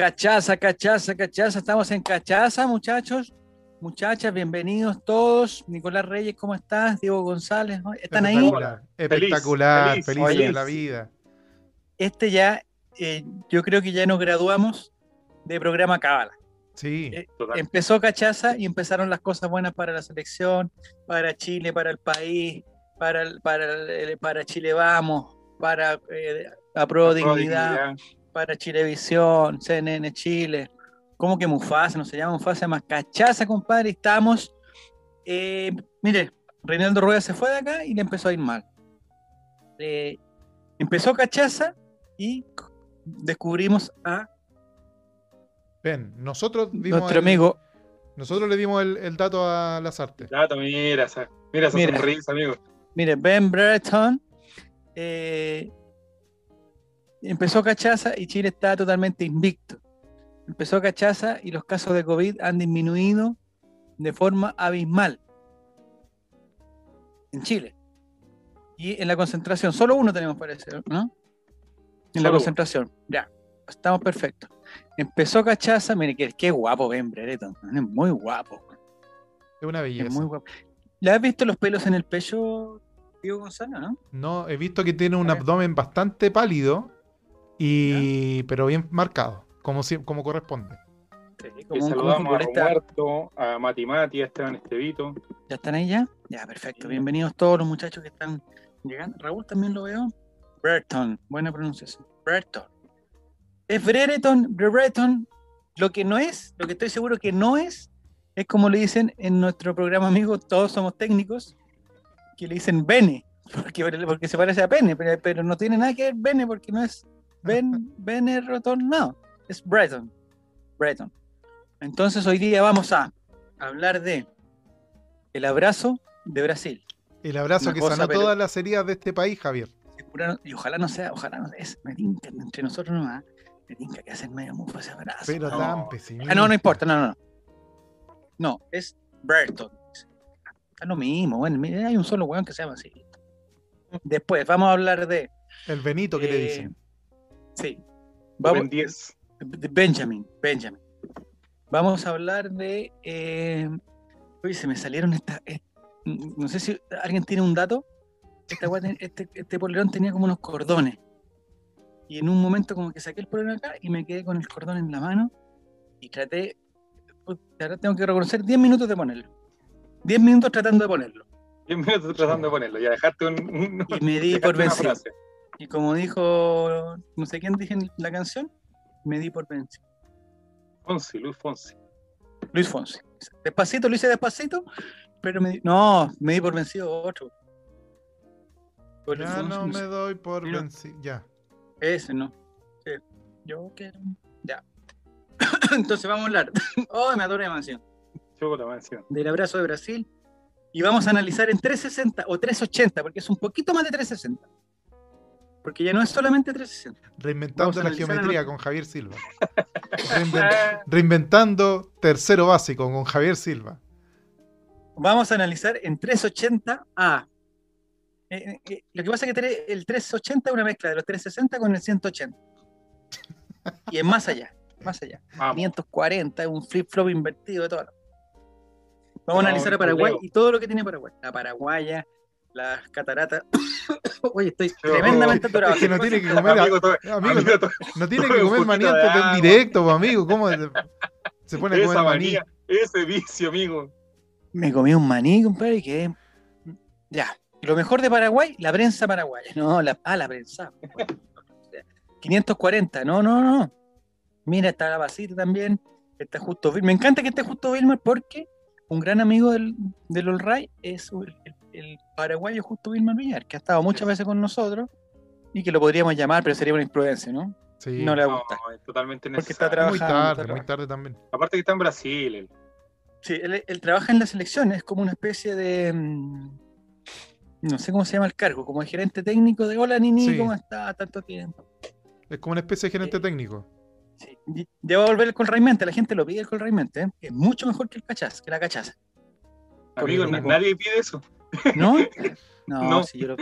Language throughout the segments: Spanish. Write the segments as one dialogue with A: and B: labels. A: Cachaza, cachaza, cachaza. Estamos en cachaza, muchachos. Muchachas, bienvenidos todos. Nicolás Reyes, ¿cómo estás? Diego González, ¿no? ¿están ahí?
B: Espectacular,
C: Feliz,
B: espectacular, feliz,
C: feliz,
B: de
A: feliz.
B: la vida.
A: Este ya, eh, yo creo que ya nos graduamos de programa Cábala.
B: Sí,
A: Eh,
C: Total.
A: Empezó cachaza y empezaron las cosas buenas para la selección, para Chile, para el país, para, el- para, el- eh, para Chile Vamos, para eh, Apruebo Dignidad, para Chilevisión, CNN Chile. ¿Cómo que Mufasa? No se llama Mufasa, más cachaza, compadre. Estamos. eh, mire, Reinaldo Rueda se fue de acá y le empezó a ir mal. Eh, empezó cachaza y c- descubrimos a
B: ven, nosotros dimos
A: nuestro
B: el-
A: amigo.
B: nosotros le dimos el, el dato a las artes.
C: Dato, mira esa, mira esa
A: Mira.
C: sonrisa, amigo.
A: Mire, Ben Brereton eh, empezó cachaza y Chile está totalmente invicto. Empezó cachaza y los casos de COVID han disminuido de forma abismal en Chile. Y en la concentración, solo uno tenemos parece, ¿no? En
C: Solo
A: la
C: uno.
A: concentración, ya, estamos perfectos. Empezó cachaza, mire, qué, qué guapo Ben Brereton, es muy guapo.
B: Es una belleza.
A: Es muy guapo. ¿Le has visto los pelos en el pecho, Diego Gonzalo, no?
B: No, he visto que tiene un
A: A ver.
B: abdomen bastante pálido y pero bien marcado, como si- como corresponde.
C: Que
A: como un, como un
C: Eh, saludamos a
A: futbolista.
C: Roberto, a Mati Mati, a Esteban Estevito.
A: ¿Ya están ahí ya? Ya, perfecto. Bienvenidos todos los muchachos que están llegando. Raúl también lo veo. Brereton, buena pronunciación. Brereton. Es Brereton, Brereton. Lo que no es, lo que estoy seguro que no es, es como le dicen en nuestro programa, amigos, todos somos técnicos, que le dicen Bene, porque, porque se parece a Pene, pero, pero no tiene nada que ver Bene porque no es Ben, Bene Roton, no, es Breton. Breton. Entonces hoy día vamos a hablar de el abrazo de Brasil.
B: El abrazo
A: Una
B: que
A: cosa,
B: sanó
A: pero-
B: todas las heridas de este país, Javier.
A: Se curaron- y ojalá no sea, ojalá no sea, es- me tinca, entre nosotros nomás, me tinca que hacen medio mufo ese abrazo.
B: Pero
A: Ah, no.
B: tan pesimista.
A: Ah, no, no importa, no, no, no. No, es Berton. Es lo mismo, bueno, mira, hay un solo weón que se llama así. Después, vamos a hablar de.
B: El Benito que le
A: eh,
B: dicen.
A: Sí. Vamos,
C: Joven 10.
A: de Benjamin, Benjamin. Vamos a hablar de. eh, uy, se me salieron estas. eh, no sé si alguien tiene un dato. Esta guata- este, este polerón tenía como unos cordones. Y en un momento, como que saqué el polerón acá y me quedé con el cordón en la mano. Y traté. puta, Ahora tengo que reconocer 10 minutos de ponerlo. 10 minutos tratando de ponerlo.
C: 10 minutos tratando de ponerlo. Ya dejaste un. un-
A: Y me di
C: dejaste
A: por
C: una
A: vencido.
C: frase.
A: Y como dijo. No sé quién dije en la canción. Me di por vencido.
C: Fonsi, Luis Fonsi.
A: Luis Fonsi. Despacito, lo hice despacito, pero me di- no, me di por vencido otro. Por Luis
B: Ya
A: Fonsi,
B: no
A: no
B: me
A: sé.
B: doy por
A: Mira.
B: venci- ya.
A: Ese no. Sí. Yo quiero. Ya. Entonces vamos a hablar. Oh, me adoro de mansión.
C: Yo la más encima.
A: Del abrazo de Brasil. Y vamos a analizar en 360 o 380, porque es un poquito más de 360. Porque ya no es solamente 360. Vamos
B: Reinventando
A: a
B: la
A: analizar
B: geometría
A: el-
B: con Javier Silva.
C: Eh,
B: Reinven- Reinventando tercero básico con Javier Silva.
A: Vamos a analizar en 380A. Eh, eh, eh, lo que pasa es que tre- el 380 es una mezcla de los 360 con el 180. Y es más allá, más allá.
C: Vamos.
A: 540 es un flip-flop invertido de todo. Vamos
C: No,
A: a analizar a
C: Nicolás.
A: Paraguay y todo lo que tiene Paraguay. La paraguaya, las cataratas. Oye, estoy
C: Yo-
A: tremendamente aturado.
B: Es que no tiene que comer.
C: Amigo, to-
B: Amigo,
C: amigo, to-
B: No tiene
C: Tome
B: que
C: un
B: comer
C: poquito
B: maní
C: de
B: antes del
C: agua.
B: directo, pues, amigo. ¿Cómo se se pone a comer
C: esa
B: maní?
C: manía, ese vicio, amigo.
A: Me comí un maní, compadre, y quedé. Ya. Lo mejor de Paraguay, la prensa paraguaya. No, la, ah, la prensa. bueno. 540, no, no, no. Mira, está la vasita también. Está justo Vilma. Me encanta que esté justo Vilma porque un gran amigo del, del All Right es el, el paraguayo justo Vilma Villar, que ha estado muchas veces con nosotros y que lo podríamos llamar, pero sería una imprudencia, ¿no?
B: Sí.
A: No le
C: No,
A: gusta.
C: es totalmente
A: Porque
C: necesario.
A: está trabajando.
B: muy
A: trabajando,
B: tarde, muy tarde también.
C: Aparte que está en Brasil. él.
A: Sí, él, él trabaja en la selección, es como una especie de. mm, No sé cómo se llama el cargo, como el gerente técnico de Hola Nini,
B: Sí.
A: ¿cómo está? Tanto tiempo.
B: Es como una especie de gerente
A: Eh,
B: técnico.
A: Sí. y- Ya va a volver el Colraimente, la gente lo pide el Colraimente, ¿eh? es mucho mejor que el cachaza, que la cachaza.
C: Amigo,
A: el
C: na-
A: grupo.
C: nadie pide eso.
A: ¿No? No,
C: No.
A: sí, yo lo,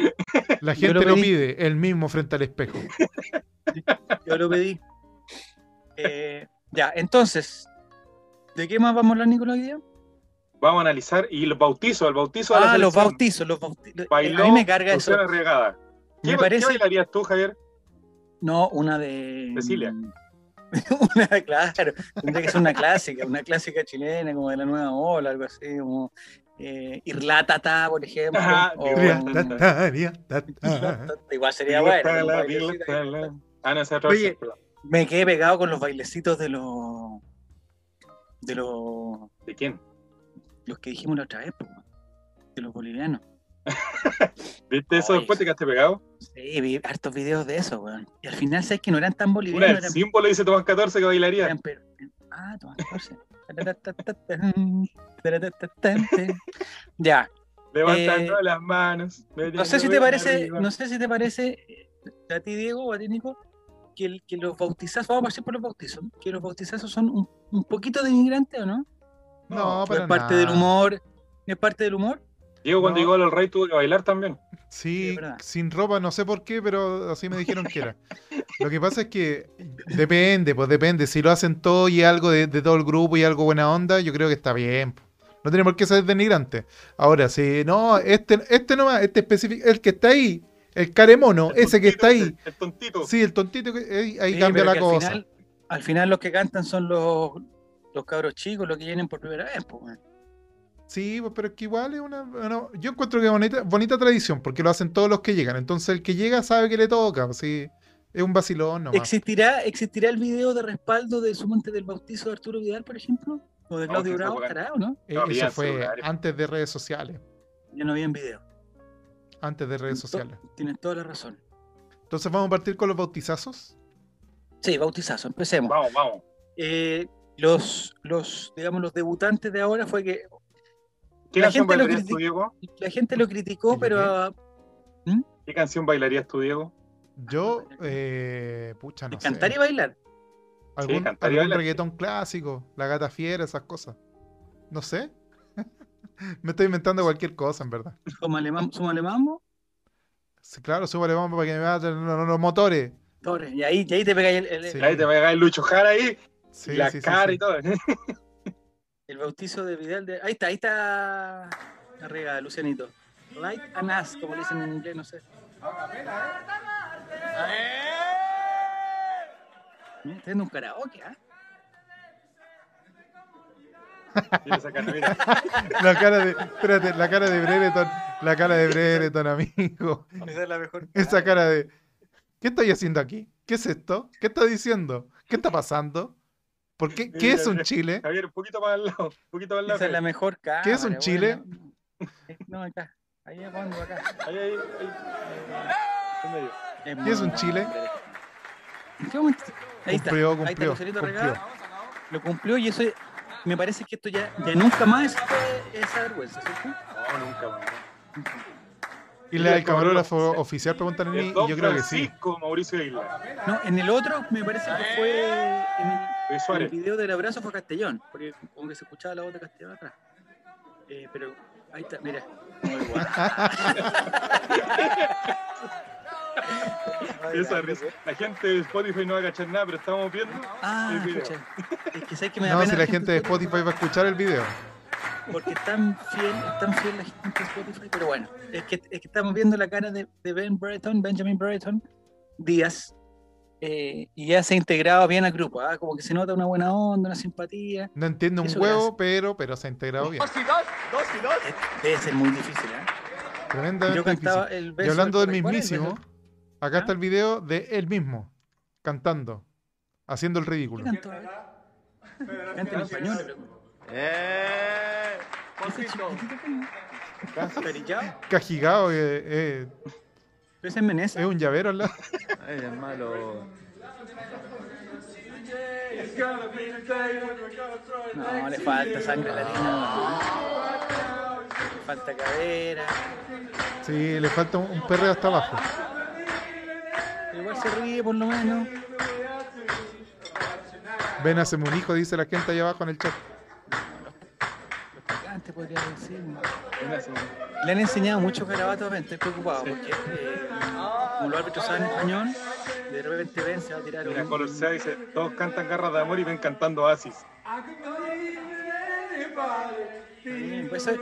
B: La
A: yo lo
B: gente lo
A: pedí.
B: pide, él mismo frente al espejo.
A: yo lo pedí. Eh, ya, entonces, ¿de qué más vamos a hablar, Nicolás, hoy día?
C: Vamos a analizar y los bautizos, el bautizo de la
A: Ah, los
C: selección.
A: bautizos, los bautizos.
C: Bailó,
A: a mí me carga eso.
C: Opciones regadas. ¿Qué,
A: Me
C: ¿qué
A: parece-
C: bailarías tú, Javier?
A: No, una de.
C: Cecilia.
A: Una, claro, tendría que ser una clásica, una clásica chilena, como de la nueva ola, algo así, como eh, Irlátata, por ejemplo.
C: Ajá,
A: o-
C: Irla
B: Riatatá, riatatá.
A: Irlátata, Igual sería bueno. un
C: Tala,
A: bailecito
C: dila,
A: ahí.
C: tala. Ah, no, esa otra
A: Oye,
C: vez.
A: Me quedé pegado con los bailecitos de los. de los.
C: ¿De quién?
A: los que dijimos la otra vez, po, de los bolivianos.
C: ¿Viste eso
A: Oye.
C: después de que has pegado?
A: Sí, vi hartos videos de eso, weón. Y al final, ¿sabes que no eran tan
C: Una,
A: bolivianos?
C: el
A: Eran,
C: símbolo dice Tomás 14 que bailaría.
A: eran per- Ah, toma, entonces. Taratatatán, taratatatán. Ya,
C: Levantando
A: eh,
C: las manos.
A: no sé si te parece, no sé si te parece eh, a ti, Diego, o a ti, Nico, que, el- que los bautizazos, vamos a pasar por los bautizos, que los bautizazos son un, un poquito denigrantes, ¿o no?
B: No,
A: ¿O
B: para
A: es parte
B: nada.
A: del humor, ¿No es parte del humor.
C: Diego, cuando
B: No.
C: llegó al rey, tuvo que bailar también.
A: Sí,
B: Sí,
A: verdad.
B: sin ropa, no sé por qué, pero así me dijeron que era. Lo que pasa es que depende, pues depende. Si lo hacen todo y algo de, de todo el grupo y algo buena onda, yo creo que está bien. po. No tiene por qué ser denigrante. Ahora, si no, este, este nomás, este específico, el que está ahí, el caremono,
C: El
B: ese que está
C: tontito
B: ahí.
C: ese, El tontito.
B: Sí, el tontito, que, eh, ahí
A: Sí, pero
B: cambia la
A: que
B: cosa.
A: Al final, al final los que cantan son los, los cabros chicos, los que vienen por primera vez, po, weón.
B: Sí, pues, pero es que igual es una, una- Yo encuentro que es bonita, bonita tradición, porque lo hacen todos los que llegan. Entonces el que llega sabe que le toca. pues, sí, es un vacilón nomás.
A: ¿Existirá, ¿Existirá el video de respaldo de Sumonte del bautizo de Arturo Vidal, por ejemplo? ¿O de
C: No,
A: Claudio
C: que fue
A: Bravo?
C: bacán.
A: ¿Estará o no?
B: Eh,
C: No había
B: eso fue
C: celulares.
B: antes de redes sociales.
A: Yo no vi en video.
B: Antes de redes
A: Ento-
B: sociales.
A: Tienes toda la razón.
B: Entonces vamos a partir con los bautizazos.
A: Sí, bautizazo, empecemos.
C: Vamos, vamos.
A: Eh, los, los, digamos, los debutantes de ahora fue que
C: ¿Qué
A: La
C: canción
A: gente lo
C: bailarías tú,
A: critica.
C: Diego?
A: la gente lo criticó,
B: ¿El
A: pero
B: qué?
A: ah,
C: ¿Qué canción bailarías tú, Diego?
B: Yo, eh, pucha, no
A: de cantar
B: sé.
A: y bailar.
B: Algún,
C: cantar y
B: algún
C: bailar.
B: reggaetón clásico, la gata fiera, esas cosas. No sé. Me estoy inventando cualquier cosa, en verdad.
A: Súmale mam- súmale mambo,
B: Sí, claro, súbale, vamos para que me vayan los, los motores.
A: torre, y ahí, y ahí te pegáis el, el-
B: Sí.
C: Ahí te va a llegar el Lucho Jara ahí,
B: Sí,
C: la
B: sí, sí,
C: cara
B: sí.
C: y todo.
A: el bautizo de Vidal. De, ahí está, ahí está arriba, Lucianito. Light and ass, como le dicen en inglés, no sé. Mira, Teniendo un karaoke, ¿ah?
C: Mira esa cara, mira.
B: La cara de, espérate, la cara de Brereton, la cara de Brereton, amigo.
A: Esa es la mejor.
B: Esa cara de, ¿qué estoy haciendo aquí? ¿Qué es esto? ¿Qué está diciendo? ¿Qué está pasando? ¿Por qué? ¿Qué es un chile?
C: Javier, un poquito más al lado, un poquito más al lado.
A: Esa es la mejor cara.
B: ¿Qué es un chile?
A: No, acá. Ahí es cuando acá.
C: Ahí, ahí, ahí. En medio.
B: ¿Qué es un
A: muy-
B: chile?
A: ¿En qué momento? Ahí está.
B: Cumplió,
A: ahí está
B: cumplió,
A: Lucerito
B: cumplió.
A: Regada. Lo cumplió y eso es- me parece que esto ya, ya nunca más fue esa vergüenza, ¿cierto?
C: No, nunca más.
B: Y la del camarógrafo oficial preguntan a mí,
C: El
B: y
C: Don
B: yo creo que sí.
C: Francisco Mauricio Isla.
A: No, en el otro me parece que fue en el,
C: Luis
A: en el
C: Suárez.
A: video del abrazo fue Castellón, porque como que se escuchaba la voz de Castellón atrás. Eh, pero ahí está, mira. Muy bueno.
C: Esa risa. La gente de Spotify no va a cachar nada, pero estamos viendo.
A: Ah,
C: El video.
A: escucha. Es que sabes que me da
B: No,
A: pena
B: si la gente de Spotify va a escuchar el video.
A: Porque es tan fiel, es tan fiel la gente de Spotify, pero bueno, es que, es que estamos viendo la cara de, de Ben Brereton, Benjamin Brereton Díaz, eh, y ya se ha integrado bien al grupo, ah, como que se nota una buena onda, una simpatía.
B: No entiendo un
A: Eso
B: huevo, pero, pero se ha integrado bien.
A: Eh, Debe ser muy difícil, ¿eh?
B: Tremendamente
A: Yo cantaba
B: difícil.
A: el beso.
B: Y hablando del
A: Correcor, el
B: mismísimo,
A: beso-
B: acá está
A: ¿Ah?
B: el video de él mismo, cantando, haciendo el
A: ¿Qué
B: ridículo.
A: cantó? eh? Canta en español, pero.
D: ¡Eh!
A: Ese
D: Pocito.
A: chiquitito como- Perillao.
B: Cajigao, eh, eh,
A: Pero ese es Menezes.
B: es un llavero al lado.
D: Ay, es malo.
A: No, le falta sangre latina. Le falta cadera.
B: Sí, le falta un, un perreo hasta abajo.
A: Igual se ríe por lo menos.
B: Ven, hacemos un hijo, dice la gente allá abajo en el chat.
A: Antes podría decir. ¿no?
C: Mira, sí.
A: Le han enseñado mucho carabato a Ben, estoy preocupado porque eh, como los árbitros saben español, De repente ven, se va a tirar
C: Mira,
A: un-
C: Color Sea dice, todos cantan garras de amor y ven cantando Asis.
A: Pues eso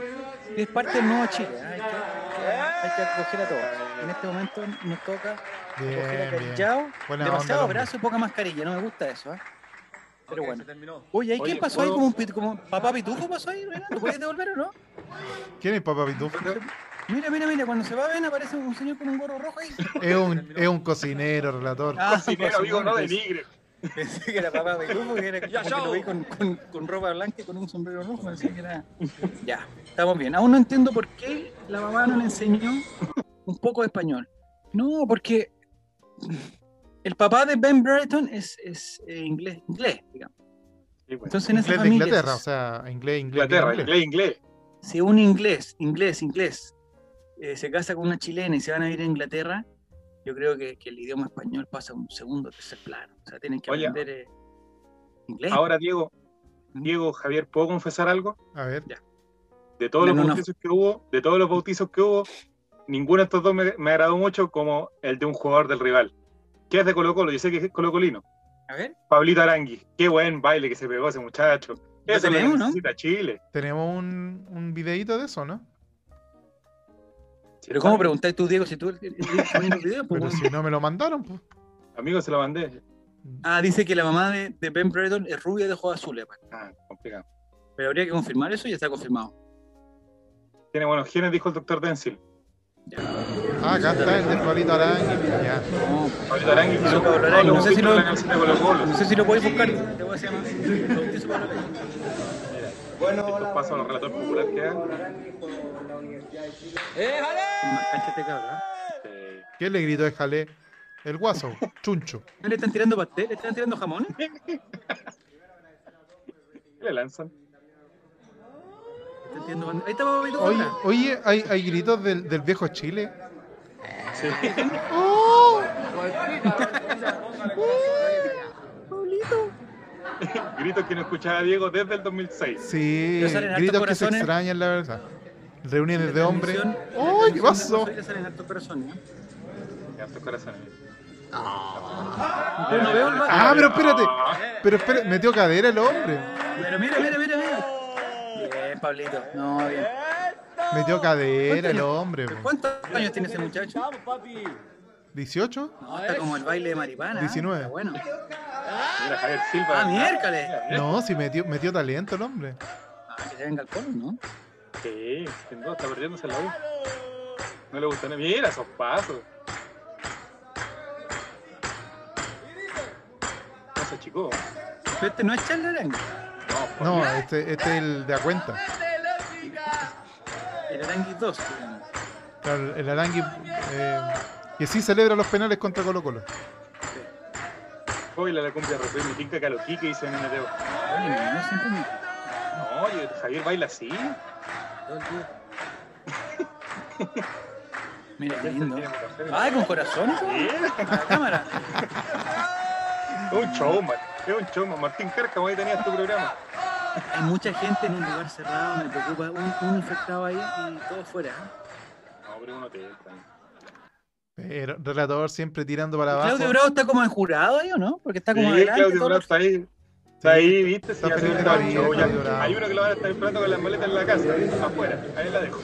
A: es parte del nuevo Chile. ¿eh? Hay, que, hay que acoger a todos. En este momento nos toca acoger a
B: Bien, bien.
A: Carichao.
B: Buena
A: Demasiado
B: onda,
A: abrazo y poca mascarilla. No me gusta eso. ¿eh? Pero
D: Ok,
A: bueno.
D: Se terminó.
A: Oye, ¿y quién
C: Oye,
A: pasó ahí?
C: ¿puedo-
A: Como, un pit- como papá pitufo pasó ahí. ¿verdad? ¿Lo puedes devolver o no?
B: hombre. ¿Quién es Papá Pitufo?
A: Mira, mira, mira. Cuando se va ven aparece un señor con un gorro rojo ahí.
B: Es un, es un cocinero, relator.
A: Ah,
B: pues,
C: Cocinero, amigo, no
A: pensé-
C: denigre.
A: Pensé que era papá pitufo, que era como
D: Ya,
A: que
D: chao.
A: lo vi con, con- con ropa blanca y con un sombrero rojo. Así que era. Ya, estamos bien. Aún no entiendo por qué la mamá no le enseñó un poco de español. No, porque el papá de Ben Brighton es, es eh, inglés, inglés, digamos.
C: Sí, bueno.
A: Entonces en esa
B: Inglés de
A: familia,
B: Inglaterra, o sea, inglés, inglés.
C: Inglaterra,
B: inglés.
C: inglés, inglés.
A: si un inglés, inglés, inglés, eh, se casa con una chilena y se van a ir a Inglaterra, yo creo que, que el idioma español pasa a un segundo, tercer plano. O sea, tienen que
C: Oye.
A: aprender eh,
B: ¿Eh?
A: inglés.
C: Ahora, Diego, Diego, Javier, ¿puedo confesar algo?
B: A ver,
C: De todos
A: No,
C: los
A: no, no.
C: bautizos que hubo, de todos los bautizos que hubo, ninguno de estos dos me, me agradó mucho como el de un jugador del rival. Que es de Colo Colo, yo sé que es colocolino.
A: A ver.
C: Pablito Arangui, qué buen baile que se pegó ese muchacho.
A: Lo
C: Eso es lo que
A: tenemos, ¿no?
C: necesita Chile.
B: tenemos un, un videito de eso, ¿no?
A: Pero ¿cómo preguntáis tú, Diego, si tú eres el que está viendo el video? pues,
B: Pero
A: bueno.
B: si no me lo mandaron, pues.
C: Amigo, se lo mandé.
A: Ah, dice que la mamá de, de Ben Brereton es rubia de ojos azules. aparte.
C: Ah, complicado.
A: Pero habría que confirmar eso y ya está confirmado.
C: Tiene buenos genes, dijo el doctor Denzil.
B: Ah, acá está el del Pablito Arangui. Ya.
A: No,
C: Pablito Arangui,
A: Eso, Pablo Arangui, no sé si lo-
C: la canción de Colo Colo.
A: Oh, no sé si lo podéis buscar. Te voy a llamar. Bautizo para la ley.
C: Estos pasos a los relatores populares que dan.
D: ¡Eh, jale!
A: Más cancha este cabrón, ¿ah?
C: Eh,
B: ¿Quién le gritó de Jalé? El guaso, chuncho.
A: ¿No le están tirando pastel? ¿Le están tirando jamones?
C: ¿Qué le lanzan?
A: ¿Le están tirando band- Ahí está Papá Pitufo,
B: Oye,
A: ¿verdad?
B: oye hay, hay gritos del, del viejo Chile.
C: Sí.
B: ¡Oh!
C: Gritos que no escuchaba Diego desde el 2006.
B: Sí,
A: Pero salen hartos
B: gritos que se
A: corazones.
B: extrañan, la verdad.
A: En la
B: Reuniones de hombres.
A: transmisión- en la
B: ¡Ay, qué
A: transmisión de
B: pasó!
A: Rosario salen hartos corazones, ¿eh?
C: Hartos corazones.
A: Yo no veo el bar.
B: Ah, pero espérate. Pero espérate, metió cadera el hombre.
A: Pero mira, mira, mira, mira. Bien, Pablito. No, bien. Eh,
B: Metió cadera el hombre. pues. po.
A: ¿Cuántos años tiene ese muchacho?
D: Vamos, papi.
B: ¿18?
A: No, está como el baile de maripana. ¿eh?
B: 19.
A: Está bueno.
C: Mira, Javier Silva.
A: Ah, miércoles.
B: No, sí metió, metió talento el hombre.
A: Ah, que se venga el polo, ¿no?
C: Sí, sin duda, está perdiéndose la U. No le gusta nada. Mira esos pasos. No se achicó.
A: Pero este no es Charles Arango.
C: No,
B: No, este, este es el de a cuenta.
A: El Arangui 2. digamos.
B: Claro, El Arangui. eh, que sí celebra los penales contra Colo Colo.
C: hoy la cumbia rompe mi tinca que a los Quique dicen en el dedo.
A: Oye, mi hermano siempre me...
C: No, yo- Javier baila así.
A: todo el día. Mira, qué
C: Ya se
A: lindo.
C: tiene que hacer.
A: Ay, con corazón.
C: Sí,
A: La cámara.
C: Es un showman. Es un showman. Martín Cárcamo, ahí tenías tu programa.
A: Hay mucha gente en un lugar cerrado, me preocupa. Un, un infectado ahí y todo fuera. ¿eh?
C: No, pero uno te entra.
B: Pero relatador Eh, siempre tirando para abajo.
A: Claudio Bravo está como en jurado ahí, ¿o no? Porque está como
C: Sí,
A: adelante.
C: Claudio
A: todo
C: Bravo está ahí. Está ahí, viste,
B: Está
C: Sí, hace
B: feliz de
C: un
B: la
C: rato,
B: vida,
C: ya.
B: Claudio Bravo.
C: Hay uno que lo van a estar esperando con las maletas en la casa, ahí, afuera, ahí la dejo.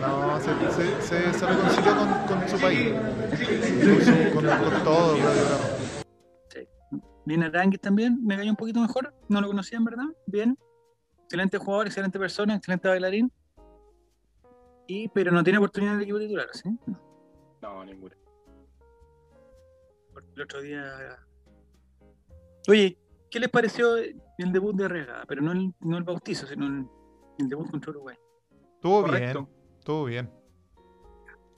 B: No, se, se, se, se reconcilió con, con su país. Con, su- con- con todo, Claudio Bravo.
A: Bien, Aranguis también me cayó un poquito mejor. No lo conocía, en verdad. Bien. Excelente jugador, excelente persona, excelente bailarín. Y, pero no tiene oportunidad en el equipo titular, ¿sí? No.
C: No, ninguna.
A: Porque el otro día. Oye, ¿qué les pareció el debut de Herrera? Pero no el, no el bautizo, sino el, el debut contra Uruguay.
B: Estuvo
C: Correcto.
B: bien, estuvo bien.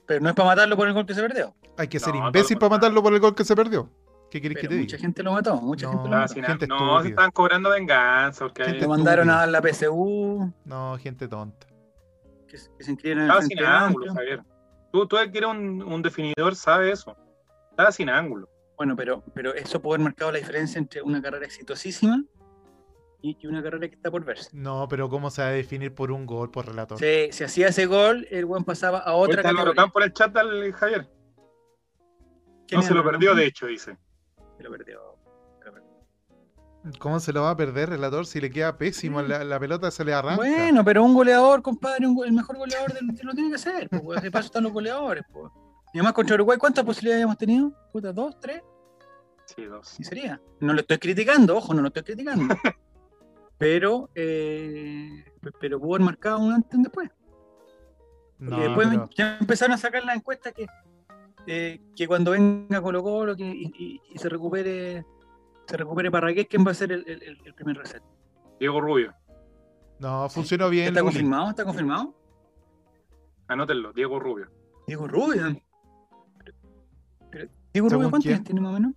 A: Pero no es para matarlo por el gol que se perdió.
B: Hay que ser
C: No,
B: imbécil
C: no lo-
B: para matarlo por el gol que se perdió. ¿Qué querés
A: Pero
B: que te
A: mucha
B: diga?
A: gente lo mató, mucha
B: No.
A: gente lo
C: Ah,
A: mató.
C: sin
B: Gente
C: no,
B: estúpida.
C: se están cobrando venganza. Porque
B: Gente
A: Lo
C: hay...
B: estúpida.
A: mandaron a la PSU,
B: No, gente tonta.
A: que, se- que se inscribieron en el
C: Estaba sin
A: Frente
C: ángulo,
A: Amplio.
C: Javier. Tú, tú el que eres un, un definidor sabe eso. Estaba sin ángulo.
A: Bueno, pero, pero eso puede haber marcado la diferencia entre una carrera exitosísima y, y una carrera que está por verse.
B: No, pero ¿cómo se va a definir por un gol por relator?
A: Si, si hacía ese gol, el buen pasaba a otra
C: Cuéntalo,
A: categoría.
C: Rotán, por el chat al Javier. No
A: Genial,
C: se lo perdió,
A: ¿no?
C: de hecho, dice.
A: Se lo perdió. se lo perdió.
B: ¿Cómo se lo va a perder, relator? Si le queda pésimo, la, la pelota se le arranca.
A: Mm. Bueno, pero un goleador, compadre, un go- el mejor goleador del lo tiene que ser. po, weón. de paso están los goleadores. po. Y además contra Uruguay, ¿cuántas posibilidades hemos tenido? Puta, dos, tres,
C: Sí, dos.
A: y sería. No lo estoy criticando, ojo, no lo estoy criticando. Pero, eh, pero pudo haber marcado un antes y un después.
B: No,
A: Y después me-
B: pero-
A: ya empezaron a sacar la encuesta que, eh, que cuando venga Colo Colo que, y, y- y se recupere se recupere Parragués, ¿quién va a ser el, el- el- el primer reset?
C: Diego Rubio.
B: no, funcionó bien.
A: ¿Está
B: Luli.
A: confirmado? ¿Está confirmado?
C: Anótenlo, Diego Rubio.
A: Diego Rubio. Pero- pero, Diego
B: ¿Según
A: Rubio, ¿cuántos
B: quién?
A: años tiene más o menos?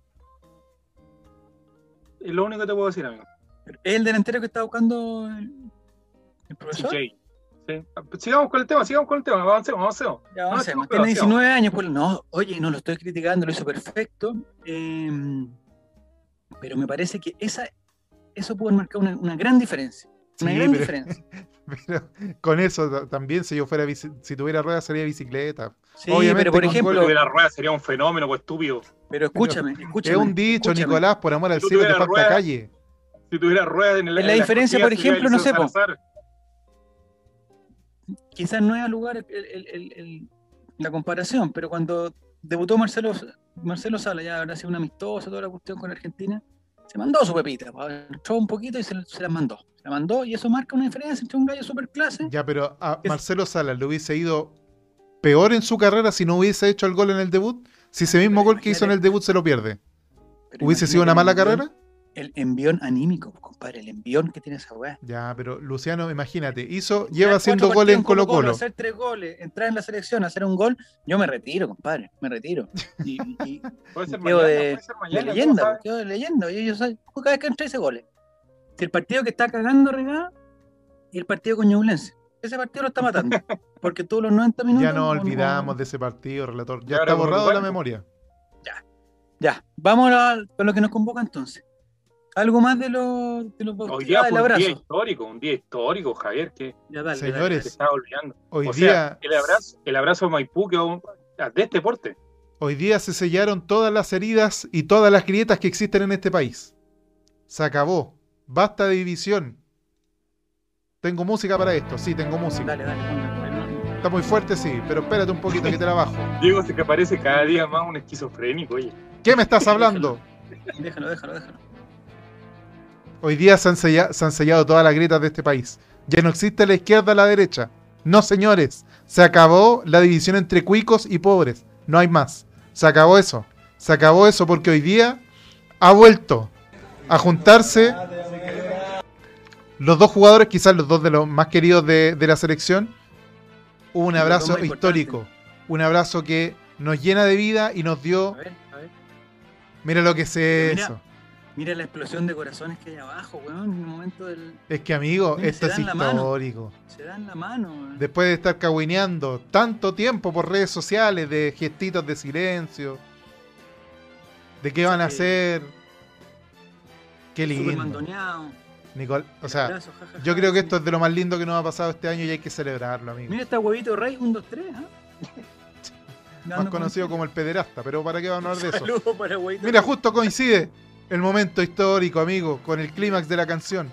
C: Es lo único que te puedo decir, amigo.
A: Pero, ¿Es el delantero que está buscando el, el profesor?
C: CJ. Sí. Sigamos con el tema, sigamos con el tema. Avancemos, avancemos.
A: Ya,
B: Ah,
C: No,
A: vamos, tiene
C: chicos, pero-
A: 19 años. pues, no, oye, no lo estoy criticando, lo hizo perfecto. eh, pero me parece que esa, eso pudo marcar una, una gran diferencia. Una
B: Sí,
A: gran
B: pero-
A: diferencia.
B: Pero con eso ta- también, si yo fuera bici- si tuviera ruedas, sería bicicleta.
A: Sí,
B: Obviamente,
A: pero por
B: con
A: ejemplo,
C: Lo de la rueda sería un fenómeno, pues estúpido.
A: pero escúchame, escúchame.
B: es un dicho,
A: escúchame.
B: Nicolás, por amor al
C: Si tú
B: cielo te
C: tuvieras
B: falta
C: ruedas-
B: calle.
C: Si tuviera ruedas en el
A: La
C: en las
A: diferencia,
C: costillas,
A: por ejemplo, no
C: sería
A: sé, po.
C: Salazar.
A: Quizás no es a lugar el- el- el- el- la comparación, pero cuando debutó Marcelo, Marcelo Sala, ya habrá sido un amistoso, toda la cuestión con Argentina, se mandó su pepita, pa, entró un poquito y se, se la mandó. Se la mandó y eso marca una diferencia entre un gallo super clase.
B: Ya, pero a
A: Es-
B: Marcelo Salas le hubiese ido peor en su carrera si no hubiese hecho el gol en el debut. Si ese mismo
A: Pero
B: gol que hizo en
A: imagínate-
B: el debut se lo pierde, ¿hubiese sido una mala carrera?
A: El envión anímico, compadre, el envión que tiene esa weá.
B: Ya, pero Luciano, imagínate, hizo,
A: Ganar
B: lleva haciendo
A: cuatro
B: goles en
A: partidos
B: Colo Colo.
A: Hacer tres goles, entrar en la selección, hacer un gol, yo me retiro, compadre, me retiro. Y- y-
C: Puede ser
A: Diego
C: mañana,
A: de-
C: puede ser
A: de
C: mañana. ¿cómo
A: leyenda,
C: sabes?
A: po, quedó de leyenda. Yo, yo soy, pues, cada vez que entré ese goles. Si el partido que está cagando regada y el partido con Ñublense. Ese partido lo está matando. Porque todos los 90 minutos.
B: Ya no olvidamos de ese partido, relator. Ya
C: Ahora
B: está
C: con
B: borrado de la
C: Uruguay.
B: memoria.
A: Ya, vamos a- con lo que nos convoca entonces. Algo más de los de los
C: Hoy
A: bautizados,
C: día
A: del
C: fue un
A: abrazo.
C: día histórico, un día histórico, Javier, que
A: Ya, dale, dale,
B: Señores,
C: se estaba olvidando.
B: Hoy
C: o
B: día
C: sea, el abrazo, el abrazo a Maipú que aún- de este deporte.
B: Hoy día se sellaron todas las heridas y todas las grietas que existen en este país. Se acabó. Basta de división. Tengo música para esto, sí, tengo música.
A: dale, dale, ponla.
B: Está muy fuerte, sí, pero espérate un poquito que te la bajo.
C: Diego se que parece cada día más un esquizofrénico, oye.
B: ¿Qué me estás hablando?
A: Déjalo, déjalo, déjalo.
B: Hoy día se han, sella- se han sellado todas las grietas de este país. Ya no existe la izquierda o la derecha. No, señores. Se acabó la división entre cuicos y pobres. No hay más. Se acabó eso. Se acabó eso porque hoy día ha vuelto a juntarse los dos jugadores, quizás los dos de los más queridos de, de la selección. Hubo un
A: Los dos
B: abrazo
A: más
B: histórico. Un abrazo que nos llena de vida y nos
A: A
B: dio...
A: ver, a ver.
B: Mira lo que es
A: Mira.
B: eso.
A: Mira la explosión de corazones que hay abajo, weón. En el momento del.
B: Es que, amigo,
A: Mira,
B: esto
A: se
B: es
A: dan la mano.
B: histórico.
A: Se dan la mano, weón.
B: después de estar cagüineando tanto tiempo por redes sociales, de gestitos de silencio, de qué van a
A: Sí.
B: hacer. Qué
A: Súper
B: lindo.
A: mandoneado.
B: Nicol- o
A: el
B: sea,
A: abrazo, ja, ja,
B: yo
A: ja,
B: creo que
A: sí.
B: esto es de lo más lindo que nos ha pasado este año y hay que celebrarlo, amigo.
A: Mira este huevito rey, 1, 2, 3.
B: Más conocido como el pederasta, pero ¿para qué vamos a hablar de eso?
A: Saludos para huevito
B: Mira,
A: Rey.
B: justo coincide el momento histórico, amigo, con el clímax de la canción.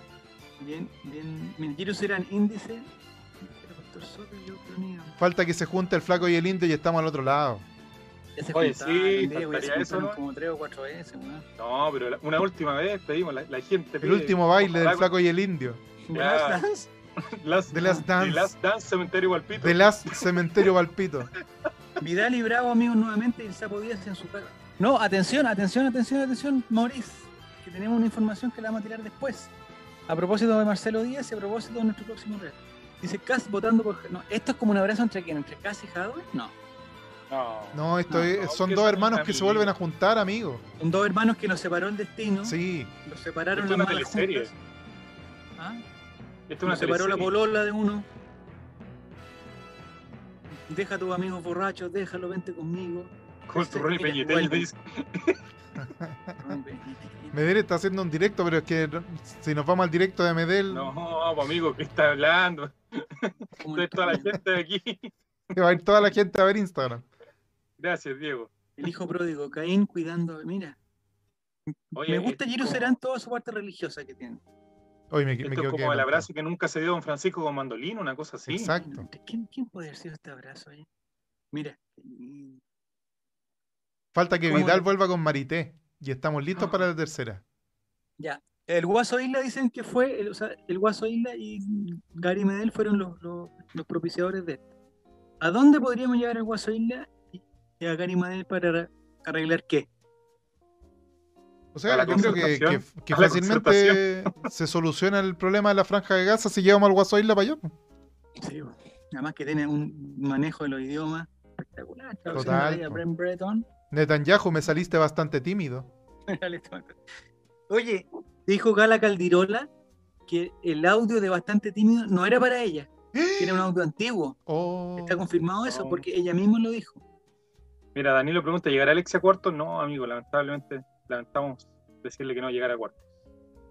A: Bien, bien. Mira, quiero ser al índice. Era Pastor Soto y yo, Cronía.
B: Falta que se junte el flaco y el indio y estamos al otro lado.
A: Ya se
C: Oye,
A: juntaron,
C: sí,
A: Diego, ya se
C: faltaría eso,
A: juntaron
C: ¿no?
A: como tres o cuatro veces, weón.
C: No, pero la- una última vez pedimos, la, la gente.
B: El
C: pide-
B: último baile del
C: ojalá-
B: flaco y el indio.
C: Ya.
A: Last Dance.
C: Last,
B: De Last
C: de
B: Dance.
C: Last Dance Cementerio Gualpito.
B: De las Cementerio Palpito.
A: Vidal y Bravo, amigos, nuevamente, y el Sapo Díaz en su casa. No, atención, atención, atención, atención, Maurice, que tenemos una información que la vamos a tirar después. A propósito de Marcelo Díaz y a propósito de nuestro próximo reto. Dice Cas votando por. No, esto es como un abrazo entre quién, entre Cas y Hadwe. No,
C: No.
B: No, esto
A: No,
B: es-
C: no,
B: son
C: que
B: dos
C: son
B: hermanos que se
C: amigos.
B: vuelven a juntar, amigos.
A: son dos hermanos que nos separó el destino.
B: Sí,
A: Los separaron
C: Esto es
A: las
C: una
A: malas
C: teleserie.
A: juntas. ¿Ah?
C: Esta es
A: Nos
C: una
A: separó la
C: teleserie.
A: polola de uno. Deja a tus amigos borrachos, déjalo, vente conmigo.
C: Con tu Ronnie
A: Mira,
C: Peñetel,
A: vuelvo.
C: dice,
B: Medel está haciendo un directo, pero es que no- si nos vamos al directo de Medel,
C: No, pues, amigo, ¿qué está hablando?
A: Como el
C: Toda la
A: Toño.
C: gente de aquí.
B: que va a ir toda la gente a ver Instagram.
C: Gracias, Diego.
A: El hijo pródigo, Caín cuidando. Mira,
C: Oye,
A: me gusta
C: esto es como-
A: Jerusalén toda su parte religiosa que tiene.
B: Hoy me, me
C: Esto
B: quedo
C: es como
B: quedando.
C: el abrazo que nunca se dio a don Francisco con mandolín, una cosa así.
B: Exacto.
A: ¿Quién, quién puede haber sido este abrazo? eh? Mira, mm,
B: Falta que
A: ¿Cómo
B: Vidal
A: le-
B: vuelva con Marité. Y estamos listos
A: Ah.
B: para la tercera.
A: ya. El Guaso Isla dicen que fue, el- o sea, el Guaso Isla y Gary Medel fueron los, los- los propiciadores de esto. ¿A dónde podríamos llevar al Guaso Isla y y a Gary Medel para arreglar qué?
B: O sea,
C: A la
B: yo creo que, que,
C: concertación,
B: que
C: a la
B: fácilmente se soluciona el problema de la franja de Gaza si llevamos al Guaso Isla para allá. po.
A: Sí, bo. además que tiene un manejo de los idiomas espectacular. traducción
B: Total,
A: de
B: po.
A: Brent Breton.
B: Netanyahu, me saliste bastante tímido.
A: Oye, dijo Gala Caldirola que el audio de Bastante Tímido no era para ella, que era un audio antiguo.
B: Oh.
A: Está confirmado eso
C: Oh.
A: porque ella misma lo dijo.
C: Mira, Danilo pregunta, ¿llegará Alexia a cuarto? No, amigo, lamentablemente, lamentamos decirle que no llegará a cuarto.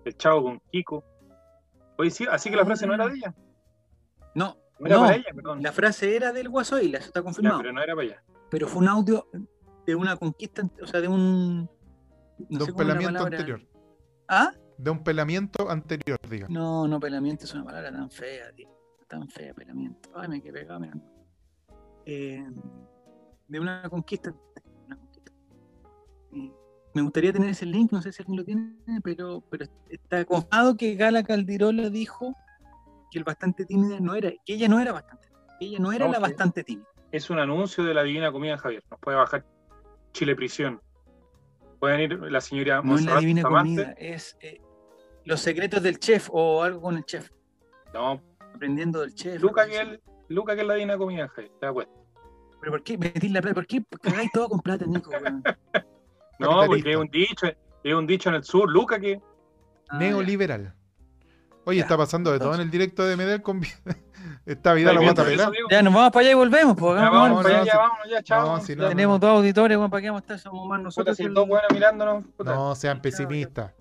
C: El chavo con Kiko. Oye, sí, así que la frase no era de ella.
A: No,
C: No era
A: No,
C: para ella, perdón.
A: la frase era del Guasoila, eso está
C: Ya,
A: confirmado.
C: pero no era para ella.
A: pero fue un audio de una conquista, ante- o sea, de un. No
B: de
A: sé cómo es
B: un
A: la
B: pelamiento
A: palabra.
B: anterior.
A: ¿Ah?
B: De un pelamiento anterior, diga.
A: No, no, pelamiento es una palabra tan fea, tío. Tan fea, pelamiento. Ay, me quedé pegado, mira. Eh, de una conquista. una conquista. Eh, me gustaría tener ese link, no sé si alguien lo tiene, pero, pero está confirmado que Gala Caldirola dijo que el bastante tímida no era, que ella no era bastante tímida, que ella no era
C: No,
A: la
C: que-
A: bastante tímida.
C: Es un anuncio de la divina comida, Javier. Nos puede bajar Chile Prisión. Pueden ir la señora
A: No es la
C: Montserrat
A: divina
C: Bustamante.
A: comida, es eh, los secretos del chef o algo con el chef,
C: No,
A: aprendiendo del chef.
C: Luca
A: algo
C: que,
A: así.
C: el, Luca que es la divina comida, Javier. ¿Te das cuenta?
A: ¿Pero por qué metís la plata? ¿Por qué cagáis todo con plata, Nico? weón?
C: No,
B: Capitalista.
C: porque es un dicho, es un dicho en el sur. Luca que
A: Ah, ya.
B: Neoliberal. Oye,
A: Ya,
B: está pasando de todo en
A: entonces.
B: el directo de Medel con Vi- Está Vidal la
C: Ahí
B: guata
C: viendo
B: pelada.
C: eso, digo.
A: Ya, nos vamos para allá y volvemos, pues.
C: Ya,
A: hagamos
B: vamos,
A: algo.
C: vámonos para
B: no,
C: allá,
B: sí.
C: ya, vámonos, ya, chao.
B: si no,
C: Ya,
A: Tenemos dos auditores, weón, ¿para qué vamos a estar? Somos más
C: Puta,
A: nosotros.
C: si
A: que el-
C: dos buenas mirándonos. puta.
B: No sean pesimistas.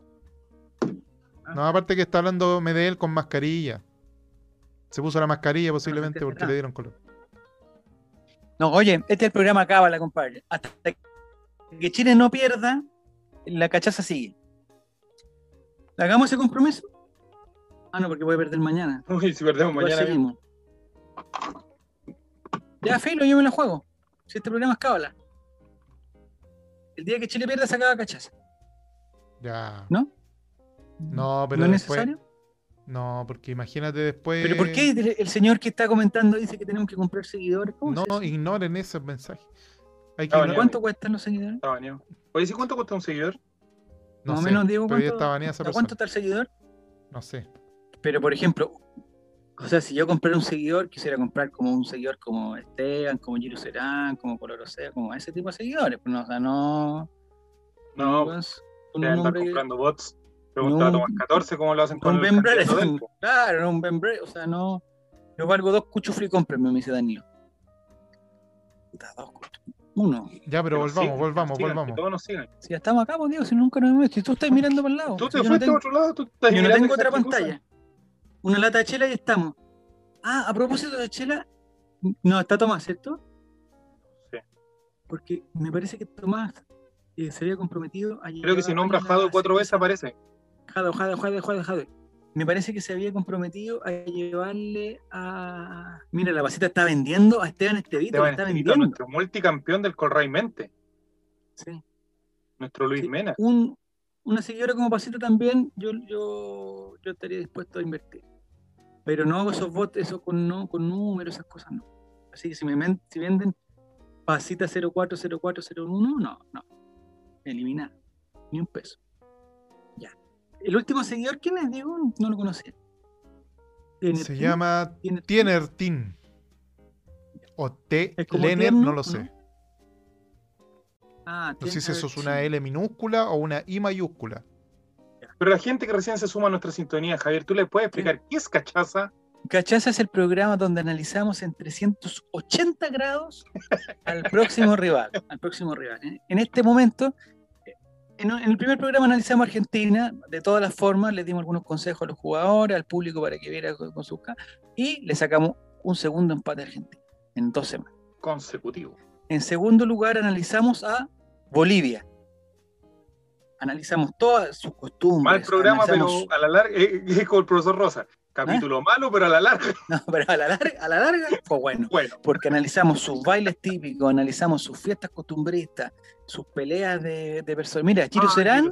A: Ah.
B: No, aparte que está hablando Medel con mascarilla. Se puso la mascarilla posiblemente
A: desde
B: porque
A: atrás.
B: le dieron color.
A: No, oye, este es el programa Cábala, compadre. Hasta que Chile no pierda, la cachaza sigue. ¿Hagamos ese compromiso? Ah, no, porque voy a perder mañana.
C: Uy, si perdemos
A: Igual
C: mañana.
A: seguimos. Ya, Filo, yo me la juego. Si este programa es cábala. El día que Chile pierda se acaba cachaza.
B: Ya.
A: ¿No?
B: No, pero
A: ¿No es
B: después-
A: necesario?
B: No, porque imagínate después.
A: ¿Pero
C: eh.
A: por qué el- el señor que está comentando dice que tenemos que comprar seguidores? ¿Cómo
B: No,
A: es eso?
B: ignoren ese mensaje. Hay que
C: Ah,
B: ignorar-
A: ¿Cuánto cuestan los seguidores?
C: Está baneado. Oye, ¿sí cuánto cuesta un seguidor?
B: No
A: Más o
B: sé,
A: menos, Diego,
B: pero ya
A: ¿cuánto-
B: está baneada esa
A: ¿A
B: persona.
A: cuánto está el seguidor?
B: No sé.
A: Pero, por ejemplo, o sea, si yo comprara un seguidor, quisiera comprar como un seguidor como Esteban, como Giro Serán, como Color Osea, como ese tipo de seguidores. pues, No, o sea, no.
C: No,
A: con un
C: te andan
A: nombre que-
C: comprando bots. Pregunta
A: No.
C: a Tomás 14 cómo lo hacen
A: Un
C: con el
A: Ben
C: candidato
A: Brereton,
C: del-
A: claro, un Ben Brereton, o sea, no. Yo valgo dos cuchufli, cómprenme, me dice Danilo. Puta, dos cuchufli. Uno.
B: Ya, pero
C: Que nos
B: volvamos,
C: sigan, que
B: volvamos,
C: nos sigan,
B: volvamos.
C: Que todos nos sigan.
A: Si ya estamos acá, pues Diego, si nunca nos vemos, si tú estás mirando para el lado.
C: Tú
A: si
C: te
A: Oh, yo no
C: fuiste
A: tengo-
C: a otro lado, tú estás
A: yo no
C: mirando
A: tengo otra
C: exactas cosas.
A: pantalla. Una lata de chela y estamos. Ah, a propósito de chela, no, está Tomás, ¿cierto?
C: Sí.
A: Porque me parece que Tomás eh, se había comprometido a
C: Creo que
A: llevar
C: si nombras
A: la
C: Jado cuatro veces
A: cerveza-
C: aparece.
A: Jado, Jado, Jado, Jado, Jado. Me parece que se había comprometido a llevarle a. Mira, la pasita está vendiendo a Esteban Estevito,
C: Esteban
A: lo está
C: Espinito,
A: vendiendo.
C: nuestro multicampeón del Colray Mente,
A: Sí.
C: nuestro Luis
A: Sí.
C: Mena.
A: Un- una seguidora como pasita también, yo, yo, yo estaría dispuesto a invertir. Pero no hago esos bots, eso con, no, con números, esas cosas no. Así que si me men- si venden pasita 040401, no, no. Eliminar. Ni un peso. Ya. El último seguidor, ¿quién es? Diego, no lo conocía. ¿Tiene
B: Se
A: tú?
B: llama
A: ¿Tiene tú?
B: Tienertin. O T.
A: ¿Es como
B: Lenner,
A: tierno,
B: no lo
A: o
B: sé.
A: no? Ah,
B: No
A: tiene-
B: sé si eso es
A: sí.
B: una L minúscula o una I mayúscula.
C: Pero la gente que recién se suma a nuestra sintonía, Javier, ¿tú le puedes explicar qué es cachaza?
A: Cachaza es el programa donde analizamos en 380 grados al próximo rival. Al próximo rival. ¿eh? En este momento, eh, en, un- en el primer programa analizamos a Argentina de todas las formas, les dimos algunos consejos a los jugadores, al público para que viera con, con sus ca- y le sacamos un segundo empate a Argentina en dos semanas.
C: Consecutivo.
A: En segundo lugar, analizamos a Bolivia. Analizamos todas sus costumbres.
C: Mal programa, pero
A: analizamos-
C: a la larga, eh, es como el profesor Rosa.
A: ¿Ah?
C: Capítulo malo, pero a la larga,
A: No, pero a la larga, a la larga fue bueno.
C: bueno.
A: porque analizamos sus bailes típicos, analizamos sus fiestas costumbristas, sus peleas de, de personas. Mira, Chiro
C: Ah,
A: Serán,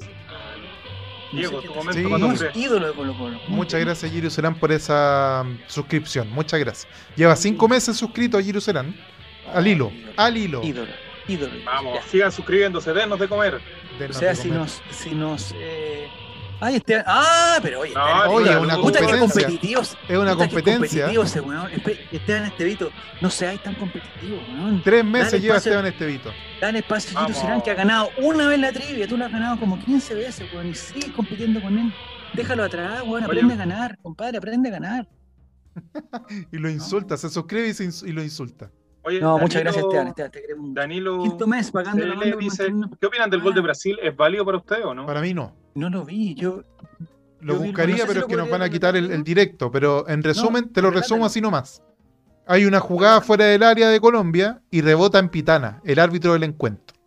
C: Diego,
A: sé
C: tu
A: qué-
C: momento
B: Sí.
C: cuando
A: un
C: crees.
A: ídolo de Colo Colo.
B: Muchas gracias, Giro Serán, por esa mm, suscripción. Muchas gracias. Lleva cinco meses suscrito a Giro Serán. Al hilo. Al hilo.
A: Ídolo, ídolo.
C: Vamos,
A: Ya.
C: sigan suscribiéndose, denos de comer.
B: Denos
A: O sea,
B: de
A: si
B: comer.
A: nos... Si nos eh, Ay, este, ah, pero oye,
C: No,
A: Esteban,
C: oye,
A: puta,
C: una
A: puta que
B: competencia.
A: competitivos.
B: Es una
A: puta que
B: competencia.
A: competitivos ese weón. Espe- Esteban Estevito, no seáis tan competitivos, weón.
B: Tres meses
A: Dale,
B: lleva
A: pase.
B: Esteban Estevito.
A: Dale espacio a Chiro
C: Vamos.
A: Serán, que ha ganado una vez la trivia, tú la has ganado como 15 veces, weón, y sigues compitiendo con él. Déjalo atrás, weón, aprende
C: Oye.
A: a ganar, compadre, aprende a ganar.
B: Y lo insulta, se suscribe y, se ins- y lo insulta.
C: Oye,
A: No, muchas gracias,
C: Danilo-
A: Esteban, Esteban, te queremos mucho.
C: Danilo
A: Quinto Ah. mes pagando la
C: TLL
A: banda por
C: dice,
A: mantenernos-
C: ¿qué opinan del gol de Brasil? ¿Es válido para ustedes o no?
B: Para mí no.
A: No lo vi, yo...
B: Lo
A: Yo vi-
B: buscaría,
A: no sé si
B: pero
A: lo
B: es que nos
A: podría
B: van a quitar el,
A: relatar,
B: el
A: ¿no?
B: directo. Pero en resumen, te lo
A: relátalo.
B: resumo así nomás. Hay una jugada fuera del área de Colombia y rebota en Pitana, el árbitro del encuentro.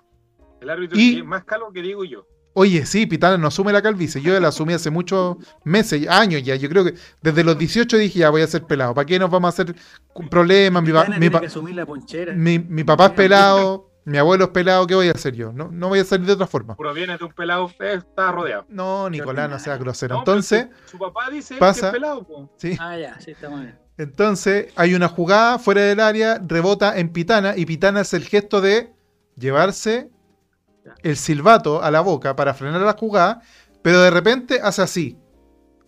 C: El árbitro
B: Y-
C: que es más calvo que digo yo.
B: Oye, sí, Pitana no asume la calvicie. Yo la asumí hace muchos meses, años ya. Yo creo que desde los 18 dije, ya voy a ser pelado. ¿Para qué nos vamos a hacer con problemas? Mi, pa-
A: Gana
B: mi
A: tiene
B: pa-
A: que asumir la ponchera.
B: mi- mi papá es pelado, mi abuelo es pelado. ¿Qué voy a hacer yo? No, no voy a salir de otra forma.
C: Puro viene de un pelado, eh, está rodeado.
B: No, Nicolás, no seas grosero.
C: No, pero
B: Entonces,
C: Su papá dice que
B: pasa-
C: es pelado, po.
B: sí.
A: Ah, ya, sí, está muy bien.
B: Entonces, hay una jugada fuera del área, rebota en Pitana y Pitana es el gesto de llevarse el silbato a la boca para frenar la jugada, pero de repente hace así.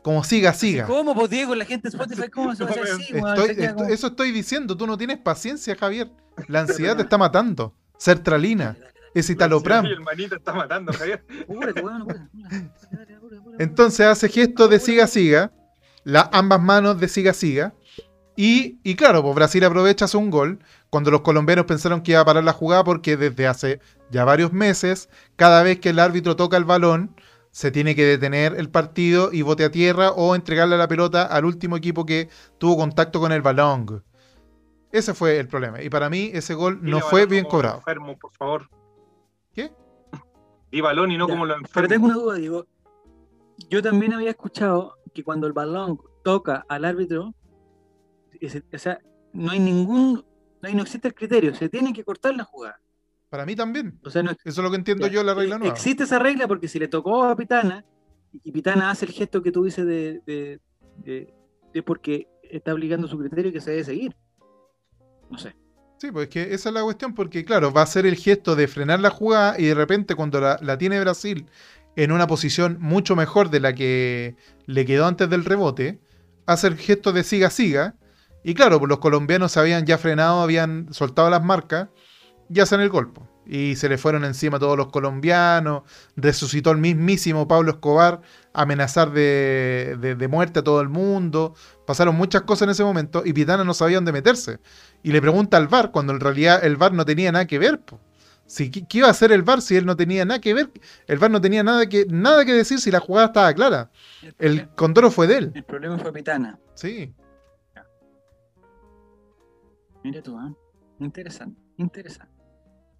B: Como siga, siga.
A: ¿Cómo, pues, Diego? La gente de Spotify, ¿cómo se va a hacer así, weón?
B: Estoy-
A: Se queda
B: esto-
A: como-
B: eso estoy diciendo, tú no tienes paciencia, Javier. La ansiedad te está matando. Sertralina,
A: Dale, dale,
B: es citalopram.
C: Sí, el manito está matando, Javier.
A: dale. Apúrate, weón, apúrate, apúrate, apúrate, apúrate, apúrate.
B: Entonces hace gestos de siga siga, la- ambas manos de siga siga. Y, y claro, pues Brasil aprovecha hace un gol cuando los colombianos pensaron que iba a parar la jugada porque desde hace ya varios meses, cada vez que el árbitro toca el balón, se tiene que detener el partido y bote a tierra o entregarle la pelota al último equipo que tuvo contacto con el balón. Ese fue el problema. Y para mí ese gol
C: Dile
B: no
C: balón
B: fue bien
C: como los
B: cobrado.
C: enfermos, por favor.
B: ¿Qué?
C: Di balón y no
A: Ya,
C: como los
A: Pero
C: enfermos.
A: tengo una duda, Diego. Yo también había escuchado que cuando el balón toca al árbitro, ese- o sea, no hay ningún, no, hay- no existe el criterio, se tiene que cortar la jugada.
B: Para mí también.
A: O sea, no,
B: Eso es lo que entiendo
A: Ya,
B: yo de la regla
A: eh,
B: nueva.
A: Existe esa regla porque si le tocó a Pitana y Pitana hace el gesto que tú dices de, de- de- es porque está aplicando su criterio que se debe seguir. No sé.
B: Sí, pues es que esa es la cuestión, porque claro, va a ser el gesto de frenar la jugada y de repente cuando la, la tiene Brasil en una posición mucho mejor de la que le quedó antes del rebote, hace el gesto de siga siga. Y claro, pues los colombianos se habían ya frenado, habían soltado las marcas y hacen el golpe. Y se le fueron encima todos los colombianos, resucitó el mismísimo Pablo Escobar, a amenazar de, de- de muerte a todo el mundo. Pasaron muchas cosas en ese momento y Pitana no sabía dónde meterse y le pregunta al VAR cuando en realidad el VAR no tenía nada que ver. po. Si, ¿qué, qué iba a hacer el VAR si él no tenía nada que ver? El VAR no tenía nada que, nada que decir si la jugada estaba clara. El condoro fue de él.
A: problema fue Pitana.
B: Sí.
A: Mira tú, ¿eh? interesante, interesante.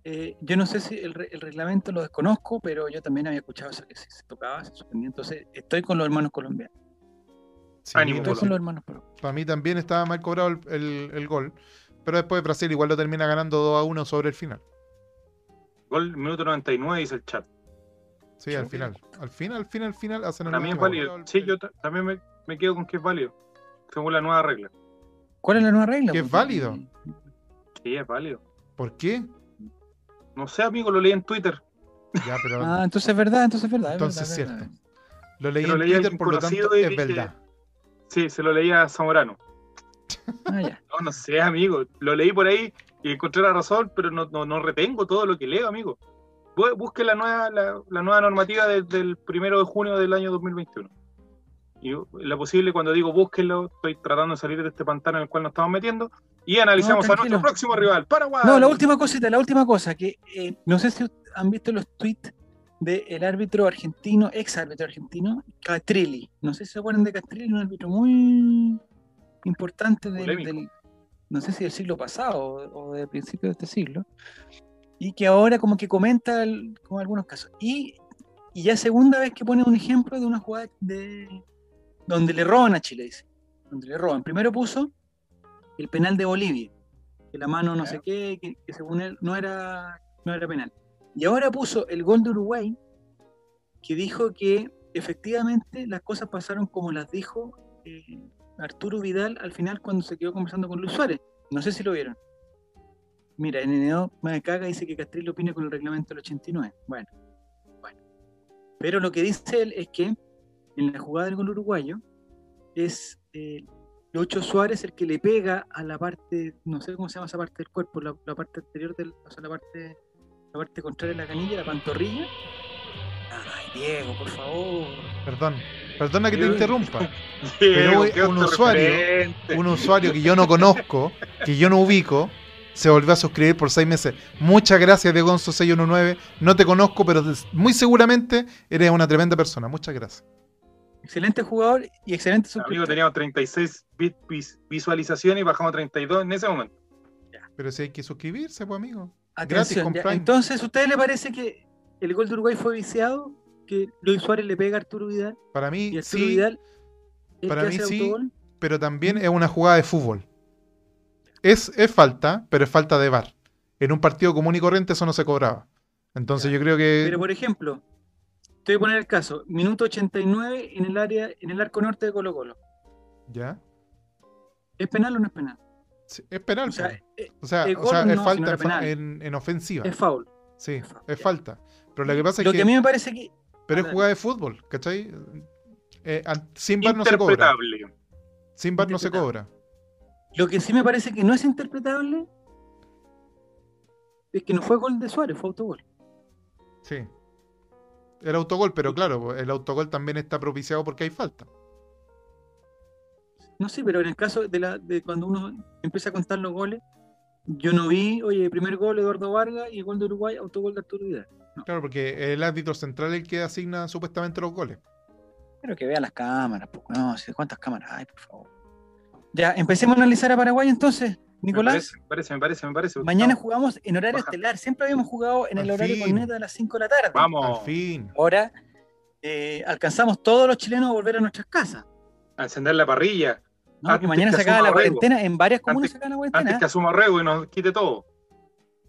A: Eh, yo no sé si el, re- el reglamento lo desconozco, pero yo también había escuchado eso que si se tocaba, se suspendía. Entonces, estoy con los hermanos colombianos.
B: Sí,
C: Ánimo,
B: no
A: Estoy
B: sé.
A: con los hermanos colombianos.
B: Para mí también estaba mal cobrado el, el- el gol. Pero después Brasil igual lo termina ganando 2 a 1 sobre el final.
C: Gol minuto 99, dice el chat.
B: Sí, al final. Al final, al final, al final hacen el
C: Para mí es
B: gol.
C: válido. Sí, yo ta- también me, me quedo con que es válido. Según la nueva regla.
A: ¿Cuál es la nueva regla?
B: Que es
A: Porque-
B: válido.
C: Sí, es válido.
B: ¿Por qué?
C: No sé, amigo, lo leí en Twitter.
B: Ya, pero
A: Ah, entonces es verdad, entonces es verdad. es
B: Entonces
A: verdad,
B: es
A: verdad.
B: cierto. lo leí
C: pero
B: en
C: leí
B: Twitter,
C: alguien
B: por lo tanto
C: conocido y
B: es
C: dije-
B: verdad.
C: Sí, se lo leí a Zamorano.
A: Ah, ya.
C: No, no sé, amigo. Lo leí por ahí y encontré la razón, pero no, no, no retengo todo lo que leo, amigo. Bu- Busque la nueva, la, la nueva normativa desde el primero de junio del año 2021. Y yo, en la posible, cuando digo búsquenlo, estoy tratando de salir de este pantano en el cual nos estamos metiendo y analizamos a
A: tranquilo.
C: nuestro próximo rival, Paraguay.
A: No, la última cosita, la última cosa, que eh, no sé si han visto los tweets del árbitro argentino, ex árbitro argentino, Castrilli. No sé si se acuerdan de Castrilli, un árbitro muy importante del,
C: Polémico.
A: del- no sé si del siglo pasado o, o del principio de este siglo, y que ahora como que comenta el- como algunos casos. Y, y ya segunda vez que pone un ejemplo de una jugada de, donde le roban a Chile, dice. Donde le roban. Primero puso el penal de Bolivia, que la mano no sé qué, que, que según él no era, no era penal. Y ahora puso el gol de Uruguay, que dijo que efectivamente las cosas pasaron como las dijo eh, Arturo Vidal al final cuando se quedó conversando con Luis Suárez. No sé si lo vieron. Mira, en NNO me caga dice que Castril opina con el reglamento del 89. Bueno, bueno. Pero lo que dice él es que en la jugada del gol uruguayo es eh, Lucho Suárez el que le pega a la parte, no sé cómo se llama esa parte del cuerpo, la, la parte anterior, del, o sea, la parte, la parte contraria de la canilla, la pantorrilla. Ay, Diego, por favor.
B: Perdón. Perdona que te
C: Yo-
B: interrumpa.
C: Diego,
B: un-
C: qué
B: un
C: otro
B: usuario-
C: referente.
B: Un usuario que yo no conozco, que yo no ubico, se volvió a suscribir por seis meses. Muchas gracias, Diego Gonzo 619. No te conozco, pero des- muy seguramente eres una tremenda persona. Muchas gracias.
A: Excelente jugador y excelente
C: Amigo,
A: suscriptor.
C: teníamos 36 vi- vis- visualizaciones y bajamos a 32 en ese momento.
B: Pero si hay que suscribirse, pues, amigo. gratis
A: Atención,
B: con
A: ya.
B: Prime.
A: entonces, ¿a ustedes le parece que el gol de Uruguay fue viciado? ¿Que Luis Suárez le pega a Arturo Vidal?
B: Para
A: ¿Y
B: mí,
A: Arturo
B: sí,
A: Vidal? el
B: para
A: que
B: mí
A: hace
B: sí. eh.
A: autogol?
B: pero también es una jugada de fútbol. Es, es falta, pero es falta de VAR. En un partido común y corriente eso no se cobraba. Entonces
A: Ya.
B: yo creo que...
A: Pero por ejemplo, te voy a poner el caso, minuto 89 en el área, en el arco norte de Colo Colo.
B: ¿Ya?
A: ¿Es penal o no es penal?
B: Sí, es penal.
A: O sea,
B: po.
A: eh,
B: O sea,
A: el
B: o
A: gol
B: sea, es
A: no,
B: falta
A: sino
B: en,
A: era
B: fa-
A: penal.
B: en- en ofensiva.
A: es foul.
B: sí,
A: es
B: es,
A: foul, ya.
B: falta. Pero lo que pasa
A: Lo
B: es
A: que
B: que...
A: a mí me parece que
B: Pero es
A: Dale.
B: jugada de fútbol, ¿cachai? Eh, an- sin VAR no se cobra.
C: Interpretable.
B: Sin VAR no se
A: Interpretable.
B: cobra.
A: lo que sí me parece que no es interpretable es que no fue gol de Suárez, fue autogol.
B: Sí. El autogol, pero claro, el autogol también está propiciado porque hay falta.
A: No sé, pero en el caso de, la, de cuando uno empieza a contar los goles, yo no vi, oye, primer gol Eduardo Vargas y gol de Uruguay, autogol de Arturo Vidal.
B: Claro, porque el árbitro central es el que asigna supuestamente los goles.
A: Pero que vean las cámaras, po. no sé cuántas cámaras hay, por favor. Ya, empecemos a analizar a Paraguay entonces, Nicolás.
C: Me parece, me parece, me parece. me parece.
A: Mañana jugamos en horario
C: Baja.
A: estelar. Siempre habíamos jugado en el
B: Al
A: horario
B: fin.
A: con neta de las 5 de la tarde.
B: Al
C: Vamos
B: fin.
A: Ahora eh, alcanzamos todos los chilenos a volver a nuestras casas.
C: a encender la parrilla.
A: ¿no?
C: Antes
A: Porque mañana
C: que
A: se acaba la
C: asuma Rego.
A: cuarentena. En varias comunas
C: Antes-
A: se acaba la
C: Antes
A: cuarentena.
C: que asuma Rego y nos quite todo.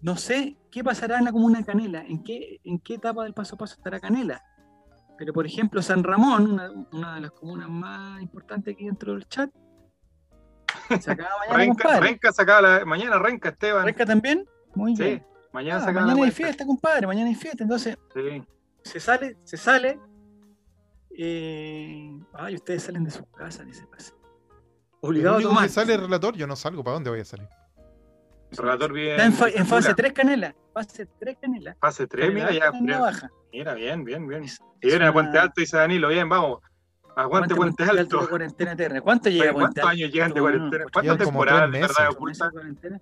A: No sé qué pasará en la comuna de Canela. ¿En qué, en qué etapa del paso a paso estará Canela? Pero, por ejemplo, San Ramón, una, una de las comunas más importantes aquí dentro del chat, se acaba mañana,
C: Renca,
A: compadre.
C: Renca sacaba la. Mañana Renca, Esteban.
A: ¿Renca también? Muy
C: Sí,
A: bien.
C: mañana
A: Ah,
C: sacaba
A: mañana hay
C: la. cuenta.
A: fiesta, compadre. Mañana hay fiesta. Entonces,
C: Sí.
A: se sale, se sale. eh, ay, ustedes salen de sus casas, dice pase.
B: El
A: Obligado a
B: único
A: tomar.
B: que sale el relator, yo no salgo. ¿Para dónde voy a salir?
C: Relator bien.
A: Está en, fa- en fase
C: Circula.
A: 3 canela. Fase 3 canela.
C: Fase 3, mira, ya.
A: Está en la
C: mira,
A: baja.
C: Mira, bien, bien, bien.
A: Es-
C: Si viene
A: es
C: a Puente
A: una-
C: Alto, dice Danilo, bien, vamos. Aguante, Puente, Alto.
A: de cuarentena eterna. ¿Cuánto llega
C: Oye,
A: a Puente
C: ¿Cuántos
A: Alto?
C: años llegan
A: No,
C: de
A: no,
C: cuarentena?
A: no,
C: ¿Cuántas
B: llevan como
C: temporadas de
B: tres
C: verdad
B: meses.
A: ¿Con esa
C: oculta?
A: cuarentena?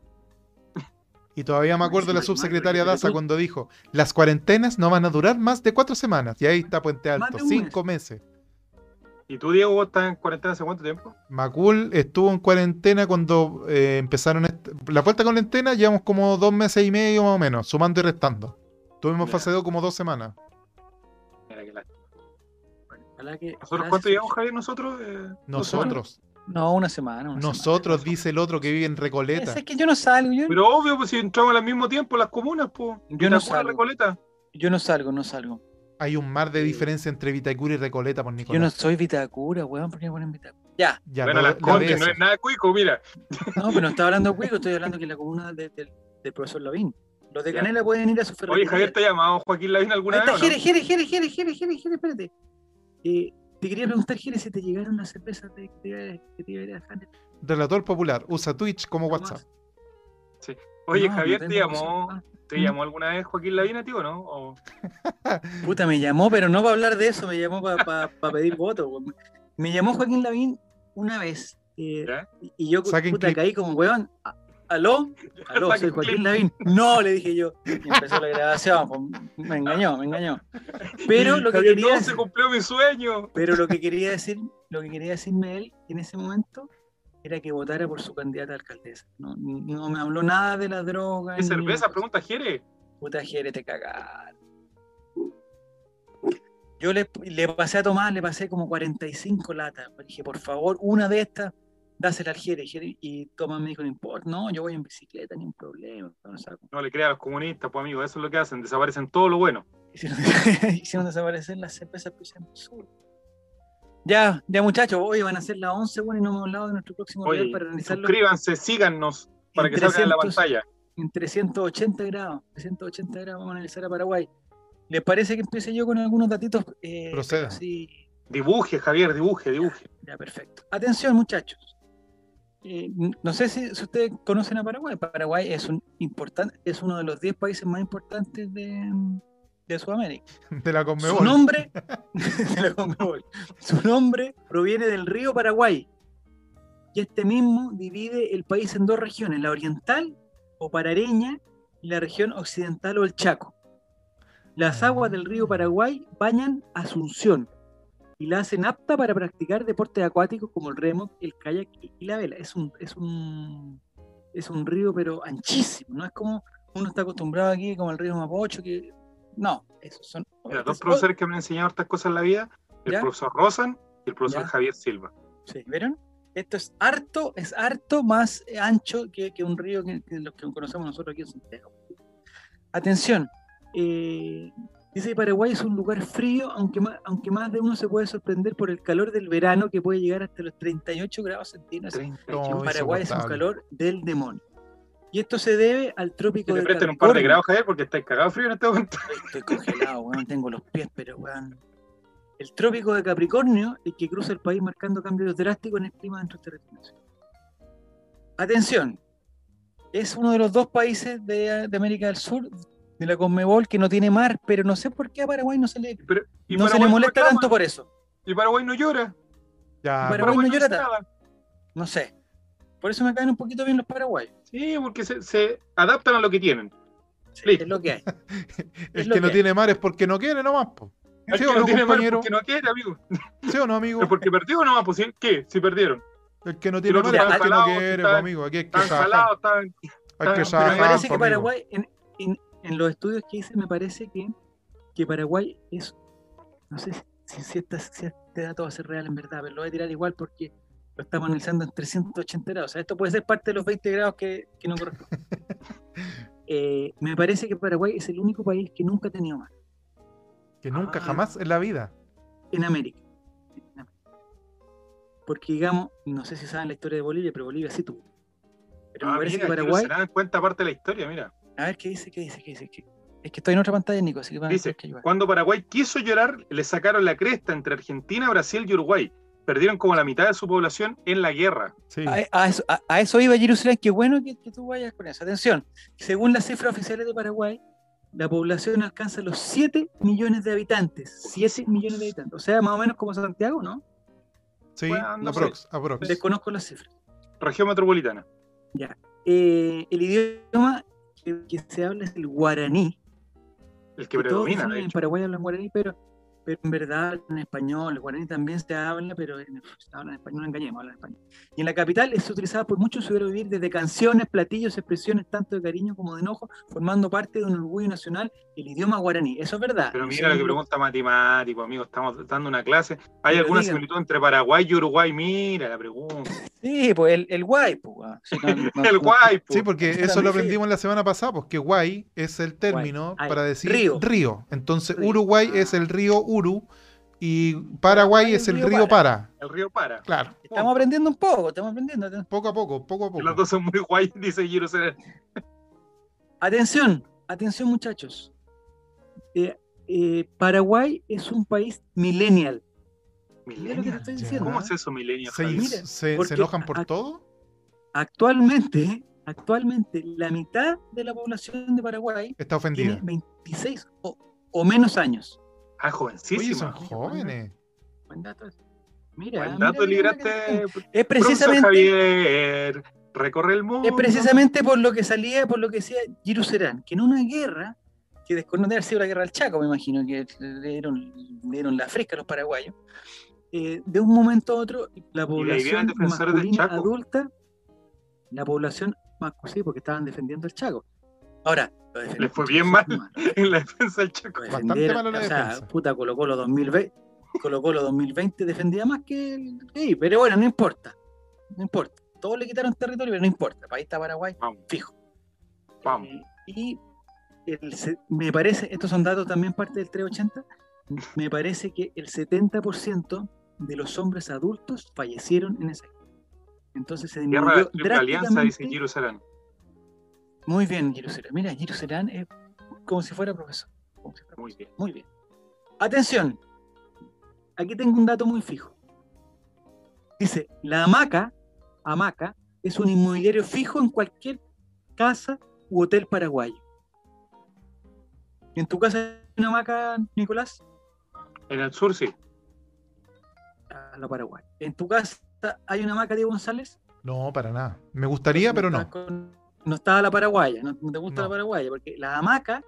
B: Y todavía me acuerdo de la
A: Máximo,
B: subsecretaria
A: porque
B: Daza
A: tú-
B: cuando dijo, las cuarentenas no van a durar más de cuatro semanas. Y ahí está Puente
A: Más
B: Alto,
A: de un
B: cinco meses.
C: ¿Y tú, Diego, vos estás en cuarentena hace cuánto tiempo?
B: Macul estuvo en cuarentena cuando eh, empezaron est- la vuelta con cuarentena, llevamos como dos meses y medio más o menos, sumando y restando. Tuvimos
C: Ya.
B: fase 2 como dos semanas.
C: Mira que lástima.
A: Ojalá que-
C: ¿Nosotros
A: ojalá
C: cuánto
A: se-
C: llevamos, Javier? ¿Nosotros? Eh, dos semanas.
B: Nosotros,
A: No, una semana. una
B: nosotros,
A: semana.
B: dice el otro que vive en Recoleta.
A: Es que yo no salgo. Yo,
C: Pero obvio, pues si entramos al mismo tiempo las comunas, pues.
A: Yo no
C: Vitacura,
A: salgo.
C: Recoleta.
A: yo no salgo, no salgo.
B: Hay un mar de diferencia entre Vitacura y Recoleta por
A: Yo no
B: Nicolás.
A: soy Vitacura, weón. ¿Por qué me ponen Vitacura? Ya.
B: Ya,
C: bueno,
B: lo-
C: las
B: lo
C: condes
B: de
C: no
B: eso.
C: es nada cuico, mira.
A: No, pero no estaba hablando de Cuico, estoy hablando que en la comuna de- del- del profesor Lavín. Los de
C: Ya.
A: Canela pueden ir a su
C: Oye,
A: ferretería.
C: Javier, ¿te ha llamado Joaquín Lavín
A: Ahí
C: alguna
A: está,
C: vez? o no?
A: Jere, Jere, Jere, Jere, Jere, Jere, Jere, espérate. Eh, te quería preguntar, Jere, si te llegaron las cervezas de, que te iba- que te iba a ir a dejar.
B: Relator popular, usa Twitch como
A: Tomás.
B: WhatsApp.
C: Oye,
A: No,
C: Javier,
A: no
C: ¿te
A: tengo
C: llamó,
A: WhatsApp.
C: ¿te llamó alguna vez Joaquín Lavín a ti o no? O-
A: Puta, me llamó, pero no para hablar de eso, me llamó para pedir votos. weón. Me llamó Joaquín Lavín una vez. eh,
C: ¿Ya?
A: y- y yo,
B: Saquen
A: puta,
B: clip.
A: caí como weón. a- ¿Aló? Aló, soy
C: Saquen clip.
A: Joaquín Lavín. No, le dije yo. Y empezó la grabación. pues, me engañó, me engañó. Pero lo que
C: Javier,
A: quería.
C: No, se cumplió mi sueño.
A: Pero lo que quería decir, lo que quería decirme él en ese momento era que votara por su candidata a alcaldesa. No, no me habló nada de la droga.
C: ¿Qué
A: ni-
C: cerveza? Pregunta Jere.
A: Puta Jere, te cagar. Yo le, le pasé a Tomás, le pasé como 45 latas. Le dije, por favor, una de estas, dásela al Jere. Jere- Y Tomás me dijo, no importa, no, yo voy en bicicleta, ni un problema. No, saco.
C: No le crea a los comunistas, pues amigo, eso es lo que hacen, desaparecen todo lo bueno.
A: Hicieron, hicieron desaparecer las cervezas Pilsen Sur. Ya, ya muchachos, hoy van a ser las 11, bueno, y no hemos hablado de nuestro próximo
C: Oye,
A: rival para analizarlo
C: Suscríbanse, síganos para
A: en
C: que salgan en la
A: 300.
C: pantalla.
A: en 380 grados. 380 grados vamos a analizar a Paraguay. ¿Les parece que empiece yo con algunos datitos? Eh,
B: Proceda.
A: Sí,
C: Dibuje, Javier, dibuje, dibuje.
A: ya, perfecto. Atención, muchachos. Eh, n- no sé si, si ustedes conocen a Paraguay. Paraguay es, un importante, es uno de los 10 países más importantes de, de Sudamérica.
B: De la Conmebol.
A: Su nombre, de la Conmebol. su nombre proviene del río Paraguay. Y este mismo divide el país en dos regiones, la oriental o parareña y la región occidental o el Chaco.
C: Ah.
A: Las aguas del río Paraguay bañan Asunción y la hacen apta para practicar deportes acuáticos como el remo, el kayak y la vela. Es un, es un, es un río pero anchísimo, no es como uno está acostumbrado aquí, como el río Mapocho, que... No, esos son...
C: Mira, dos profesores que me han enseñado estas cosas en la vida, el
A: ¿Ya?
C: profesor Rosan y el profesor
A: ¿Ya?
C: Javier Silva.
A: Sí, ¿vieron? Esto es harto, es harto más eh, ancho que, que un río que, que los que conocemos nosotros aquí en Santiago. Atención, eh, dice que Paraguay es un lugar frío, aunque más, aunque más de uno se puede sorprender por el calor del verano que puede llegar hasta los 38 grados centígrados.
B: No,
A: En Paraguay es un
B: insoportable.
A: calor del demonio. Y esto se debe al trópico
C: Que te
A: de
C: presten un par de
A: Capricornio.
C: grados, Javier, porque estáis cagado frío en este momento.
A: Estoy congelado, weón. Tengo los pies, pero weón. El trópico de Capricornio, el que cruza el país marcando cambios drásticos en el clima de nuestros territorios. Atención, es uno de los dos países de, de América del Sur, de la Conmebol, que no tiene mar, pero no sé por qué a Paraguay no se le,
C: Pero- y
A: no se
C: Paraguay
A: le molesta
C: reclama,
A: tanto por eso.
C: Y Paraguay no llora.
B: Ya,
A: Paraguay
C: Paraguay
A: no
C: no
A: llora
C: llora nada.
A: No sé. Por eso me caen un poquito bien los paraguayos.
C: Sí, porque se, se adaptan a lo que tienen.
A: Sí,
C: Listo.
A: es lo que hay.
B: el
A: lo
B: que no
A: que-
B: tiene mar es porque no quiere nomás. po.
C: El
B: Sí,
C: que
B: o no,
C: no tiene mal
B: compañero.
C: porque no quiere, amigo.
B: ¿Sí o no, amigo?
C: Pero porque perdió nomás, pues ¿sí? ¿qué? Si perdieron.
B: El que no
C: Si
B: tiene
C: los
B: mar es
A: otros
B: porque no
C: están jalados,
B: quiere, po,
C: están-
B: amigo. Aquí hay que
C: Estaban
B: trabajar.
C: salados, estaban.
B: Hay que
C: pero
A: Pero
B: trabajar,
A: me parece que
B: po, amigo.
A: Paraguay, en, en- en los estudios que hice, me parece que, que Paraguay es, no sé si, si esta- si este dato va a ser real en verdad, pero lo voy a tirar igual porque lo estamos analizando en 380 grados. O sea, esto puede ser parte de los 20 grados que, que no corresponden. Eh, me parece que Paraguay es el único país que nunca ha tenido mar
B: Que nunca,
C: Ah.
B: jamás en la vida.
A: en América. En América. Porque digamos, no sé si saben la historia de Bolivia, pero Bolivia sí tuvo. Pero me
C: Ah,
A: parece
C: mira,
A: que
C: aquí no
A: Paraguay...
C: Se dan cuenta parte de la historia, mira.
A: A ver, ¿qué dice? ¿Qué dice? ¿Qué dice? ¿Qué- Es que estoy en otra pantalla, Nico, así que van a
C: Dice,
A: tener que ayudar.
C: Cuando Paraguay quiso llorar, le sacaron la cresta entre Argentina, Brasil y Uruguay. Perdieron como la mitad de su población en la guerra.
B: Sí.
A: A, a eso, a- a eso iba Jerusalén, qué bueno que, que tú vayas con eso. Atención, según las cifras oficiales de Paraguay, la población alcanza los 7 millones de habitantes. 7 millones de habitantes. O sea, más o menos como Santiago, ¿no?
B: Sí,
C: Bueno, no
B: aprox, aprox.
A: Desconozco las cifras.
C: Región metropolitana.
A: Eh, el idioma que, que se habla es el guaraní.
C: El que
A: que todos
C: predomina,
A: dicen
C: de
A: en
C: hecho.
A: Paraguay hablan guaraní, pero, pero en verdad en español, el guaraní también se habla, pero en, se habla en español, no engañemos, hablan español. Y en la capital es utilizada por muchos a vivir desde canciones, platillos, expresiones tanto de cariño como de enojo, formando parte de un orgullo nacional, el idioma guaraní. Eso es verdad.
C: Pero
A: No
C: mira
A: sé,
C: lo que pregunta matemático, amigo. Estamos dando una clase. ¿Hay
A: Pero
C: alguna
A: digan.
C: similitud entre Paraguay y Uruguay? Mira la pregunta.
A: Sí, pues el, el guay, pues, weón. Sí, no, no,
C: El
A: no.
C: guay, pues. po.
B: Sí, porque
A: Está
B: eso lo
A: muy feo.
B: aprendimos la semana pasada, porque guay es el término
A: Ay,
B: para decir
A: río.
B: río. Entonces,
A: Río.
B: Uruguay
A: Ah.
B: es el río Uru y Paraguay es el río Para.
C: El río Para.
B: Claro,
A: Estamos aprendiendo un poco, estamos aprendiendo. aten-
B: poco a poco, poco a poco.
C: Los dos son muy guay, dice Jerusalén.
A: Atención, atención muchachos. Eh, eh, Paraguay es un país millennial. Mira lo que te
C: Millennial.
A: estoy
B: Ya.
A: diciendo. ¿ah?
C: ¿Cómo es eso, Millennial?
B: Se,
C: Javier?
A: Mira,
B: se- se
A: porque
B: enojan por
A: a-
B: todo?
A: Actualmente, actualmente la mitad de la población de Paraguay
B: Está
A: tiene
B: ofendida.
A: 26 o, o menos años.
C: Ah,
B: Oye,
C: jovencísimo.
B: son jóvenes.
A: Buen dato ese. Mira,
C: Buen
A: mira,
C: dato,
A: Ah, mira, mira que-
C: libraste.
A: Es
C: Precisamente.
A: precisamente,
C: Javier, recorre el mundo.
A: es precisamente por lo que salía, por lo que decía Giru Serán, que en una guerra, que desconoce haber sido la guerra del Chaco, me imagino, que le dieron, le dieron la fresca a los paraguayos, eh, de un momento a otro la
C: vienen
A: población
C: defensores del
A: masculina
C: Chaco.
A: adulta, la población masculina, sí, porque estaban defendiendo el Chaco. Ahora, lo defendieron,
C: fue bien mal.
A: mal.
C: en la defensa del Chaco.
A: Lo
B: Bastante
A: defendieron,
B: malo la
A: o sea,
B: defensa.
A: puta Colo Colo 2020, Colo Colo 2020 defendía más que el sí, pero bueno, no importa. No importa. Todos le quitaron territorio, pero no importa. Ahí está Paraguay,
C: Vamos,
A: fijo.
C: vamos.
A: Eh, Y el se- me parece, estos son datos también parte del 380, me parece que el 70% de los hombres adultos fallecieron en esa guerra. Entonces se
C: Guerra de
A: disminuyó
C: la Triple Alianza, dice
A: drásticamente-
C: Giro Serán.
A: Muy bien, Jerusalén. Mira, Jerusalén es como si fuera profesor. Como si fuera
C: Muy bien.
A: muy bien. Atención. Aquí tengo un dato muy fijo. Dice, la hamaca, hamaca, es un inmobiliario fijo en cualquier casa u hotel paraguayo. ¿En tu casa hay una hamaca, Nicolás?
C: En el sur sí.
A: A Ah, la Paraguay. ¿En tu casa hay una hamaca, Diego González?
B: No, para nada. Me gustaría, pero
A: está
B: no.
A: con- no está la paraguaya, no, no te gusta
B: No.
A: la paraguaya, porque la hamaca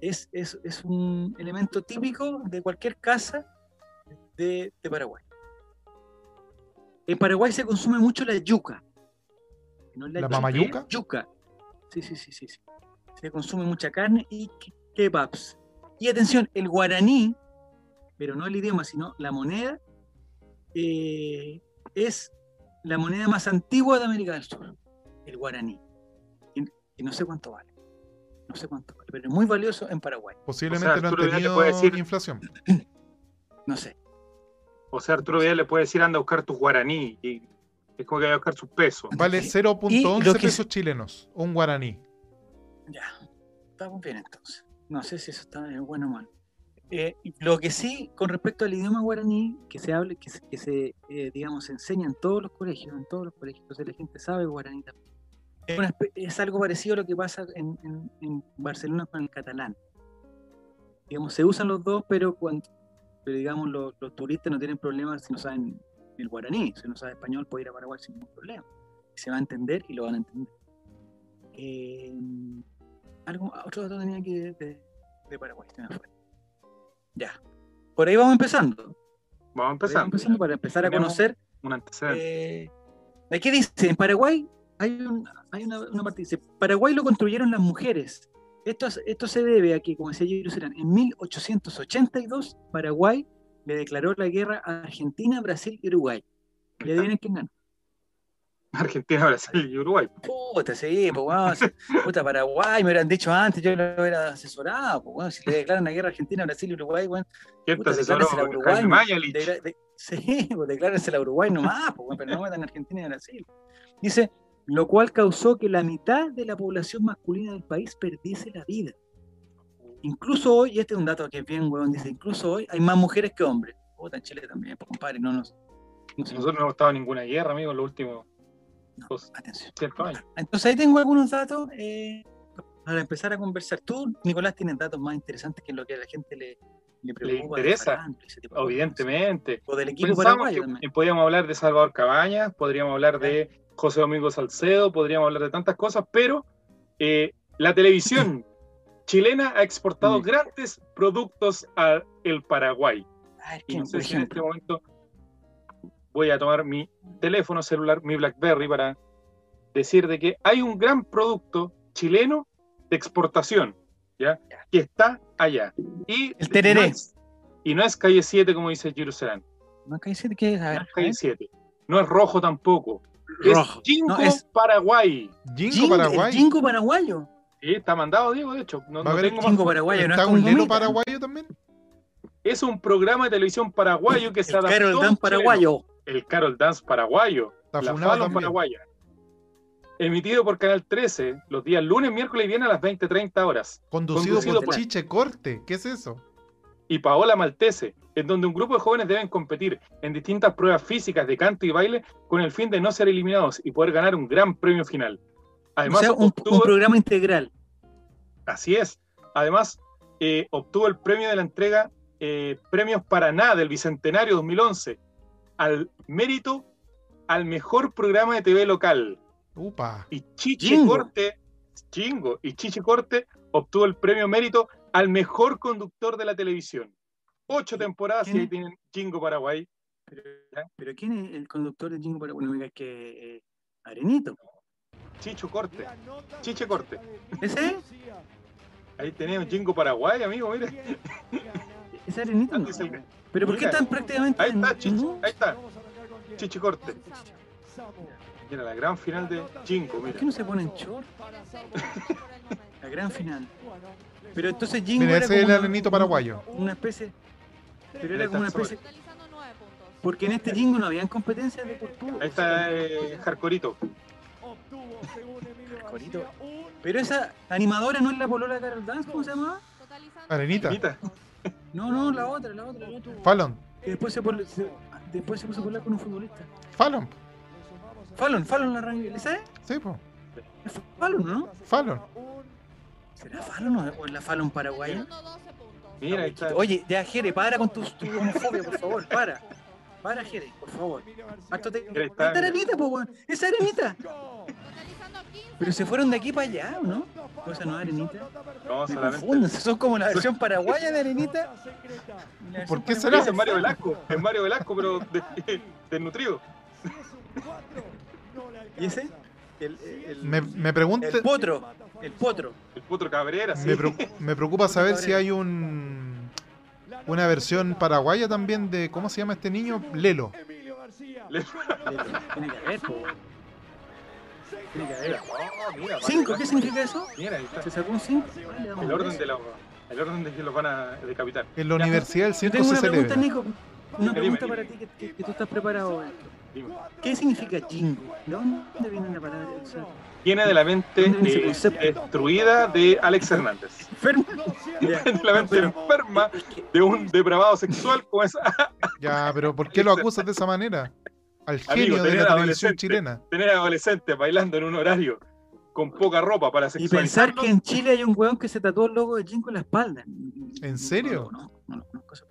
A: es, es, es un elemento típico de cualquier casa de, de Paraguay. En Paraguay se consume mucho la yuca. No es
B: ¿La
A: yuca,
B: mamayuca?
A: es Yuca. Sí, sí, sí, sí, sí. Se consume mucha carne y ke- kebabs. Y atención, el guaraní, pero no el idioma, sino la moneda, eh, es la moneda más antigua de América del Sur, el guaraní, que, que no sé cuánto vale, no sé cuánto vale, pero es muy valioso en Paraguay,
B: Posiblemente no han
C: Arturo Vidal le
B: tenido
C: puede decir-
B: inflación.
A: no sé.
C: O sea, Arturo Vidal le puede decir anda a buscar tus guaraní. Y es como que vaya a buscar sus pesos.
B: Vale
A: Y lo
B: 0.11
A: que
B: pesos chilenos. Un guaraní.
A: Ya, estamos bien entonces. No sé si eso está eh, bueno o mal. Eh, lo que sí, con respecto al idioma guaraní, que se hable, que se, que se, eh, digamos, se enseña en todos los colegios, en todos los colegios, entonces la gente sabe guaraní también. Es, una espe- es algo parecido a lo que pasa en, en- en Barcelona con el catalán. Digamos, se usan los dos, pero cuando, pero digamos, los, los turistas no tienen problemas si no saben el guaraní, si no saben español, puede ir a Paraguay sin ningún problema. Se va a entender y lo van a entender. Eh, algo, otro dato tenía aquí de, de- de Paraguay, se me fue. Ya. Por ahí vamos empezando. Por ahí
C: Vamos
A: vamos
C: empezando.
A: empezando para empezar a
C: Tenemos-
A: conocer.
C: Un antecedente.
A: eh, ¿de ¿Qué dice? En Paraguay hay, un- hay una, una parte que dice: Paraguay lo construyeron las mujeres. Esto, es- esto se debe a que, como decía Jerusalén, en 1882 Paraguay le declaró la guerra a Argentina, Brasil y Uruguay. Y adivinen quién ganó.
C: Argentina, Brasil y Uruguay.
A: Puta, sí, pues weón, si- puta Paraguay, me hubieran dicho antes, yo lo hubiera asesorado, pues weón, si le declaran la guerra a Argentina, Brasil y Uruguay, weón,
C: ¿Quién te
A: puta,
C: asesoró?
A: declárensela a Uruguay,
C: Jaime
A: ¿no?
C: Mañalich.
A: de- de- sí, pues declárense a Uruguay nomás, pues, weón, pero no metan a Argentina y a Brasil. Dice, lo cual causó que la mitad de la población masculina del país perdiese la vida. Incluso hoy, y este es un dato que es bien, weón, dice, incluso hoy hay más mujeres que hombres. Puta, en Chile también, pues compadre, no nos... no se-
C: Nosotros no hemos estado en ninguna guerra, amigo, en los últimos
A: No.
C: dos-
A: atención.
C: cientos años.
A: Entonces ahí tengo algunos datos eh, para empezar a conversar. Tú, Nicolás, tienes datos más interesantes que lo que a la gente le, le preocupa. de
C: interesa,
A: Fernández, ese tipo de cosas.
C: Evidentemente. Pues
A: O del equipo
C: Pensamos
A: paraguayo
C: que
A: también.
C: que podíamos hablar de Salvador Cabañas, podríamos hablar de José Domingo Salcedo, podríamos hablar de tantas cosas, pero eh, la televisión chilena ha exportado
A: Mm.
C: grandes productos al el Paraguay.
A: A ver,
C: Y
A: ¿quién,
C: no sé
A: Ah, por
C: si en este
A: ejemplo?
C: momento voy a tomar mi teléfono celular, mi BlackBerry, para decir de que hay un gran producto chileno de exportación, ¿ya?
A: Ya.
C: Que está allá. Y
A: El tereré.
C: no es- y no es calle 7, como dice Giro Serán.
A: No que decir que es, a
C: No
A: ver,
C: es
A: a ver.
C: calle 7. No es rojo tampoco. Es
A: Rojo.
C: Jingo
A: No, es-
C: Paraguay.
B: Jingo
A: Jingo,
B: Paraguay.
A: El jingo paraguayo.
C: Sí, está mandado, Diego, de hecho.
B: Va
C: No,
B: a
C: no
B: haber
C: tengo más-
A: Jingo paraguayo, no es
B: ¿Está
A: con
B: un lelo
A: gomita.
B: paraguayo también?
C: Es un programa de televisión paraguayo que se
A: El
C: adaptó a
A: Carol
C: un
A: Dan
C: chileno.
A: paraguayo.
C: El Carol Dance paraguayo.
B: Está
C: La
B: funado
C: Falo
B: también.
C: Paraguaya. Emitido por Canal 13 los días lunes, miércoles y viernes a las 20.30 horas.
B: Conducido,
C: Conducido
B: por,
C: por-
B: Chiche Corte. ¿Qué es eso?
C: Y Paola Maltese, en donde un grupo de jóvenes deben competir en distintas pruebas físicas de canto y baile con el fin de no ser eliminados y poder ganar un gran premio final.
A: O
C: Además,
A: sea, un,
C: obtuvo-
A: un programa integral.
C: así es. Además, eh, obtuvo el premio de la entrega eh, Premios Paraná del Bicentenario 2011 al mérito al mejor programa de TV local.
B: Upa.
C: y Chiche
A: Jingo.
C: Corte, Chingo, y Chiche Corte obtuvo el premio mérito al mejor conductor de la televisión. Ocho temporadas y
A: ¿Quién?
C: ahí tienen Chingo Paraguay.
A: Pero, pero ¿quién es el conductor de Jingo para bueno, mira, es que eh, Arenito.
C: Chicho Corte. Chiche Corte.
D: ¿Eh?
A: ¿Ese?
C: Ahí tenemos Jingo Paraguay, amigo, mira.
A: ¿Es Arenito? No?
C: Antes Ah, el-
A: Pero ¿por qué
C: Mira.
A: están prácticamente
C: Ahí está,
A: en-
C: Chicho. Ahí está.
E: Chichi Corte.
C: Mira, la gran final de Jingo,
A: ¿Por
C: mira.
A: qué no se ponen short? La gran final. Pero entonces Jingo
B: Mira,
A: era
B: ese es el
A: como
B: arenito paraguayo.
A: una especie, pero era como una especie,
F: Totalizando nueve puntos.
A: porque en este Jingo no habían competencias de postura.
C: Ahí está eh, Jarcorito.
A: Corito. Pero esa animadora no es la polola de Carol Dance, ¿cómo se llamaba?
F: Totalizando
B: Arenita.
F: nueve
C: Anita.
F: puntos.
A: No, no, la otra, la otra, la otra.
B: Fallon.
A: Que después se, pol- se- después se puso a polar con un futbolista.
B: Fallon.
A: Fallon, Fallon la rang- ¿le sabe?
B: Sí, po.
A: ¿Es Fallon, no?
B: Fallon.
A: ¿Será Fallon o o es la Fallon paraguaya?
F: Totalizando doce puntos.
C: Mira, ahí está.
A: Oye, ya Jere, para con tu, tu homofobia, por favor, para. Para Jere, por favor. Harto te-
C: Mira, ahí
A: Esta
C: está.
A: arenita, pues, weón. Esa arenita.
F: Totalizando quince
A: Pero se
F: puntos.
A: fueron de aquí para allá, ¿o no? ¿O esa no es arenita?
C: No,
A: Me
C: solamente-
A: confunden, son como la versión paraguaya de arenita. y la
B: ¿Por
A: versión paraguaya
B: qué será?
A: de
C: Ese es Mario
A: Fallon.
C: Velasco. Es Mario Velasco, pero de- desnutrido.
A: ¿Y ese? El, el-
B: Me, me pregunta.
A: el potro, el potro.
C: El potro Cabrera, sí.
B: Me, preo- me preocupa saber si hay un una versión paraguaya también de cómo se llama este niño Lelo.
C: Le-
A: Tiene que haber, po, weón. Tiene que haber.
C: Oh, mira,
A: ¿Cinco? ¿Qué
C: Mario Velasco.
A: significa eso?
C: Mira, ahí está.
A: ¿Se sacó un cinco? Ah, le damos
C: El orden
A: un
C: de
A: beso.
C: la el orden de que los van a decapitar.
B: En la
C: Ya,
B: universidad del
A: Yo
B: circo
A: tengo
B: se
A: una pregunta, Nico.
B: celebra.
A: Una
C: Dime,
A: pregunta
C: dime.
A: para ti que, que- que tú estás preparado. weón.
C: dime.
A: ¿Qué significa jingo? ¿De dónde viene la palabra? O sea,
C: Viene de la mente
A: Tiene ese
C: eh,
A: concepto.
C: destruida de Alex Hernández.
A: Enfermo.
C: Viene de la mente enferma
A: Es que-
C: de un depravado sexual como es
B: Ya, pero ¿por qué lo acusas de esa manera? Al genio de la
C: tenía la
B: televisión
C: adolescente.
B: chilena.
C: tener adolescentes bailando en un horario con poca ropa para
A: Y pensar
C: sexualizarlos.
A: que en Chile hay un weón que se tatuó el logo de Jingo en la espalda.
B: ¿En serio?
A: No, no, no, no, cosa-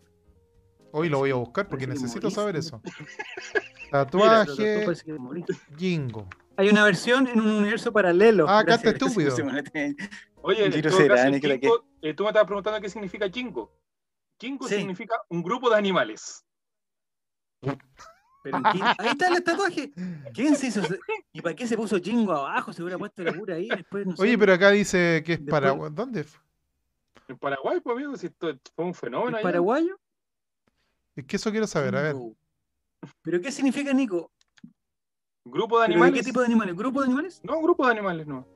B: Hoy lo voy a buscar porque
A: Parece que
B: necesito
A: moriste.
B: saber eso.
A: Mira, lo tatuó,
B: Tatuaje
A: parece que morí.
B: jingo.
A: Hay una versión en un universo paralelo.
B: Ah, acá
A: Gracias,
B: está
A: gracias,
B: estúpido.
A: gracias.
C: Oye, en
A: Giro
C: todo caso,
A: Serrano, que la
C: Jingo, eh, tú me estabas preguntando qué significa chingo. Chingo
A: Sí.
C: significa un grupo de animales.
A: Pero en Chile- ahí está el tatuaje. ¿Quién se hizo? ese- ¿Y para qué se puso Jingo abajo? Se hubiera puesto la cura ahí. Después, no sé.
B: Oye, pero acá dice que es
A: Después-
B: Paraguay. ¿Dónde? fue?
C: En Paraguay, pues amigo, si esto fue un
A: ¿El
C: fenómeno. allá.
A: paraguayo?
B: Es que eso quiero saber, a ver.
A: Jingo. ¿Pero qué significa, Nico?
C: Grupo de
A: ¿Pero de
C: animales.
A: qué tipo de animales? ¿Grupo de animales?
C: No, grupo de animales, no.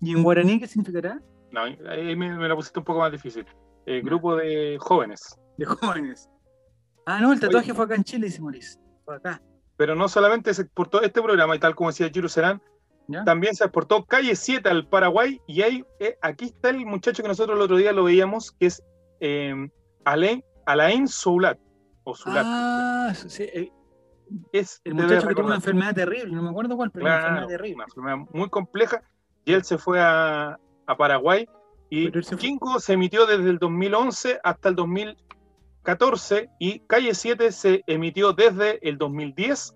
A: ¿Y en guaraní qué significará?
C: No, ahí me, me la pusiste un poco más difícil. Eh, grupo de jóvenes.
A: De jóvenes. Ah, no, el tatuaje fue acá en Chile, dice Maurice. Fue acá.
C: Pero no solamente se exportó este programa, y tal como decía Chiro Serán,
A: ¿Ya?
C: también se exportó Calle 7 al Paraguay. Y ahí, eh, aquí está el muchacho que nosotros el otro día lo veíamos, que es eh, Alain, Alain Soulat. O Soulat.
A: Ah, su- sí, eh,
C: es
A: el
C: debe
A: muchacho que tuvo
C: recordar.
A: una enfermedad terrible, no me acuerdo cuál, pero una
C: Claro,
A: enfermedad terrible.
C: una enfermedad muy compleja. Y él se fue a, a Paraguay. Y
A: Pero él se fue-
C: Kinko se emitió desde el 2011 hasta el 2014. Y Calle 7 se emitió desde el 2010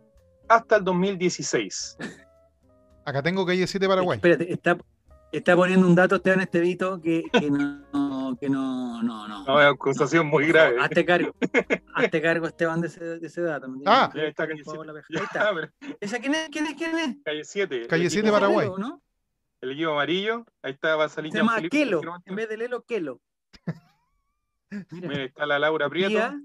C: hasta el 2016.
B: Acá tengo calle 7 Paraguay.
A: Espérate, está, está poniendo un dato Esteban Estevito que, que no, que no, no, no.
C: No, es una acusación muy grave.
A: Hazte cargo, hazte cargo Esteban de ese, de ese dato. ¿me
B: Ah.
A: entiendes?
C: Ya está
A: Por
C: Calle 7.
A: favor, la pesca.
C: Ya,
A: Ahí está.
C: Ah, pero
A: ¿Esa quién es? ¿Quién es? ¿Quién es?
C: Calle 7. el
B: Calle
C: equipo-
B: 7 de Paraguay.
A: Lelo, ¿no?
C: El equipo amarillo. Ahí está, va a salir
A: Se llama
C: Gianfilippo,
A: Kelo.
C: que no-
A: En vez de Lelo, Kelo. Mira,
C: Mira, ahí está la Laura Prieto.
A: Pía,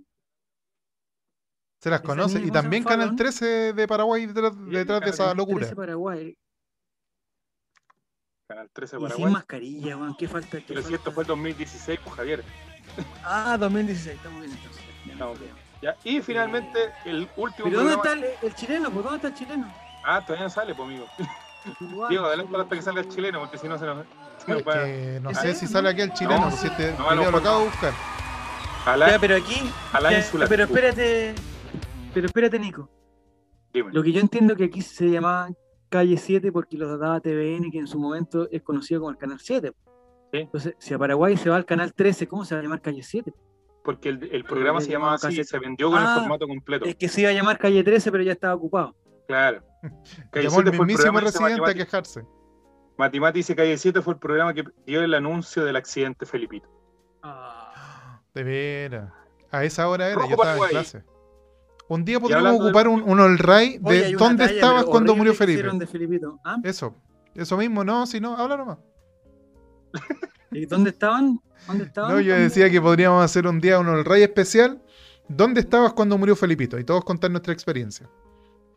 B: Se las
A: ese
B: conoce. Y
A: mismo
B: también
A: San Fabón.
B: Canal 13 de Paraguay detrás, detrás de esa
C: Canal
B: locura.
A: 13 Paraguay.
C: Canal 13
A: Y
C: Paraguay.
A: sin mascarilla, weón. ¿Qué falta? qué
C: Pero si
A: falta?
C: esto fue el 2016, pues, Javier.
A: Ah, 2016. Estamos bien entonces. Ya,
C: Estamos
A: no,
C: bien. Ya, Y finalmente, el último
A: Pero ¿dónde
C: programa-
A: está el, el chileno? ¿Por dónde está el chileno?
C: Ah, todavía no sale, pues, amigo. Diego, adelante hasta que salga el chileno, porque si no se nos, se nos va.
B: Que no
A: Ah,
B: sé
A: ¿eh?
B: si sale aquí el chileno.
C: No,
B: pues, si este
C: no, a lo
B: video lo
C: mejor
B: acabo de buscar.
A: Ya,
C: Alain,
A: pero aquí.
C: Alain
A: ya,
C: Solar.
A: pero espérate. Pero espérate, Nico.
C: Dime.
A: Lo que yo entiendo que aquí se llamaba Calle 7 porque lo daba TVN, que en su momento es conocido como el Canal 7.
C: Sí.
A: Entonces, si a Paraguay se va al Canal 13, ¿cómo se va a llamar Calle 7?
C: Porque el, el programa se llamaba así,
A: Cassette.
C: se vendió con
A: Ah.
C: el formato completo.
A: Es que se iba a llamar Calle 13, pero ya estaba ocupado.
C: Claro. Calle
B: Llamó el
C: 7 fue
B: mismísimo
C: que se
B: residente a
C: Matimati-
B: quejarse.
C: Matimati dice Calle 7 fue el programa que dio el anuncio del accidente, Felipito.
A: Ah,
B: De veras. A esa hora era,
C: Rojo
B: yo estaba en
C: Paraguay.
B: clase. Un día
C: hablando
B: podríamos
C: del-
B: ocupar un, un all right
A: Oye,
B: de
A: hay una
B: dónde
A: talla,
B: estabas
A: pero
B: cuando
A: horrible
B: murió
A: que
B: Felipe.
A: hicieron de Felipito. ¿Ah?
B: Eso. Eso mismo, no, si no, habla nomás.
A: ¿Y dónde estaban? ¿Dónde estaban?
B: No, yo
A: ¿Dónde?
B: decía que podríamos hacer un día un all right especial. ¿Dónde estabas cuando murió Felipito? Y todos contar nuestra experiencia.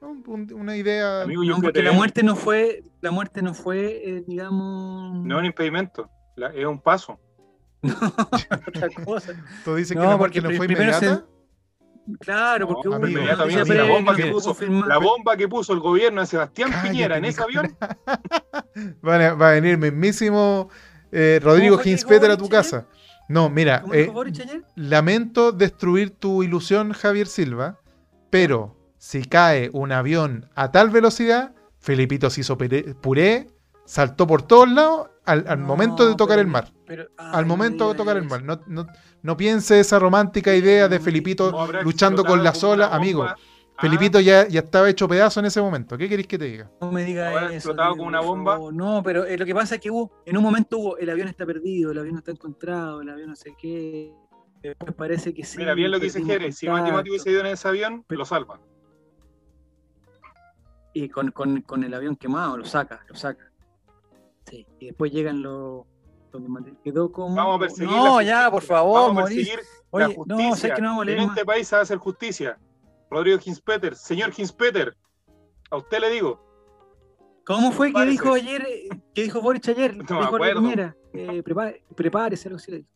B: Un- un- una idea.
C: Amigo, yo
A: No,
C: creo
A: porque
C: que
A: la
C: es-
A: muerte no fue, la muerte no fue, eh, digamos,
C: no es un impedimento, la- es un paso.
A: otra cosa.
B: Tú dices
A: No,
B: que la
A: porque
B: muerte no
A: pri-
B: fue
A: primero se-
B: inmediata.
A: Claro, porque
C: No,
A: hubo
B: amigo,
A: una
B: amigo,
A: noticia
B: la
A: previa,
B: bomba
A: no
B: que
A: se
C: puso-
A: confirmó.
C: La bomba que puso el gobierno de Sebastián
B: Cállate,
C: Piñera en ese
B: Nicolás.
C: avión,
B: Van a- va a venir mismísimo eh, Rodrigo
A: fue que dijo
B: Ginspeter a tu
A: Boric
B: casa. No, mira,
A: ¿Cómo
B: eh,
A: dijo Boric ayer?
B: lamento destruir tu ilusión, Javier Silva, pero si cae un avión a tal velocidad, Felipito se hizo pere- puré, saltó por todos lados al, al
A: No,
B: momento de tocar
A: pero-
B: el mar.
A: pero- ay,
B: Al
A: no
B: momento
A: diga
B: de tocar el
A: eso.
B: mar. No, no, no piense esa romántica idea de
A: No,
B: Felipito
C: no habrá
B: luchando
C: explotado
B: con las
C: como una
B: olas. Amigo,
C: bomba. Ah,
B: Felipito ya, ya estaba hecho pedazo en ese momento. ¿Qué queréis que te diga?
A: No me diga
C: Ahora
A: eso.
C: explotado
A: Diego,
C: con una
A: por
C: bomba.
A: favor. No, pero eh, lo que pasa es que hubo, en un momento hubo, el avión está perdido, el avión no está encontrado, el avión no sé qué. Después parece que sí.
C: Mira, bien lo que dice
A: perdimos
C: Jerez, si Mati Mati
A: contacto.
C: hubiese ido en ese avión, lo salva.
A: Y con, con, con el avión quemado, lo saca, lo saca. Sí. Y después llegan los. los de Madrid. Quedó como.
C: Vamos a perseguir
A: No,
C: la
A: ya,
C: justicia.
A: por favor,
C: Vamos a
A: Mauricio.
C: perseguir la
A: Oye,
C: justicia.
A: no, sé que no vamos a leer
C: en
A: más.
C: este país se va a hacer justicia. Rodrigo Ginspeter, señor Ginspeter, a usted le digo,
A: ¿Cómo fue que
C: Prepárese.
A: dijo ayer, eh, que dijo Boris ayer?
C: No me
A: dijo
C: acuerdo.
A: Piñera, eh, prepá- prepárese, algo así. le dijo.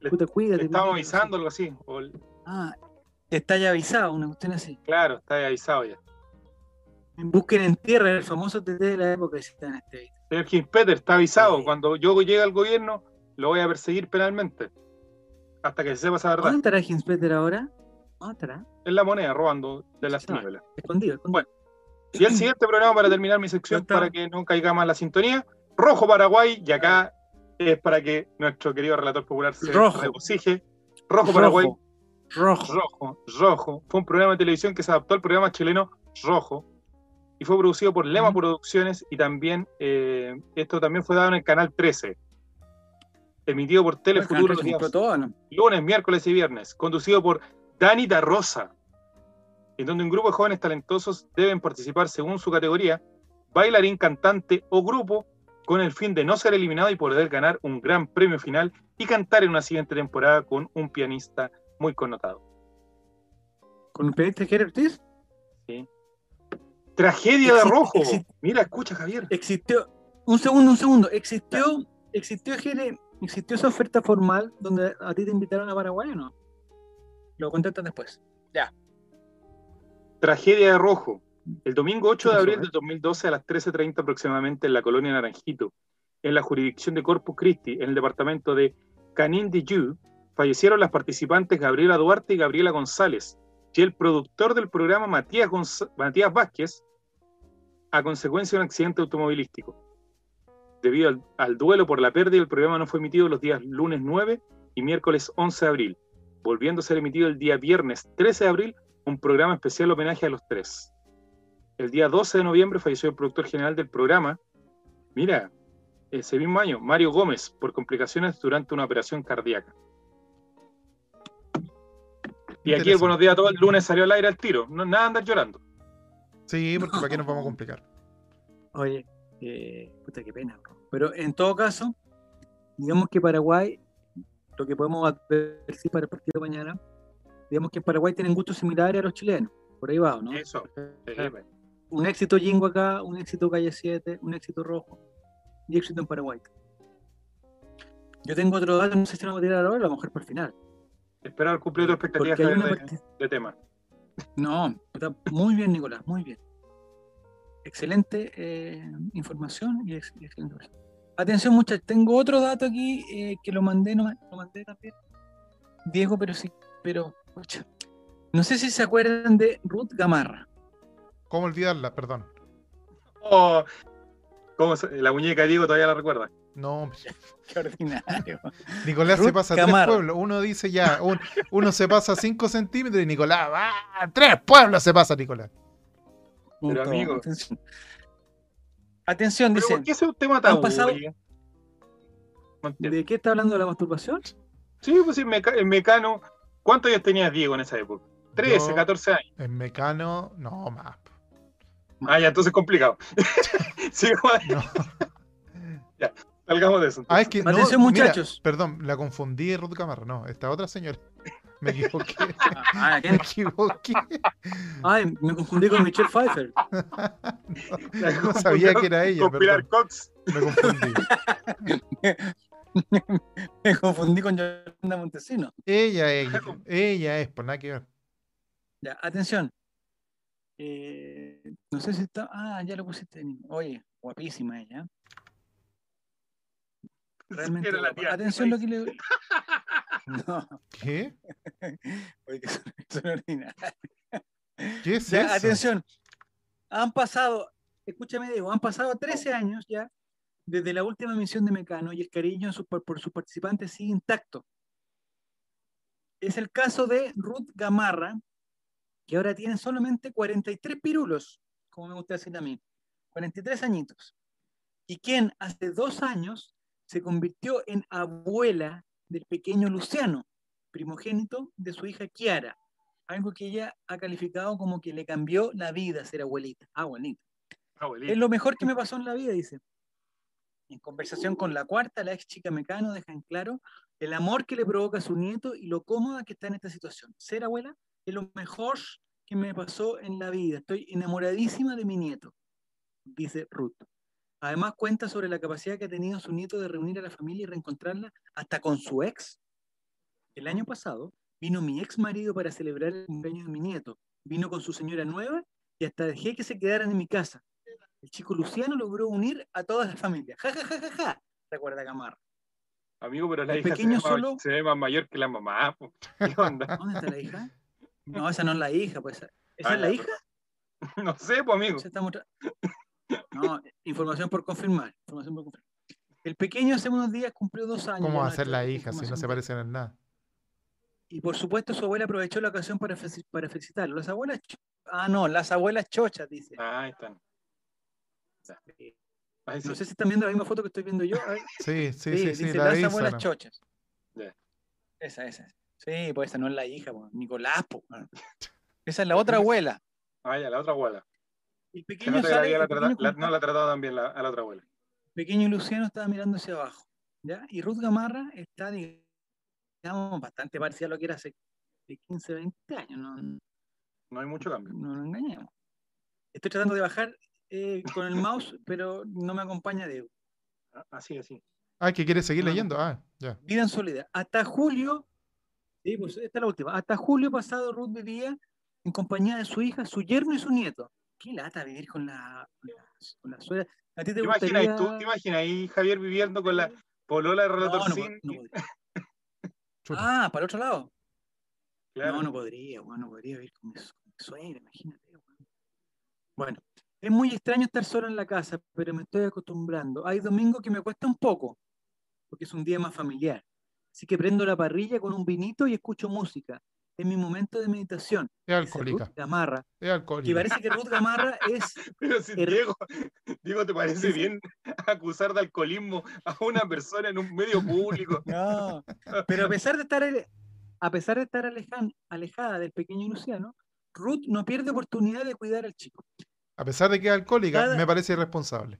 C: Le-
A: Puta, cuídate.
C: le
A: cuídate,
C: estamos
A: algo así.
C: avisando algo así. o el-
A: Ah, está ya avisado, una cuestión así.
C: claro, está avisado ya.
A: Busquen en tierra el famoso TT de la época que se está en este video.
C: Señor Ginspeter, está avisado.
A: Sí.
C: Cuando yo llegue al gobierno, lo voy a perseguir penalmente. Hasta que se sepa esa verdad.
A: ¿Dónde estará Hinspeter ahora? ¿Dónde estará?
C: Es la moneda robando de las
A: Sí.
C: novelas.
A: Escondido, escondido.
C: Y el siguiente programa para terminar mi sección,
A: Está.
C: para que no caiga más la sintonía, Rojo Paraguay, y acá es para que nuestro querido relator popular se
A: Rojo.
C: regocije. Rojo Paraguay,
A: Rojo.
C: Rojo, Rojo. Fue un programa de televisión que se adaptó al programa chileno Rojo y fue producido por Lema
A: Ujú.
C: Producciones y también eh, esto también fue dado en el canal 13. Emitido por Telefuturo los días
A: todo, ¿no?
C: lunes, miércoles y viernes, conducido por Dani Da Rosa, en donde un grupo de jóvenes talentosos deben participar según su categoría, bailarín, cantante o grupo, con el fin de no ser eliminado y poder ganar un gran premio final y cantar en una siguiente temporada con un pianista muy connotado.
A: ¿Con un periodista Jerry Ortiz?
C: Tragedia de
A: Existe-
C: rojo.
A: existe.
C: Mira, escucha Javier.
A: Existió. Un segundo, un segundo. Existió, existió Jerry, existió esa oferta formal donde a ti te invitaron a Paraguay o no? Lo contestan después.
C: Tragedia de Rojo. El domingo 8 de
A: pasó,
C: abril
A: eh?
C: del 2012 a las 13.30 aproximadamente en la colonia Naranjito, en la jurisdicción de Corpus Christi, en el departamento de Canindiyú, fallecieron las participantes Gabriela Duarte y Gabriela González, y el productor del programa Matías, Gonz- Matías Vázquez, a consecuencia de un accidente automovilístico. Debido al, al duelo por la pérdida, el programa no fue emitido los días lunes 9 y miércoles 11 de abril, volviendo a ser emitido el día viernes 13 de abril un programa especial homenaje a los tres. El día 12 de noviembre falleció el productor general del programa, mira, ese mismo año, Mario Gómez, por complicaciones durante una operación cardíaca. Y aquí el
B: Interesante.
C: Buenos Días a todos, el lunes salió al aire al tiro, no, nada de andar llorando.
B: Sí, porque ¿para qué nos vamos a complicar?
A: Oye, eh, puta, qué pena. bro. Pero en todo caso, digamos que Paraguay, lo que podemos advertir para el partido de mañana, digamos que en Paraguay tienen gustos similares a los chilenos. Por ahí va, ¿o ¿no?
C: Eso. Eh,
A: Un éxito Jingo acá, un éxito Calle 7, un éxito Rojo y éxito en Paraguay. Yo tengo otro dato, no sé si lo vamos a tirar ahora, a lo mejor por el final.
C: Esperar cumplir tu expectativa
A: Porque hay una
C: Javier, de,
A: parte-
C: de tema.
A: No, está muy bien, Nicolás, muy bien. Excelente eh, información y ex- y excelente persona. Atención, muchachos, tengo otro dato aquí eh, que lo mandé, no, lo mandé también. Diego, pero sí, pero. pucha. No sé si se acuerdan de Ruth Gamarra.
B: ¿Cómo olvidarla? Perdón.
C: Oh, ¿cómo se- la muñeca de Diego todavía la recuerda.
B: No, hombre.
A: Qué ordinario.
B: Nicolás se
A: Ruth
B: pasa tres
A: Camargo.
B: pueblos. Uno dice ya, un- uno se pasa cinco centímetros y Nicolás, ¡ah! Tres pueblos se pasa, Nicolás.
A: Punto,
C: amigo.
A: Atención, Atención,
C: ¿Pero
A: dicen.
C: por qué ese es un tema tan
A: pasado-
C: entiendo.
A: ¿De qué está hablando la masturbación?
C: eh, Sí, pues en, Meca- en Mecano, ¿cuántos años tenías Diego en esa época? 13,
B: Yo-
C: 14 años.
B: En Mecano, no, más. po.
C: Ah, ya, entonces complicado. Sigamos,
B: No.
C: salgamos de eso.
B: Ah, es que, no,
A: Atención,
B: mira,
A: muchachos.
B: perdón, la confundí de Ruth Camarra. No, esta otra señora. Me equivoqué.
A: Ah,
B: me
A: ¿quién?
B: equivoqué.
A: Ay, me confundí con Michelle Pfeiffer.
B: No sabía que era ella,
C: Con Pilar
B: perdón.
C: Cox.
B: Me confundí.
A: me confundí con Yolanda Montesino.
B: Ella es, ella es, por nada que ver.
A: Ya, atención. Eh, no sé si está. Ah, ya lo pusiste. de niño. Oye, guapísima ella. Realmente.
C: Era la
A: guapa.
C: tía.
A: atención lo que le. No,
B: ¿Qué?
A: oye, que son, son ordinarias.
B: ¿Qué es
A: Ya,
B: eso?
A: atención. Han pasado, escúchame, Diego, han pasado 13 años ya desde la última misión de Mecano y el cariño en su- por, por sus participantes sigue intacto. Es el caso de Ruth Gamarra, que ahora tiene solamente 43 pirulos, como me gusta decir a mí, 43 añitos, y quien hace dos años se convirtió en abuela del pequeño Luciano, primogénito de su hija Kiara algo que ella ha calificado como que le cambió la vida ser abuelita. Ah, Abuelita.
C: Abuelita.
A: Es lo mejor que me pasó en la vida, dice. En conversación con la cuarta, la ex chica mecano deja en claro el amor que le provoca a su nieto y lo cómoda que está en esta situación. Ser abuela es lo mejor que me pasó en la vida. Estoy enamoradísima de mi nieto, dice Ruth. Además cuenta sobre la capacidad que ha tenido su nieto de reunir a la familia y reencontrarla hasta con su ex. El año pasado vino mi ex marido para celebrar el cumpleaños de mi nieto. Vino con su señora nueva y hasta dejé que se quedaran en mi casa. El chico Luciano logró unir a todas las familias. Ja, ja, ja, ja, ja, recuerda Gamarra.
C: Amigo, pero la
A: El
C: hija se
A: pequeño
C: ve, más,
A: solo-
C: se ve más mayor que la mamá. po. ¿Qué onda?
A: ¿Dónde está la hija? No, esa no es la hija, pues. ¿Esa
C: Ah,
A: es la
C: ya,
A: hija?
C: No sé, pues, amigo.
A: Se está mostrando- No, información por confirmar. Información por confirmar. El pequeño hace unos días cumplió dos años.
B: ¿Cómo va a
A: Bueno,
B: ser
A: esto
B: la
A: es
B: hija si no
A: información
B: se parecen en nada?
A: Y por supuesto su abuela aprovechó la ocasión para, felici- para felicitarlo. Las abuelas... cho- Ah, no, las abuelas chochas, dice.
C: Ah, ahí están. Ahí sí.
A: No sé si están viendo la misma foto que estoy viendo yo. A ver.
B: Sí, sí,
A: Sí,
B: sí, sí,
A: dice
B: la
A: las
B: de
A: abuelas
B: Instagram.
A: chochas.
C: Ya.
A: Esa, esa. Sí, pues esa no es la hija, po, Nicolás. po. Esa es la otra abuela.
C: Ah, ya, la otra abuela.
A: El
C: Se
A: pequeño
C: nota que la
A: sale,
C: vida la
A: el pequeño
C: trata- la-
A: Juan-
C: no la ha tratado tan bien la- a la otra abuela.
A: pequeño Luciano estaba mirando hacia abajo, ¿ya? Y Ruth Gamarra está, digamos, bastante parcial a lo que era hace 15, 20 años, no, no
C: No hay mucho cambio.
A: nos engañemos. Estoy tratando de bajar eh, con el mouse, pero no me acompaña Diego.
C: Ah, Así, así.
B: Ah, que quiere seguir
A: No, no.
B: leyendo. Ah, ya.
A: Vida en soledad. Hasta julio, sí, pues esta es la última, hasta julio pasado Ruth vivía en compañía de su hija, su yerno y su nieto. Qué lata vivir con la, con la, con la suegra. ¿A ti te
C: ¿Te imaginas, ahí
A: gustaría...
C: tú, ¿Te imaginas ahí Javier viviendo con la polola de
A: No, no
C: Relator
A: pod-
C: Sin?
A: no podría.
B: Chuta.
A: Ah, para el otro lado.
C: Claro.
A: No, no podría, weón, no podría vivir con mi, su- con mi suegra, imagínate. weón. Bueno, es muy extraño estar solo en la casa, pero me estoy acostumbrando. Hay domingos que me cuesta un poco, porque es un día más familiar. Así que prendo la parrilla con un vinito y escucho música. Es mi momento de meditación.
B: Es
A: Dice Ruth
B: alcohólica.
A: Gamarra.
B: Es
A: Que
B: alcohólica.
A: parece que Ruth Gamarra es
C: Pero si
A: Er-
C: Diego, Diego, ¿te parece
A: Sí, sí.
C: bien acusar de alcoholismo a una persona en un medio público?
A: No, pero a pesar de estar, ale- a pesar de estar alejan- alejada del pequeño Luciano, Ruth no pierde oportunidad de cuidar al chico.
B: A pesar de que es alcohólica,
A: Cada-
B: me parece irresponsable.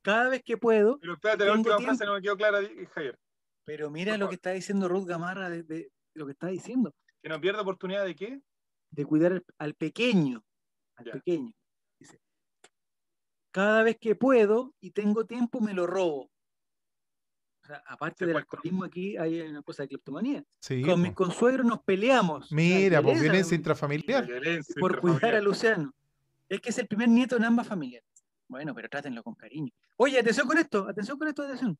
A: Cada vez que puedo,
C: Pero espérate, la
A: Tengo
C: última
A: tiempo.
C: frase no me quedó clara, di- Javier.
A: pero mira
C: Por
A: lo
C: favor.
A: que está diciendo Ruth Gamarra, de, de- lo que está diciendo,
C: ¿Que no pierda oportunidad de qué?
A: de cuidar al, al pequeño, al
C: Ya.
A: pequeño. Dice, cada vez que puedo y tengo tiempo, me lo robo. O sea, aparte
C: Te
A: del
C: cuento.
A: alcoholismo, aquí hay una cosa de cleptomanía.
B: Sí.
A: Con mis
B: po.
A: consuegros nos peleamos. O sea,
B: Mira, pues
A: violencia
B: violencia
A: familiar.
B: intrafamiliar.
C: Violencia
A: por cuidar
C: intrafamiliar.
A: a Luciano. Es que es el primer nieto en ambas familias. Bueno, pero trátenlo con cariño. Oye, atención con esto, atención con esto, atención.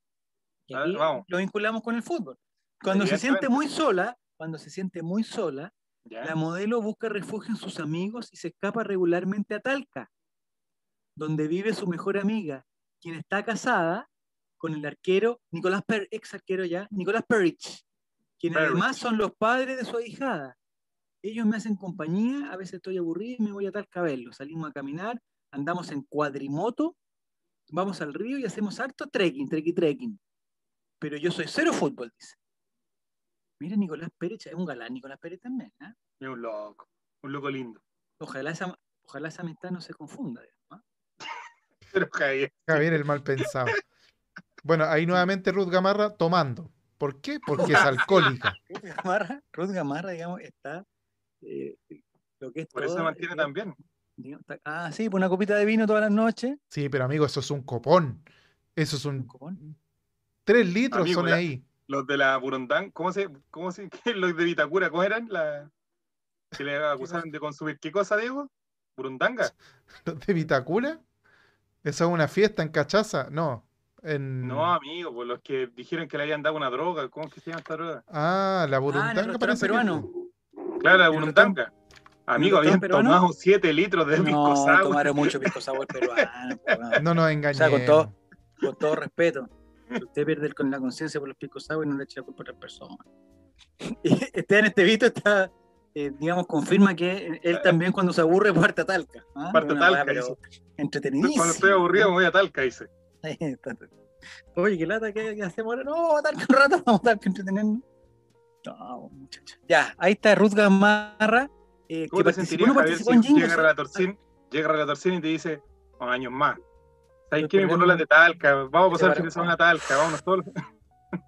A: Y
C: A ver,
A: aquí
C: vamos.
A: lo vinculamos con el fútbol. Cuando se siente muy sola, cuando se siente muy sola,
C: Ya.
A: la modelo busca refugio en sus amigos y se escapa regularmente a Talca, donde vive su mejor amiga, quien está casada con el arquero Nicolás Per, ex arquero ya, Nicolás Perich, quien
C: Perich.
A: además son los padres de su ahijada. Ellos me hacen compañía, a veces estoy aburrido y me voy a Talca a verlos. Salimos a caminar, andamos en cuadrimoto, vamos al río y hacemos harto trekking, trekking, trekking. Pero yo soy cero fútbol, dice. Mira, Nicolás Pérez, es un galán Nicolás Pérez también, ¿ah?
C: Es un loco, un loco lindo.
A: Ojalá esa, ojalá esa amistad no se confunda, digamos, ¿ah?
C: Pero Javier,
B: Javier el mal pensado. Bueno, ahí nuevamente Ruth Gamarra tomando. ¿Por qué? Porque es alcohólica.
A: Ruth Gamarra, Ruth Gamarra, digamos, está eh, lo que es
C: por eso se
A: toda-
C: mantiene tan bien.
A: digamos, está- ah, sí, pues una copita de vino todas las noches.
B: Sí, pero amigo, eso es un copón. Eso es un.
A: Copón.
B: Tres litros
C: Amigo,
B: son
C: la-
B: ahí.
C: Los de la Burundán, ¿cómo se, cómo se, qué, los de Vitacura, cómo eran? La, que le acusaron de consumir, ¿qué cosa, Diego? ¿Burundanga?
B: ¿Los de Vitacura? ¿Esa es una fiesta en cachaza? No. En...
A: Mm.
C: No, amigo, pues los que dijeron que le habían dado una droga, ¿cómo es que se llama esta droga?
B: Ah,
A: Ah,
B: la
A: en el
B: burundanga
A: restaurante
B: parece que-
A: peruano.
C: Claro, la
A: ¿El
C: Burundanga. Amigo,
A: ¿El restaurante
C: habían
A: peruano?
C: tomado 7 litros de
A: No,
C: pisco sour.
A: tomaron mucho pisco sour peruano, pues, weón.
B: No nos
A: O sea,
B: engañemos.
A: con todo, con todo respeto. Si Usted pierde el- con la conciencia por los picos sour y no le eche la culpa a otra persona. Y Esteban Estevito está, eh, digamos, confirma que él también cuando se aburre parte a Talca. ¿ah?
C: Eh. Parte a
A: Una weá,
C: Talca,
A: pero entretenidísimo.
C: Cuando estoy aburrido me voy a Talca, dice.
A: Oye, qué lata que, que hacemos ahora. No, vamos a Talca un rato, vamos a Talca a entretenernos. No, muchachos. Ya, ahí está Ruth Gamarra. eh,
C: ¿Cómo
A: que participó,
C: te sentirías,
A: no
C: Javier,
A: participó en
C: si
A: Jingo,
C: llega
A: ¿sí?
C: Relatorcín, llega Relatorcín y te dice, "Oh, años más? ¿Sabes
A: Pero
C: qué? Mi
A: perdemos-
C: polola es de Talca, vamos a pasar el
A: Pero-
C: fin de semana a Talca, vámonos todos.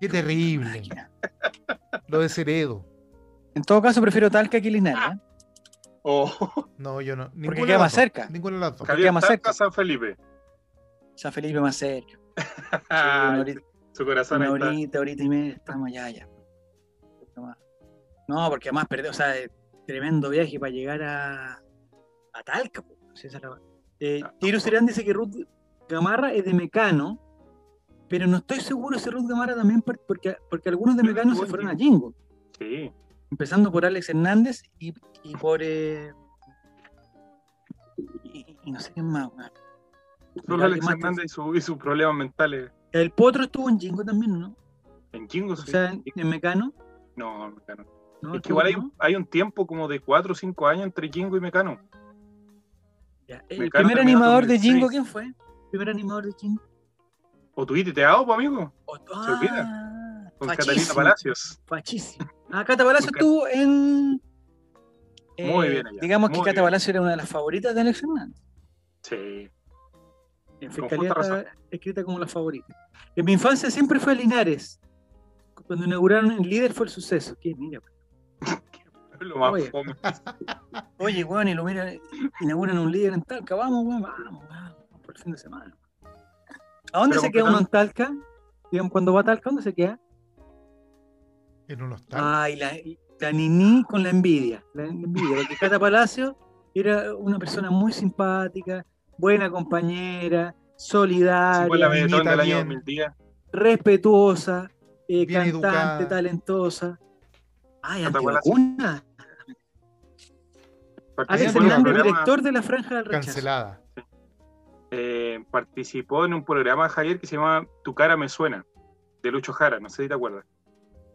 B: Qué terrible. Lo desheredo.
A: En todo caso, prefiero Talca que Linares. ¿eh?
C: Ah. O
B: No, yo no. Ninguna
A: queda
B: de las
A: más
B: dos.
A: cerca.
B: Ninguna de las dos.
C: Javier
A: más cerca.
C: Talca, San Felipe.
A: San Felipe más cerca.
C: Ah,
A: una horita,
C: su corazón
A: una
C: ahí está.
A: horita, horita y media, estamos allá, ya. Un poquito más. No, porque además perdió, o sea, eh, tremendo viaje para llegar a, a Talca. po. Sí, esa es la va- Eh,
C: Ah.
A: Tiro Serán dice que Ruth Gamarra es de Mecano, pero no estoy seguro si Ruth Gamarra también, par- porque, porque algunos de
C: Pero
A: Mecano
C: estuvo
A: se
C: en
A: fueron a Jingo,
C: Sí,
A: empezando por Alex Hernández y, y por... eh, y, y no sé quién más. weón.
C: solo
A: Ya,
C: Alex
A: ¿qué más te-
C: Hernández y, su- y sus problemas mentales.
A: El Potro estuvo en Jingo también, ¿no?
C: En Chingo,
A: O
C: sí.
A: sea, en, en Mecano.
C: No, Mecano.
A: ¿no?
C: Es que igual hay,
A: Estuvo, ¿no?
C: un- hay un tiempo como de 4 o 5 años entre Chingo y Mecano.
A: Ya, El
C: Mecano
A: primer
C: terminó
A: animador de
C: 2006.
A: Jingo, ¿quién fue? El primer animador de Jingo.
C: O tuite te hago, pues, amigo,
A: Oh,
C: olvida. con Catalina
A: Ah, fachísimo,
C: Palacios.
A: Fachísimo. Ah, Cata Palacio
C: Con Cat-
A: estuvo en. eh,
C: Muy bien allá,
A: Digamos
C: muy
A: que Cata
C: bien.
A: Palacio era una de las favoritas de Alex Fernández.
C: Sí.
A: En
C: Con
A: fiscalía
C: justa
A: está escrita como la favorita. En mi infancia siempre fue a Linares. Cuando inauguraron el líder fue el suceso. ¿Qué? Mira,
C: Lo más
A: Oye.
C: fome.
A: Oye, weón, y lo mira, inauguran un líder en Talca, vamos, weón, vamos, vamos, por el fin de semana. ¿A dónde
C: Pero
A: se queda uno en
C: completando-
A: Talca? Digamos, cuando va a Talca, ¿dónde se queda?
B: En un hostal.
A: Ay, la, la Nini con la envidia, la envidia, porque Cata Palacio era una persona muy simpática, buena compañera,
C: Sí, fue la
A: solidaria,
C: Benetton del año
B: bien.
C: 2010.
A: respetuosa, eh,
B: Bien
A: cantante,
B: educada.
A: talentosa. Ay,
C: Cata Palacio.
A: antivacuna.
C: Participó
A: Alex
B: Bien, bueno,
C: en un
A: Hernández,
C: programa,
A: director de la Franja del Rechazo.
B: Cancelada.
C: eh, participó en un programa, Javier, que se llama Tu cara me suena, de Lucho Jara, no sé si te acuerdas.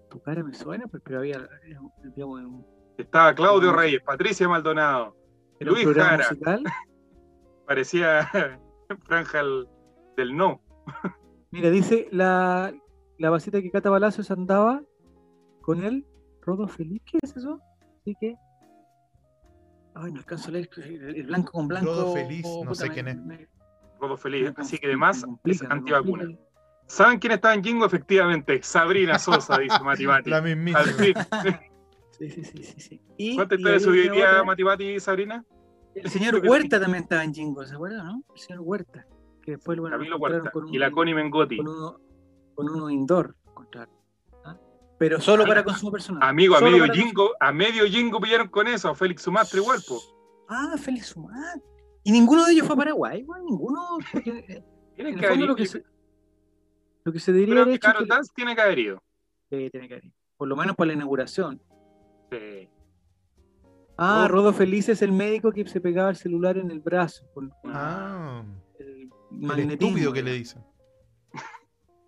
A: Tu cara me suena, pero, pero había era un- digamos, un-
C: Estaba Claudio
A: No.
C: Reyes, Patricia Maldonado,
A: era un
C: Luis
A: programa
C: Jara.
A: musical.
C: parecía Franja el- del No.
A: Mira, dice la, la vasita que Cata Palacios andaba con él, Rodo Feliz, ¿qué es eso? Así que. Ay, no alcanzo a leer el, el blanco con blanco. Oh,
B: Rodo Feliz, no
A: puta,
B: sé
A: me-
B: quién es.
A: me-
C: Robo
A: me
C: feliz, así que
A: confl-
C: además
A: me
C: es
A: complica, me
C: antivacuna.
A: complica.
C: ¿Saben quién estaba en Jingo? Efectivamente, Sabrina Sosa, dice Mati Mati.
B: La mismísima.
C: Al fin.
A: Sí, sí, sí. sí, sí. Y,
C: ¿Cuántas
A: y
C: historias
A: había
C: subió hoy
A: una
C: día
A: otra.
C: Mati Mati y Sabrina?
A: El señor Huerta también estaba en Jingo, ¿se acuerdan, no? El señor Huerta. Que después lo
C: Camilo
A: encontraron
C: Huerta
A: con un-
C: y la Connie Mengotti.
A: con uno, con uno indoor. contrario, ¿ah? Pero solo para consumo personal.
C: Amigo, a
A: Solo
C: medio
A: para
C: Jingo, a medio Jingo pillaron con eso, a Félix Sumastre igual, po.
A: consumo- Ah, Félix Sumar. Y ninguno de ellos fue a Paraguay, güey, ninguno. porque, eh, en
C: Tienen
A: el fondo
C: que haber
A: lo que
C: ido.
A: se, lo que se diría
C: Creo
A: era
C: que
A: hecho
C: Carol
A: que,
C: Dance tiene que haber ido.
A: eh, tiene que haber ido, por lo menos para la inauguración.
C: Sí.
A: Ah,
C: Oh.
A: Rodo Feliz es el médico que se pegaba el celular en el brazo. Con, con
B: Ah,
A: el
B: el
A: magnetismo,
B: estúpido que le
A: digamos,
B: dicen.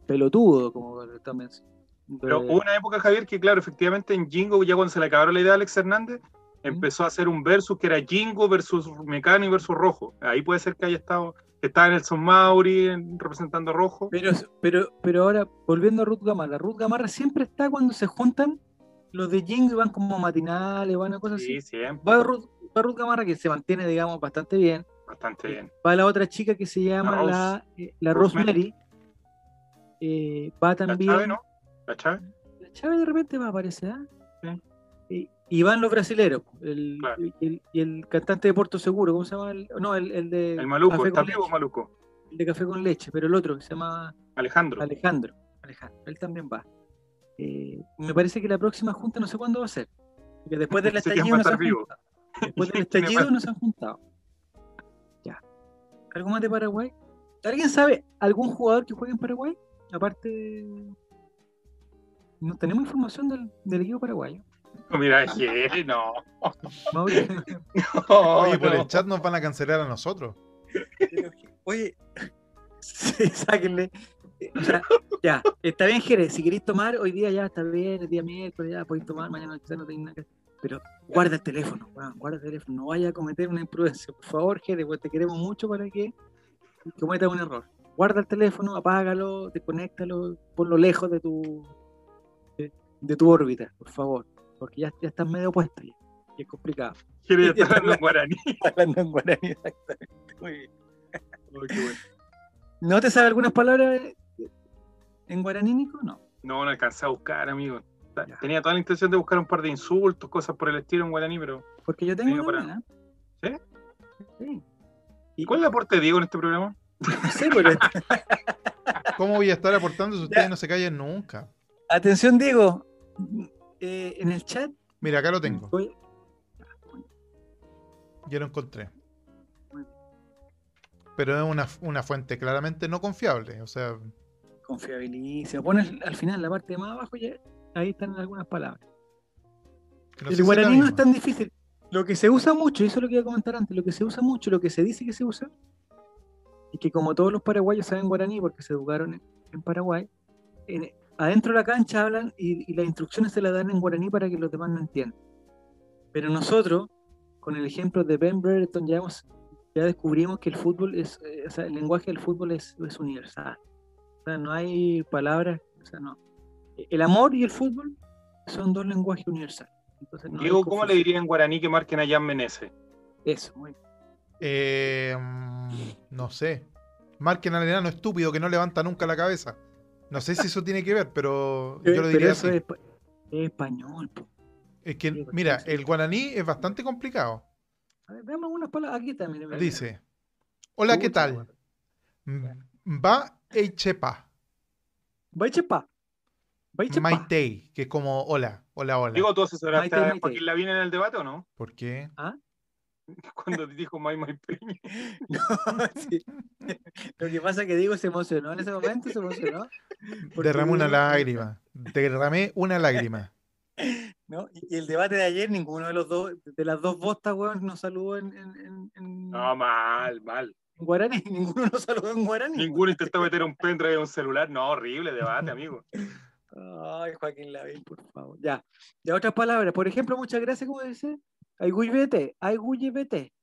A: Pelotudo, como lo están mencionando.
C: Pero hubo una época, Javier, que claro, efectivamente en Jingo, ya cuando se le acabaron la idea a Alex Hernández, empezó a hacer un versus que era Jingo versus Mecano y versus Rojo. Ahí puede ser que haya estado, que estaba Nelson Mauri en- representando a Rojo.
A: Pero, pero, pero ahora, volviendo a Ruth Gamarra, Ruth Gamarra siempre está cuando se juntan los de Jingo van como matinales, van a cosas así.
C: Sí, siempre.
A: Va Ruth, va Ruth Gamarra que se mantiene, digamos, bastante bien.
C: Bastante bien.
A: Va la otra chica que se llama
C: Rose.
A: la, eh, la
C: Rosemary.
A: Rosemary. Eh, va
C: La
A: también.
C: Chave, ¿no? La Chave.
A: La Chávez de repente va a aparecer. ¿ah?
C: Sí.
A: Y, y van los brasileros. El,
C: Claro.
A: y el, y el cantante de Puerto Seguro, ¿cómo se llama? El- no, el, el de.
C: El maluco,
A: Café
C: ¿está
A: con
C: vivo
A: leche,
C: maluco?
A: el de Café con Leche, pero el otro que se llama
C: Alejandro.
A: Alejandro. Alejandro, él también va. Eh, me parece que la próxima junta no sé cuándo va a ser. Porque después del
C: No sé
A: estallido
C: quién va a
A: no se
C: estar
A: han
C: vivo.
A: juntado. Después del
C: ¿Quién va a
A: estallido no se han juntado. Ya. ¿Algo más de Paraguay? ¿Alguien sabe algún jugador que juegue en Paraguay? Aparte. No tenemos información del, del equipo paraguayo.
C: Mira, je, no.
A: Mauricio. Oh,
B: Oye, por
C: no.
B: el chat nos van a cancelar a nosotros.
A: Oye, sí, sáquenle. Eh, O sea, ya, está bien, Jerez. Si queréis tomar, hoy día ya está bien, el día miércoles ya podéis tomar, mañana quizás no tenéis nada que hacer. Pero guarda el teléfono, weón, guarda el teléfono. No vaya a cometer una imprudencia. Por favor, Jerez, pues te queremos mucho para que cometas un error. Guarda el teléfono, apágalo, desconéctalo, ponlo lejos de tu de, de tu órbita, por favor. Porque ya, ya estás medio puesto ya. Y es complicado.
C: Quiere estar hablando en guaraní.
A: Hablando en guaraní, exactamente. Muy bien.
C: Oh, qué bueno.
A: ¿No te sabe algunas palabras eh, en guaraní, Nico? No.
C: No, no alcancé a buscar, amigo. Ta-
A: Ya.
C: Tenía toda la intención de buscar un par de insultos, cosas por el estilo en guaraní, pero.
A: Porque yo tengo
C: Tengo
A: una
C: para-
A: buena. Sí. Y,
C: ¿Cuál es el aporte de Diego en este programa?
A: no sé, pues, pero-
B: ¿Cómo voy a estar aportando si
A: Ya.
B: ustedes no se callan nunca?
A: Atención, Diego. Eh, en el chat.
B: Mira, acá lo tengo.
A: voy-
B: Ya lo encontré. Pero es una, una fuente claramente no confiable. O sea,
A: Confiabilidad. Pones al final la parte de más abajo y ahí están algunas palabras.
B: que no sé si
A: el
B: es la
A: guaraní no es
B: misma.
A: tan difícil. Lo que se usa mucho, y eso es lo que iba a comentar antes, lo que se usa mucho, lo que se dice que se usa, y que como todos los paraguayos saben guaraní porque se educaron en, en Paraguay, en- adentro de la cancha hablan y, y las instrucciones se las dan en guaraní para que los demás no entiendan. Pero nosotros, con el ejemplo de Ben Brereton, ya, hemos- ya descubrimos que el fútbol es, eh, o sea, el lenguaje del fútbol es, es universal. O sea, no hay palabras, o sea, no. El amor y el fútbol son dos lenguajes universales. Entonces, no hay
C: Diego, ¿cómo le
A: confusión.
C: diría en guaraní que marquen a Jan Menezes?
A: Eso, muy bien.
B: Eh, mm, no sé. Marquen al enano estúpido que no levanta nunca la cabeza. No sé si eso tiene que ver, pero yo
A: Pero
B: lo diría
A: eso
B: así.
A: es, pa- es español. po.
B: Es que,
A: Sí, pues,
B: mira,
A: sí.
B: el guaraní es bastante complicado.
A: A ver, veamos algunas palabras. Aquí también. mira.
B: Dice: Hola, ¿qué
A: Puta,
B: tal?
A: weón.
B: Va Eichepa.
A: Baichepa. Baichepa.
B: Maitei, que es como hola, hola, hola.
C: Diego, ¿tú asesoraste
A: Maite,
C: a
A: Maite.
C: Joaquín Lavín en el debate o no?
B: ¿Por qué?
C: Cuando te dijo My My Peña.
A: Sí. Lo que pasa es que Diego se emocionó en ese momento, se emocionó. porque
B: Derramé una
A: Diego-
B: lágrima. Derramé una lágrima.
A: ¿no? Y y el debate de ayer, ninguno de los dos, de las dos bostas, weón, nos saludó en, en, en- en-
C: No, mal, mal.
A: en guaraní. Ninguno nos saludó en guaraní.
C: Ninguno intentó meter un pendrive en un celular. No, horrible debate, amigo.
A: Ay, Joaquín Lavín, por favor. Ya. De otras palabras, por ejemplo, muchas gracias, como dice, Aigullibete, Aigullibete,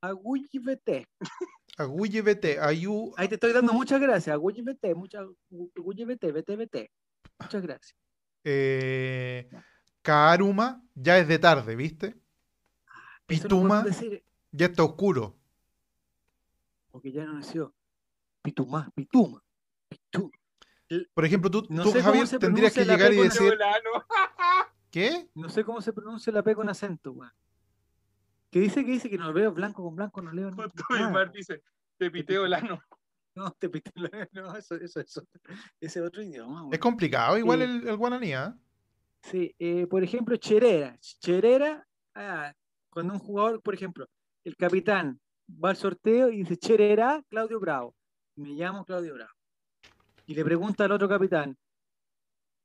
A: Aigullibete.
B: Aguye vete, ayu.
A: Ahí te estoy dando muchas gracias, Aigullibete, muchas, Aigullibete, vete, vete. Muchas gracias.
B: eh, Kaaruma, ya es de tarde, ¿viste?
A: Ah, Eso no podemos
B: Pituma,
A: decir,
B: ya está oscuro.
A: porque ya no nació. Pituma, Pituma, Pituma.
B: Por ejemplo, tú,
A: No
B: tú,
A: sé cómo
B: Javier,
A: se
B: tendrías que
A: pronuncia la
B: llegar y
A: P con
B: decir,
C: Venezolano.
B: ¿qué?
A: No sé cómo se pronuncia la P con acento, weón. Que dice que dice que no veo blanco con blanco, no leo nada.
C: Justo mi Mar dice, te piteo el ano.
A: No, te pito, no, eso, eso, eso. Ese otro idioma, weón.
B: Es complicado igual
A: Sí.
B: el, el guaraní, ¿ah?
A: Sí, eh, por ejemplo, Cherera. Cherera, ah, cuando un jugador, por ejemplo, el capitán va al sorteo y dice, Cherera, Claudio Bravo. Me llamo Claudio Bravo. Y le pregunta al otro capitán,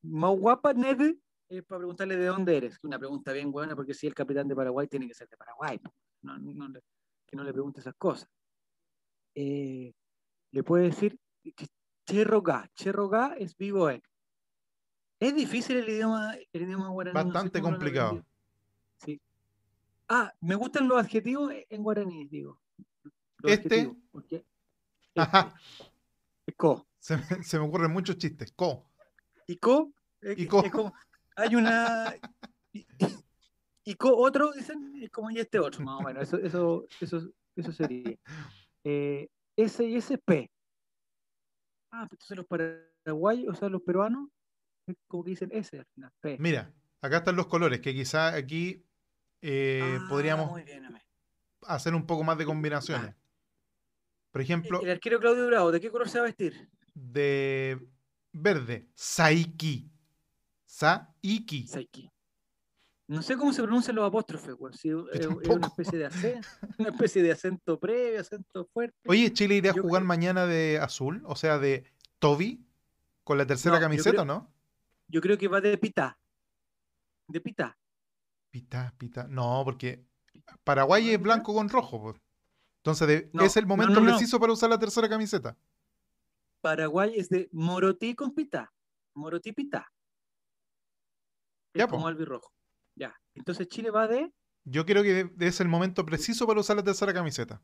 A: Mauguapa Neve, es para preguntarle de dónde eres. Una pregunta bien buena, porque si el capitán de Paraguay tiene que ser de Paraguay. po. No, no le- que no le pregunte esas cosas. Eh, le puede decir, que Cherrogá. Cherrogá es vivo es. Es difícil el idioma, el idioma guaraní. no sé
B: Bastante
A: cómo lo
B: complicado.
A: aprendí. Sí. Ah, me gustan los adjetivos e-, en guaraní, digo. Los
B: Este.
A: adjetivos, porque este,
B: Ajá.
A: es co.
B: Se, me- se me ocurren muchos chistes. Co.
A: Y co, es-
B: Y co.
A: es como- hay una Y, y co otro, dicen, es como y este otro.
E: Más o menos, eso, eso, eso, eso sería. Eh, S y SP. Ah, pues entonces los paraguayos, o sea, los peruanos, es como que dicen S al final, P.
B: Mira, acá están los colores, que quizá aquí eh,
A: Ah,
B: podríamos
A: muy bien, amén.
B: hacer un poco más de combinaciones. Por ejemplo,
A: El arquero Claudio Bravo, ¿de qué color se va a vestir?
B: de verde, Saiki. Saiki.
A: Saiki. No sé cómo se pronuncian los apóstrofes, weón. Si es- es
B: tampoco.
A: una especie de acento, una especie de acento previo, acento fuerte.
B: Oye, Chile irá a
A: Yo
B: jugar
A: creo-
B: mañana de azul, o sea, de Toby, con la tercera
A: No, yo
B: camiseta,
A: creo-
B: ¿o ¿no?
A: Yo creo que va de pita. De pita.
B: Pita, pita. No, porque Paraguay es blanco con rojo. po. Entonces de-
A: No,
B: es el
A: no,
B: momento
A: no, no.
B: preciso para usar la tercera camiseta.
A: Paraguay es de morotí con pita. Morotí pita. Es
B: Ya, po.
A: como albirrojo. Ya. Entonces Chile va de,
B: Yo creo que de- es el momento preciso para usar la tercera camiseta.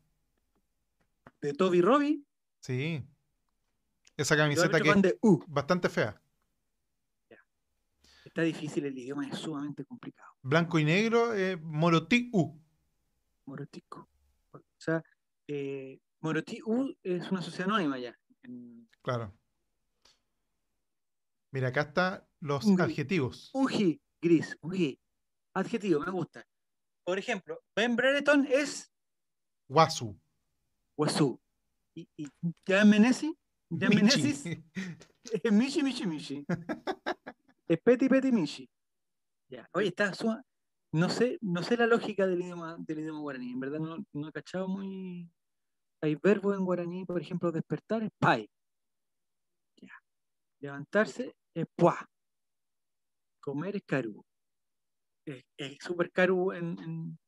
A: de Toby Robbie.
B: Sí. Esa
A: y los
B: camiseta
A: árbitros
B: que
A: van
B: es
A: de U.
B: bastante fea.
A: Está difícil, el idioma es sumamente complicado.
B: Blanco y negro, eh, Morotí U.
A: Morotico. O sea, eh, Morotí U es una sociedad anónima ya. En-
B: Claro. Mira, acá están los
A: Ungri-
B: adjetivos.
A: Uji, gris, uji. Adjetivo, me gusta. Por ejemplo, Ben Brereton es
B: Guasu.
A: Huesú. Y, y Dan Menezes, Dan
B: Michi.
A: Menezes es Michi, Michi, Michi. es Peti, Peti, Michi. Ya. Oye, está suma- No sé, no sé la lógica del idioma, del idioma guaraní. En verdad no, no he cachado muy. Hay verbos en guaraní, por ejemplo, despertar es pai. Ya. Levantarse es puá. Comer es caru. Es es súper caru en, en-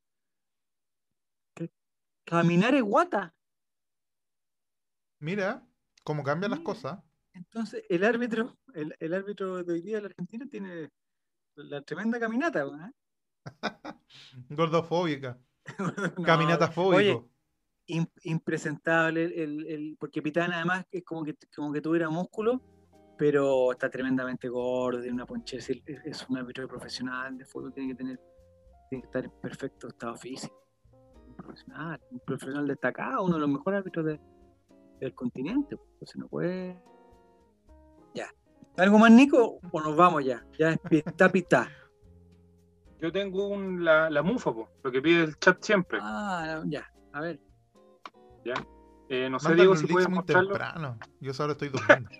A: ¿Qué? Caminar es guata.
B: Mira cómo cambian las
A: Mira.
B: cosas.
A: Entonces, el árbitro, el, el árbitro de hoy día de la Argentina tiene la tremenda caminata, ¿eh? ¿verdad?
B: Gordofóbica.
A: No,
B: Caminata
A: Oye,
B: fóbico.
A: im- impresentable, el, el- el- porque Pitana además es como que, como que tuviera músculo, pero está tremendamente gordo, tiene una ponchera, es, es un árbitro profesional de fútbol, tiene que tener, tiene que estar en perfecto estado físico. Un profesional, un profesional destacado, uno de los mejores árbitros de- del continente. Entonces no puede. Ya. ¿Algo más, Nico? O nos vamos ya. Ya es pita pita.
C: Yo tengo un, la, la mufa, po, lo que pide el chat siempre.
A: Ah, ya. A ver.
C: Eh, no sé,
B: Mandan
C: Diego,
B: un
C: si
B: link
C: puedes
B: muy
C: mostrarlo.
B: temprano. Yo ahora estoy durmiendo.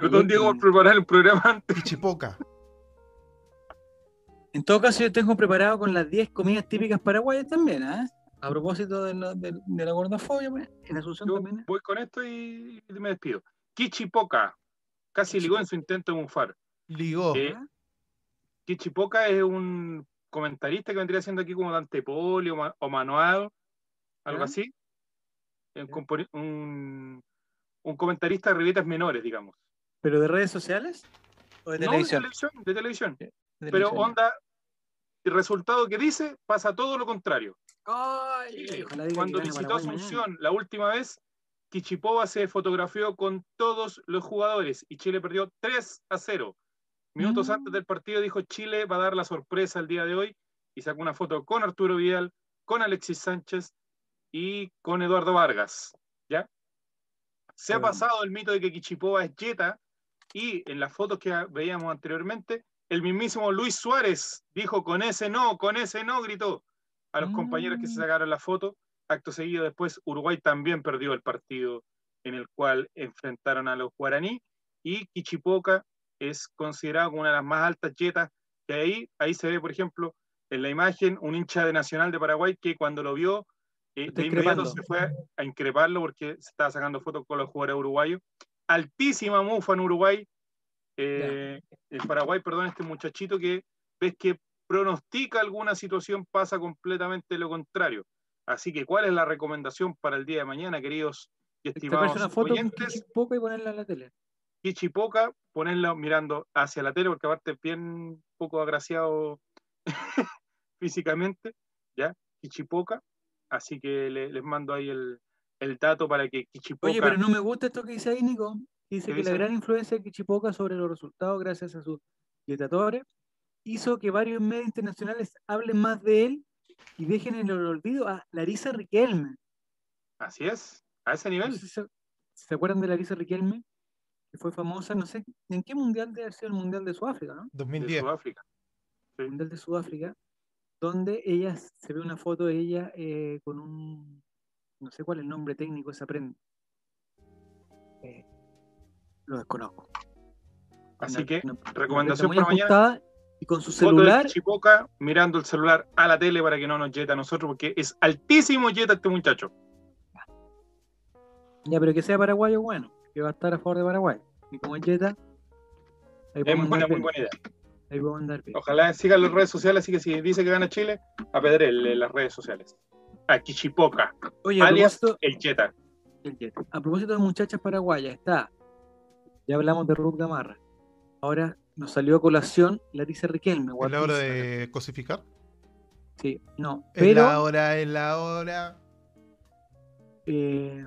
C: Perdón, Diego, por preparar el programa antes.
B: Pichipoca.
A: En todo caso, yo tengo preparado con las 10 comidas típicas paraguayas también, ¿ah? A propósito de la, de, de la gordofobia, pues, en Asunción
C: Yo
A: también. ¿eh?
C: voy con esto y me despido. Kichipoca. Casi ligó en su intento de mufar.
B: Ligó.
C: Eh,
A: ¿Ah?
C: Kichipoca es un comentarista que vendría siendo aquí como Dante Poli o, Ma- o Manoel, algo
A: Ya.
C: así. Un, componi- un- un comentarista de revistas menores, digamos.
A: ¿Pero de redes sociales? ¿O de
C: No,
A: televisión?
C: de televisión, de televisión.
A: De
C: Pero
A: televisión.
C: onda, el resultado que dice pasa todo lo contrario.
A: Ay, ojalá diga que
C: Cuando
A: gane
C: visitó
A: Paraguay
C: Asunción la última vez, Kichipova se fotografió con todos los jugadores y Chile perdió 3 a 0. Minutos
A: Mm.
C: antes del partido dijo Chile va a dar la sorpresa el día de hoy y sacó una foto con Arturo Vidal, con Alexis Sánchez y con Eduardo Vargas. ¿Ya? Se ha
A: Qué bueno.
C: pasado el mito de que Kichipova es Jetta y en las fotos que veíamos anteriormente, el mismísimo Luis Suárez dijo con ese no, con ese no, gritó a los compañeros que se
A: Mm.
C: sacaron la foto. Acto seguido después Uruguay también perdió el partido en el cual enfrentaron a los guaraní y Kichipoca es considerado como una de las más altas yetas que ahí ahí se ve por ejemplo en la imagen un hincha de Nacional de Paraguay que cuando lo vio eh,
A: Está
C: de inmediato
A: increpando.
C: se fue a, a increparlo porque se estaba sacando fotos con los jugadores uruguayos altísima mufa en Uruguay eh, en Paraguay perdón este muchachito que ves que pronostica alguna situación pasa completamente lo contrario así que cuál es la recomendación para el día de mañana queridos y
A: Sacarse Este, una
C: estimados
A: foto con
C: oyentes
A: poco y ponerla en la tele.
C: Kichipoca, ponerla mirando hacia la tele, porque aparte es bien poco agraciado físicamente, ¿ya? Kichipoca. Así que le- les mando ahí el, el dato para que Kichipoca.
A: Oye, pero no me gusta esto que dice ahí, Nico. Dice
C: ¿Qué
A: que la
C: dice?
A: gran influencia de Quichipoca sobre los resultados gracias a su Libertadores, hizo que varios medios internacionales hablen más de él y dejen en el olvido a Larisa Riquelme.
C: Así es, a ese
A: No
C: nivel.
A: sé si ¿Se, ¿se acuerdan de Larisa Riquelme? Que fue famosa, no sé, ¿en qué mundial debe haber sido el mundial de Sudáfrica, no?
B: 2010.
C: De Sudáfrica.
A: el Mundial de Sudáfrica, donde ella se ve una foto de ella eh, con un. No sé cuál es el nombre técnico de esa prenda. Eh, lo desconozco.
C: Así
A: Una-
C: que,
A: una- una
C: recomendación
A: prenda
C: para
A: muy
C: mañana.
A: ajustada Y con su
C: Foto
A: celular.
C: del Chipoca mirando el celular a la tele para que no nos yeta a nosotros, porque es altísimo yeta este muchacho.
A: Ya, pero que sea paraguayo, bueno, que va a estar a favor de Paraguay. Y como es Jetta, ahí
C: Es
A: podemos
C: muy buena,
A: andar
C: muy
A: bien.
C: buena idea.
A: Ahí podemos andar bien.
C: Ojalá sigan las redes sociales, así que si dice que gana Chile, apedrele las redes sociales. Aquí Chipoca,
A: Oye, a
C: alias
A: propósito,
C: el Jetta.
A: el Jetta. A propósito de muchachas paraguayas, está. Ya hablamos de Ruth Gamarra. Ahora nos salió a colación Larisa Riquelme.
B: Es la hora
A: guapísima.
B: de cosificar.
A: Sí, no.
B: Es
A: Pero
B: la hora, es la hora.
A: eh,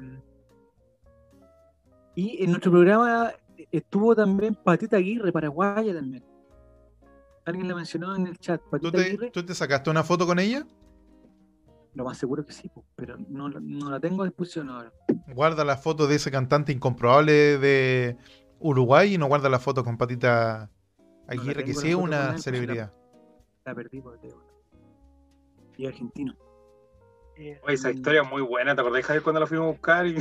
A: y en nuestro programa estuvo también Patita Aguirre, paraguaya también. Alguien la mencionó en el chat.
B: ¿Tú
A: Patita
B: te,
A: Aguirre,
B: tú te sacaste una foto con ella?
A: lo más seguro que sí, po, pero no, la- no la tengo a disposición ahora.
B: Guarda la foto de ese cantante incomprobable de Uruguay y no guarda la foto con Patita Aguirre,
A: tengo
B: que
A: la
B: sí es
A: foto con él,
B: una
A: pues,
B: celebridad.
A: La perdí porque bueno, y argentino. Eh,
C: Oye, esa
A: mm,
C: historia es muy buena, ¿te acordás, Javier, cuando la fuimos a buscar? Y-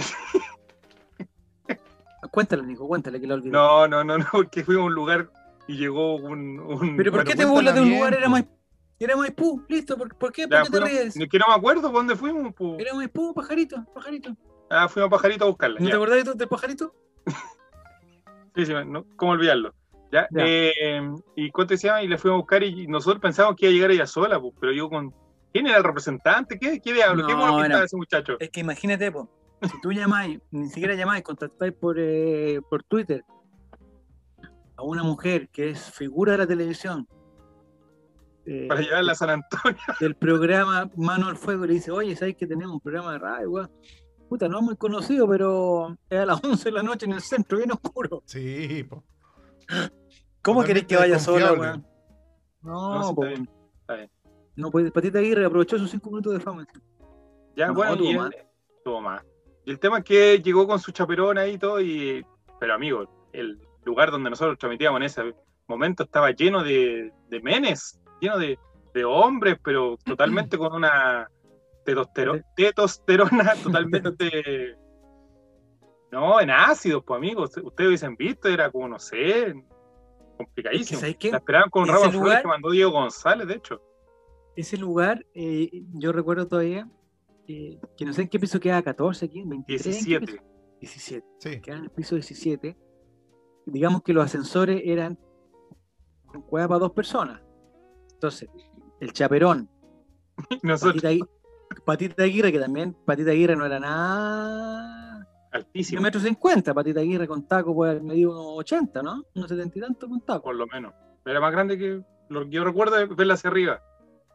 A: Cuéntale, Nico, cuéntale que la olvidé.
C: No, no, no, no, porque fuimos a un lugar y llegó un... un-
A: pero ¿por
C: bueno,
A: qué te
B: cuéntala
A: burlas de un
B: bien,
A: lugar? Era
B: po.
A: Maipú, era Maipú, listo. ¿Por, por qué,
C: pues. ya
A: ¿Por qué te
C: fuimos-
A: ríes?
C: Es que no me acuerdo por dónde fuimos. po.
A: Era Maipú, pajarito, pajarito.
C: Ah, fuimos a Pajarito a buscarla.
A: ¿No
C: ya.
A: te acordás de tu- del pajarito?
C: Sí, sí, no, ¿Cómo olvidarlo? ¿Ya?
A: Ya.
C: eh, y cuánto se llama, y la fuimos a buscar y nosotros pensamos que iba a llegar ella sola, pues, pero yo con... ¿Quién era el representante? ¿Qué, qué diablo? ¿Qué
A: No,
C: mono
A: era- Eh,
C: pintaba ese muchacho?
A: Es que imagínate, po, si tú llamáis, ni siquiera llamáis, contactáis por, eh, por Twitter a una mujer que es figura de la televisión eh,
C: Para llevarla a San Antonio.
A: del programa Mano al Fuego y le dice, oye, ¿sabes que tenemos un programa de radio? weón? Puta, no es muy conocido, pero es a las 11 de la noche en el centro, bien oscuro.
B: Sí, po.
A: ¿Cómo
B: Totalmente
A: querés que vaya sola,
B: desconfiable.
A: weón? No,
C: No, sí,
A: po,
C: está bien, está bien.
A: no, pues Patita Aguirre aprovechó sus 5 minutos de fama.
C: Ya,
A: No,
C: bueno,
A: tuvo
C: y
A: más.
C: él- tuvo más. Y el tema es que llegó con su chaperón ahí y todo, y, pero amigo, el lugar donde nosotros transmitíamos en ese momento estaba lleno de, de menes, lleno de, de hombres, pero totalmente con una tetostero- tetosterona totalmente... No, en ácidos, pues amigos, ustedes hubiesen visto, era como, no sé, complicadísimo.
A: Es que, ¿sabes qué?
C: La esperaban con un
A: Ese
C: ramo de flores
A: lugar-
C: que mandó Diego González, de hecho.
A: Ese lugar, eh, yo recuerdo todavía, eh, que no sé en qué piso queda, 14, 15, 23. ¿en qué
C: 17.
A: piso? 17,
B: Sí.
A: queda en el piso 17. Digamos que los ascensores eran un cueva para dos personas. Entonces, el chaperón,
C: Nosotros,
A: Patita, Agui- Patita Aguirre, que también Patita Aguirre no era nada. Un
C: altísimo,
A: metro cincuenta, Patita Aguirre con taco, pues medio unos 80, ¿no? Unos 70 y tanto con taco.
C: por lo menos. Era más grande que lo que yo recuerdo es verla hacia arriba.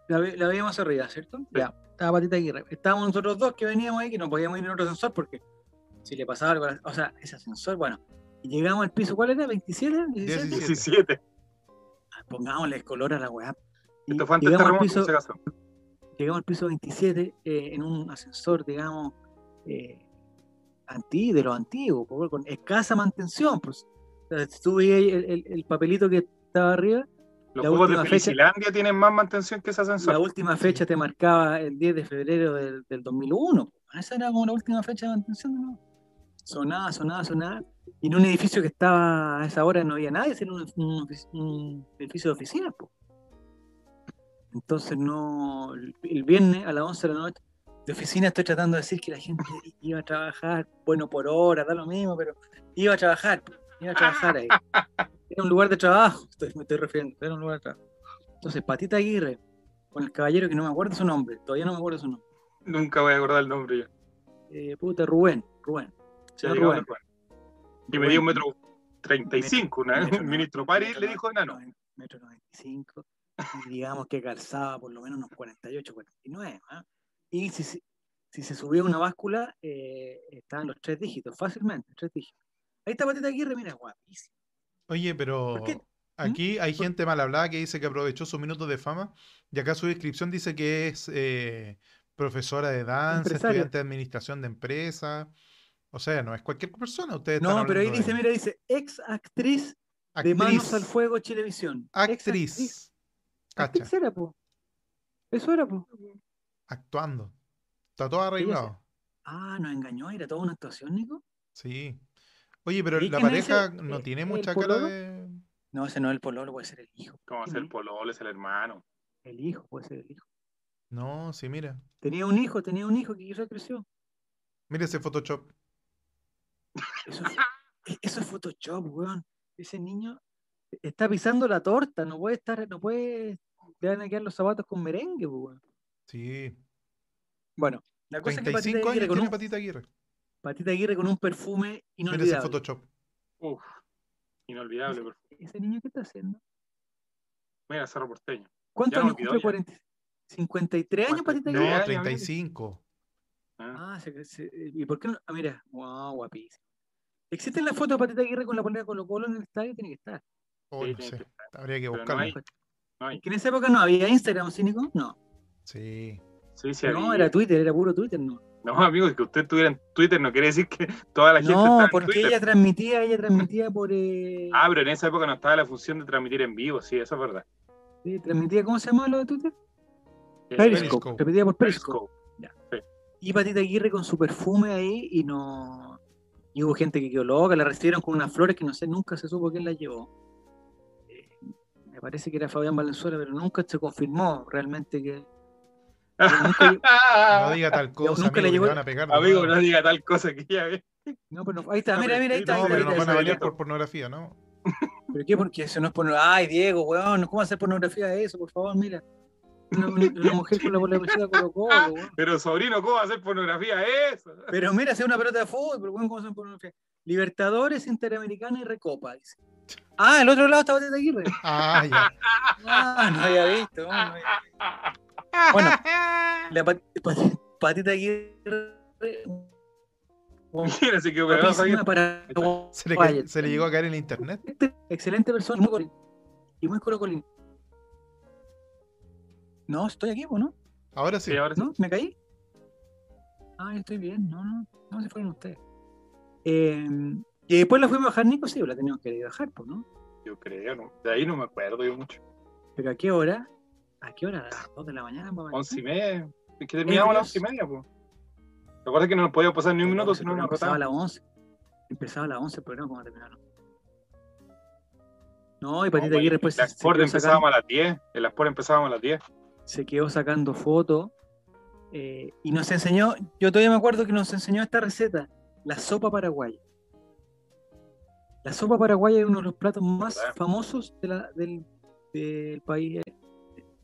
A: La, ve- la veíamos arriba, ¿cierto? Ya, estaba Patita Aguirre. Estábamos nosotros dos que veníamos ahí, que no podíamos ir en otro ascensor porque si le pasaba algo, a la- o sea, ese ascensor, bueno. Y llegamos al piso, ¿cuál era? ¿27? ¿17?
B: 17.
C: 17.
A: Ah, Pongámosle color a la weá. Y
C: Esto fue antes del
A: llegamos, al
C: terremoto,
A: piso,
C: por si acaso.
A: llegamos al piso 27 eh, en un ascensor, digamos, eh, anti, de los antiguos, po, con escasa mantención. Pues. O sea, si tú veías el- el- el papelito que estaba arriba,
C: Los
A: la
C: juegos de
A: última fecha-
C: Felicilandia tienen más mantención que ese
A: La
C: ascensor.
A: última fecha te marcaba el 10 de febrero del, del 2001. po. Esa era como la última fecha de mantención. ¿no? Sonaba, sonaba, sonaba. Y en un edificio que estaba a esa hora no había nadie, era un, un ofici- un edificio de oficinas. po. Entonces, no. El, el viernes a las 11 de la noche, de oficina estoy tratando de decir que la gente iba a trabajar, bueno, por hora, da lo mismo, pero iba a trabajar, po, iba a trabajar ahí. Era un lugar de trabajo, estoy- me estoy refiriendo, era un lugar de trabajo. Entonces, Patita Aguirre, con el caballero que no me acuerdo su nombre, todavía no me acuerdo su nombre.
C: Nunca voy a acordar el nombre yo.
A: Eh, puta, Rubén, Rubén.
C: Ya
A: Ah,
C: llegaba
A: Rubén.
C: Rubén. Y me dio un metro 35. Una vez
A: Metro
C: un
A: no-
C: ministro Pari
A: metro
C: le
A: no-
C: dijo enano.
A: noven- Metro 95, y digamos que calzaba por lo menos unos 48, 49. ¿ah? Y si, se- si se subía una báscula, eh, estaban los tres dígitos, fácilmente, tres dígitos. Ahí está Patita Aguirre, mira, guapísimo.
B: Oye, pero
A: ¿Mm? ¿Por qué?
B: Aquí hay gente mal hablada que dice que aprovechó sus minutos de fama y acá su descripción dice que es eh, profesora de danza,
A: Empresaria.
B: estudiante de administración de empresa. O sea, no es cualquier persona. Ustedes están
A: No, pero ahí
B: hablando de
A: dice, mira, dice, ex actriz de Manos al Fuego Chilevisión. Ex
B: Actriz.
A: Actriz
B: Cacha,
A: era, po. Eso era, po.
B: actuando. Está todo arreglado.
A: Ah, nos engañó, era toda una actuación, Nico.
B: Sí. Oye, pero
A: ¿Y
B: la
A: quién es
B: pareja
A: el-
B: no
A: el-
B: tiene
A: el
B: mucha cara
A: pololo?
B: de.
A: No, ese no es el pololo, puede ser el hijo.
C: ¿Cómo va a ser Pololo? Es el hermano.
A: El hijo, puede ser el hijo.
B: No, sí, mira.
A: Tenía un hijo, tenía un hijo que quizás creció.
B: Mira ese Photoshop.
A: Eso es, e-, eso es Photoshop, weón. Ese niño está pisando la torta, no puede estar, no puede, le van a quedar los zapatos con merengue, po, weón.
B: Sí.
A: Bueno, la cosa es que Patita
B: 35
A: Aguirre,
B: años
A: con
B: tiene
A: un,
B: Patita Aguirre.
A: Patita Aguirre con un perfume
B: Mira ese
A: inolvidable.
B: Photoshop.
C: Uf, inolvidable. pero-
A: ¿Ese niño qué está haciendo?
C: Mira, Cerro Porteño. ¿eh?
A: ¿Cuántos
C: Ya me
A: años
C: olvidó
A: cumple?
C: ya.
A: 40, 53 años, Patita
C: No.
A: Aguirre.
B: No,
C: años,
B: 35.
C: Ah,
A: Ah, se- se- ¿y por qué no? Ah, mira, wow, guapísimo. ¿Existen las fotos de Patita Aguirre con la polera Colo Colo en el estadio? Tiene que estar.
B: Oh,
C: Sí,
B: no
C: tiene
B: sé.
C: que
B: Habría que
C: Pero no
B: buscarlo.
C: hay. no hay.
A: Que en esa época no había Instagram, cínico. No,
B: Sí.
C: Sí, sí,
A: no,
C: había.
A: era Twitter, era puro Twitter, no.
C: No, amigos, que usted estuviera en Twitter no quiere decir que toda la gente estaba
A: No,
C: Pues en
A: porque
C: Twitter.
A: ella transmitía, ella transmitía por eh,
C: Ah, pero en esa época no estaba la función de transmitir en vivo, sí, eso es verdad.
A: eh, transmitía, ¿cómo se llama lo de Twitter?
C: Eh,
A: Periscope,
B: Periscope.
A: transmitía por Periscope.
C: Periscope.
A: Y Patita Aguirre con su perfume ahí y no. Y hubo gente que quedó loca, la recibieron con unas flores que no sé, nunca se supo quién las llevó. Eh, me parece que era Fabián Valenzuela, pero nunca se confirmó realmente que. nunca-
B: No
C: Ah,
B: diga tal
A: nunca
B: cosa,
A: le
B: amigo, que
A: llegó-
B: le van a pegar. de
C: amigo,
B: nuevo.
C: no diga tal cosa que ya ve.
A: no, pero no- ahí está,
C: No,
A: mira,
C: pero-
A: mira, ahí está.
C: no,
A: ahí está,
B: No, pero
A: ahí
B: nos van
A: está,
B: a
A: ahí
B: banear
A: está.
B: por pornografía, ¿no?
A: ¿Pero qué? Porque eso no es pornografía. Ay, Diego, weón, ¿cómo hacer pornografía de eso? Por favor, mira. Una, una- una mujer con la policía colocó, weón.
C: Pero sobrino, ¿cómo va a hacer pornografía eso?
A: Pero mira, sea una pelota de fútbol, weón, ¿cómo hacen pornografía? Libertadores, Interamericana y Recopa, dice. Ah, el otro lado está Batista Aguirre.
B: Ah, ya.
A: Ah, no había visto. no había visto. Bueno, la pat- pat- patita Aguirre.
C: Mira, se quedó pegado ahí.
A: guapísima para
B: Se le, ca- se le llegó a caer el internet.
A: excelente persona y muy colin- y muy colocolín. No, estoy aquí, po, ¿no?
B: Ahora sí.
C: Sí, ahora sí.
A: ¿No? ¿Me caí? Ah, yo estoy bien. No, no, no se fueron ustedes. Eh, y después la fuimos a bajar, Nico, sí, la teníamos que ir a bajar, pues, ¿no?
C: Yo creo, ¿no? De ahí no me acuerdo yo mucho.
A: Pero ¿a qué hora? ¿A qué hora? ¿A las 2 de la mañana? papá?
C: Once y media. Es que terminamos a las once y media, pues. ¿Te acuerdas que no nos podía pasar ni un minuto si no
A: Pero
C: nos
A: Empezaba a
C: rotaban?
A: las 11. Empezaba a las 11 el programa cuando terminaron. No, y Patita
C: No,
A: Aguirre después
C: En
A: se,
C: las
A: se
C: Ford
A: quedó sacando,
C: empezábamos a las 10. En las Ford empezábamos a las 10.
A: se quedó sacando fotos eh, y nos enseñó, yo todavía me acuerdo que nos enseñó esta receta, la sopa paraguaya. La sopa paraguaya es uno de los platos más
C: ¿Verdad?
A: famosos de la- del, del país eh,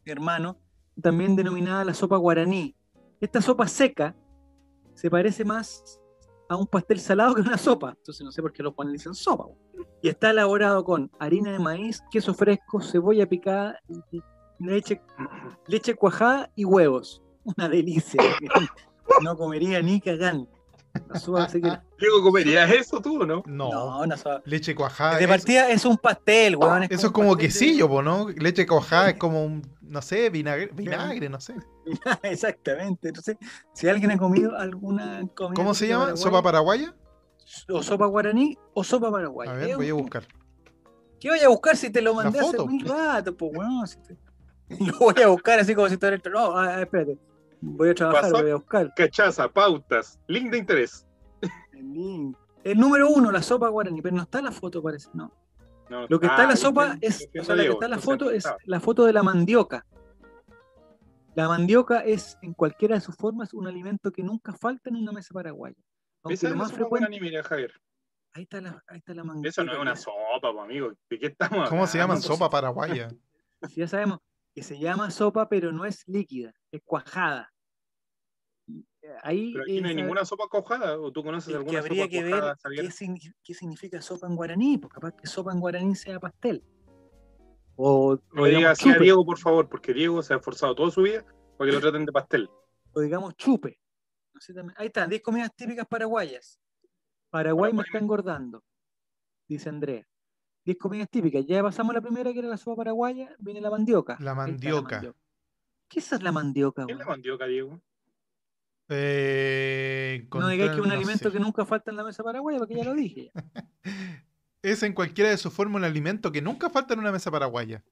A: hermano, también denominada la sopa guaraní. Esta sopa seca se parece más a un pastel salado que a una sopa. Entonces no sé por qué lo ponen dicen sopa. bo. Y está elaborado con harina de maíz, queso fresco, cebolla picada, leche, leche cuajada y huevos. Una delicia. No comería ni cagán. La sopa seca-
C: Diego, ¿comerías eso tú o no?
B: No.
A: una sopa.
B: Leche cuajada.
A: De
B: es-
A: partida es un pastel, weón.
B: Eso es
A: un
B: como
A: pastel de-
B: quesillo, po, ¿no? Leche cuajada es como un, no sé, vinagre, vinagre no sé.
A: Exactamente. Entonces, si alguien ha comido alguna comida.
B: ¿Cómo se llama?
A: paraguaya,
B: ¿Sopa paraguaya?
A: O sopa guaraní o sopa paraguaya.
B: A ver, voy a buscar.
A: ¿Qué voy a buscar si te lo mandé hace
B: foto.
A: mil rato, pues, weón? Si te- Lo voy a buscar así como si estuviera. el- No, ah, ah, espérate. Voy a trabajar,
C: Pasó.
A: lo voy a buscar.
C: Cachaza, pautas, link de interés.
A: El link. El número uno, la sopa guaraní, pero no está la foto, parece. No.
C: No,
A: Lo que está en
C: ah,
A: la sopa
C: viste,
A: es.
C: diciendo
A: O sea, lo que
C: Diego, ah.
A: está en la
C: entonces
A: foto
C: no
A: es
C: estaba.
A: la foto de la mandioca. La mandioca es, en cualquiera de sus formas, un alimento que nunca falta en una mesa paraguaya.
C: Esa
A: Aunque lo
C: es una
A: más
C: sopa
A: frecuente.
C: guaraní, mira, Javier.
A: Ahí está la, ahí está la mandioca.
C: Eso no es una
A: ya.
C: sopa, pues, amigo. ¿De qué estamos
B: ¿Cómo se llama?
C: hablando?
B: Sopa paraguaya.
A: si ya sabemos que se llama sopa, pero no es líquida, es cuajada. eh, Ahí
C: Pero aquí no hay
A: es-
C: ninguna sopa cojada. ¿O tú conoces
A: es que
C: alguna
A: habría
C: sopa
A: que ver
C: cojada,
A: qué,
C: Javier?
A: signi- qué significa sopa en guaraní, porque capaz que sopa en guaraní sea pastel. O,
C: No
A: o
C: le digas
A: digamos,
C: así a
A: chupe,
C: Diego, por favor, porque Diego se ha esforzado toda su vida para que lo traten de pastel.
A: o digamos chupe. No sé también- Ahí están, 10 comidas típicas paraguayas. Paraguay me
C: Paraguay
A: está engordando, dice Andrea. 10 comidas típicas. Ya pasamos la primera, que era la sopa paraguaya, viene la mandioca. Ahí
B: La
A: está
B: mandioca.
A: ¿Qué es esa la mandioca?
C: ¿Quién la
A: weón?
C: mandioca, Diego?
B: Eh,
A: No digáis que es un
B: encontrar- no
A: alimento
B: sé.
A: que nunca falta en la mesa paraguaya, porque ya lo dije.
B: Es en cualquiera de sus formas un alimento que nunca falta en una mesa paraguaya.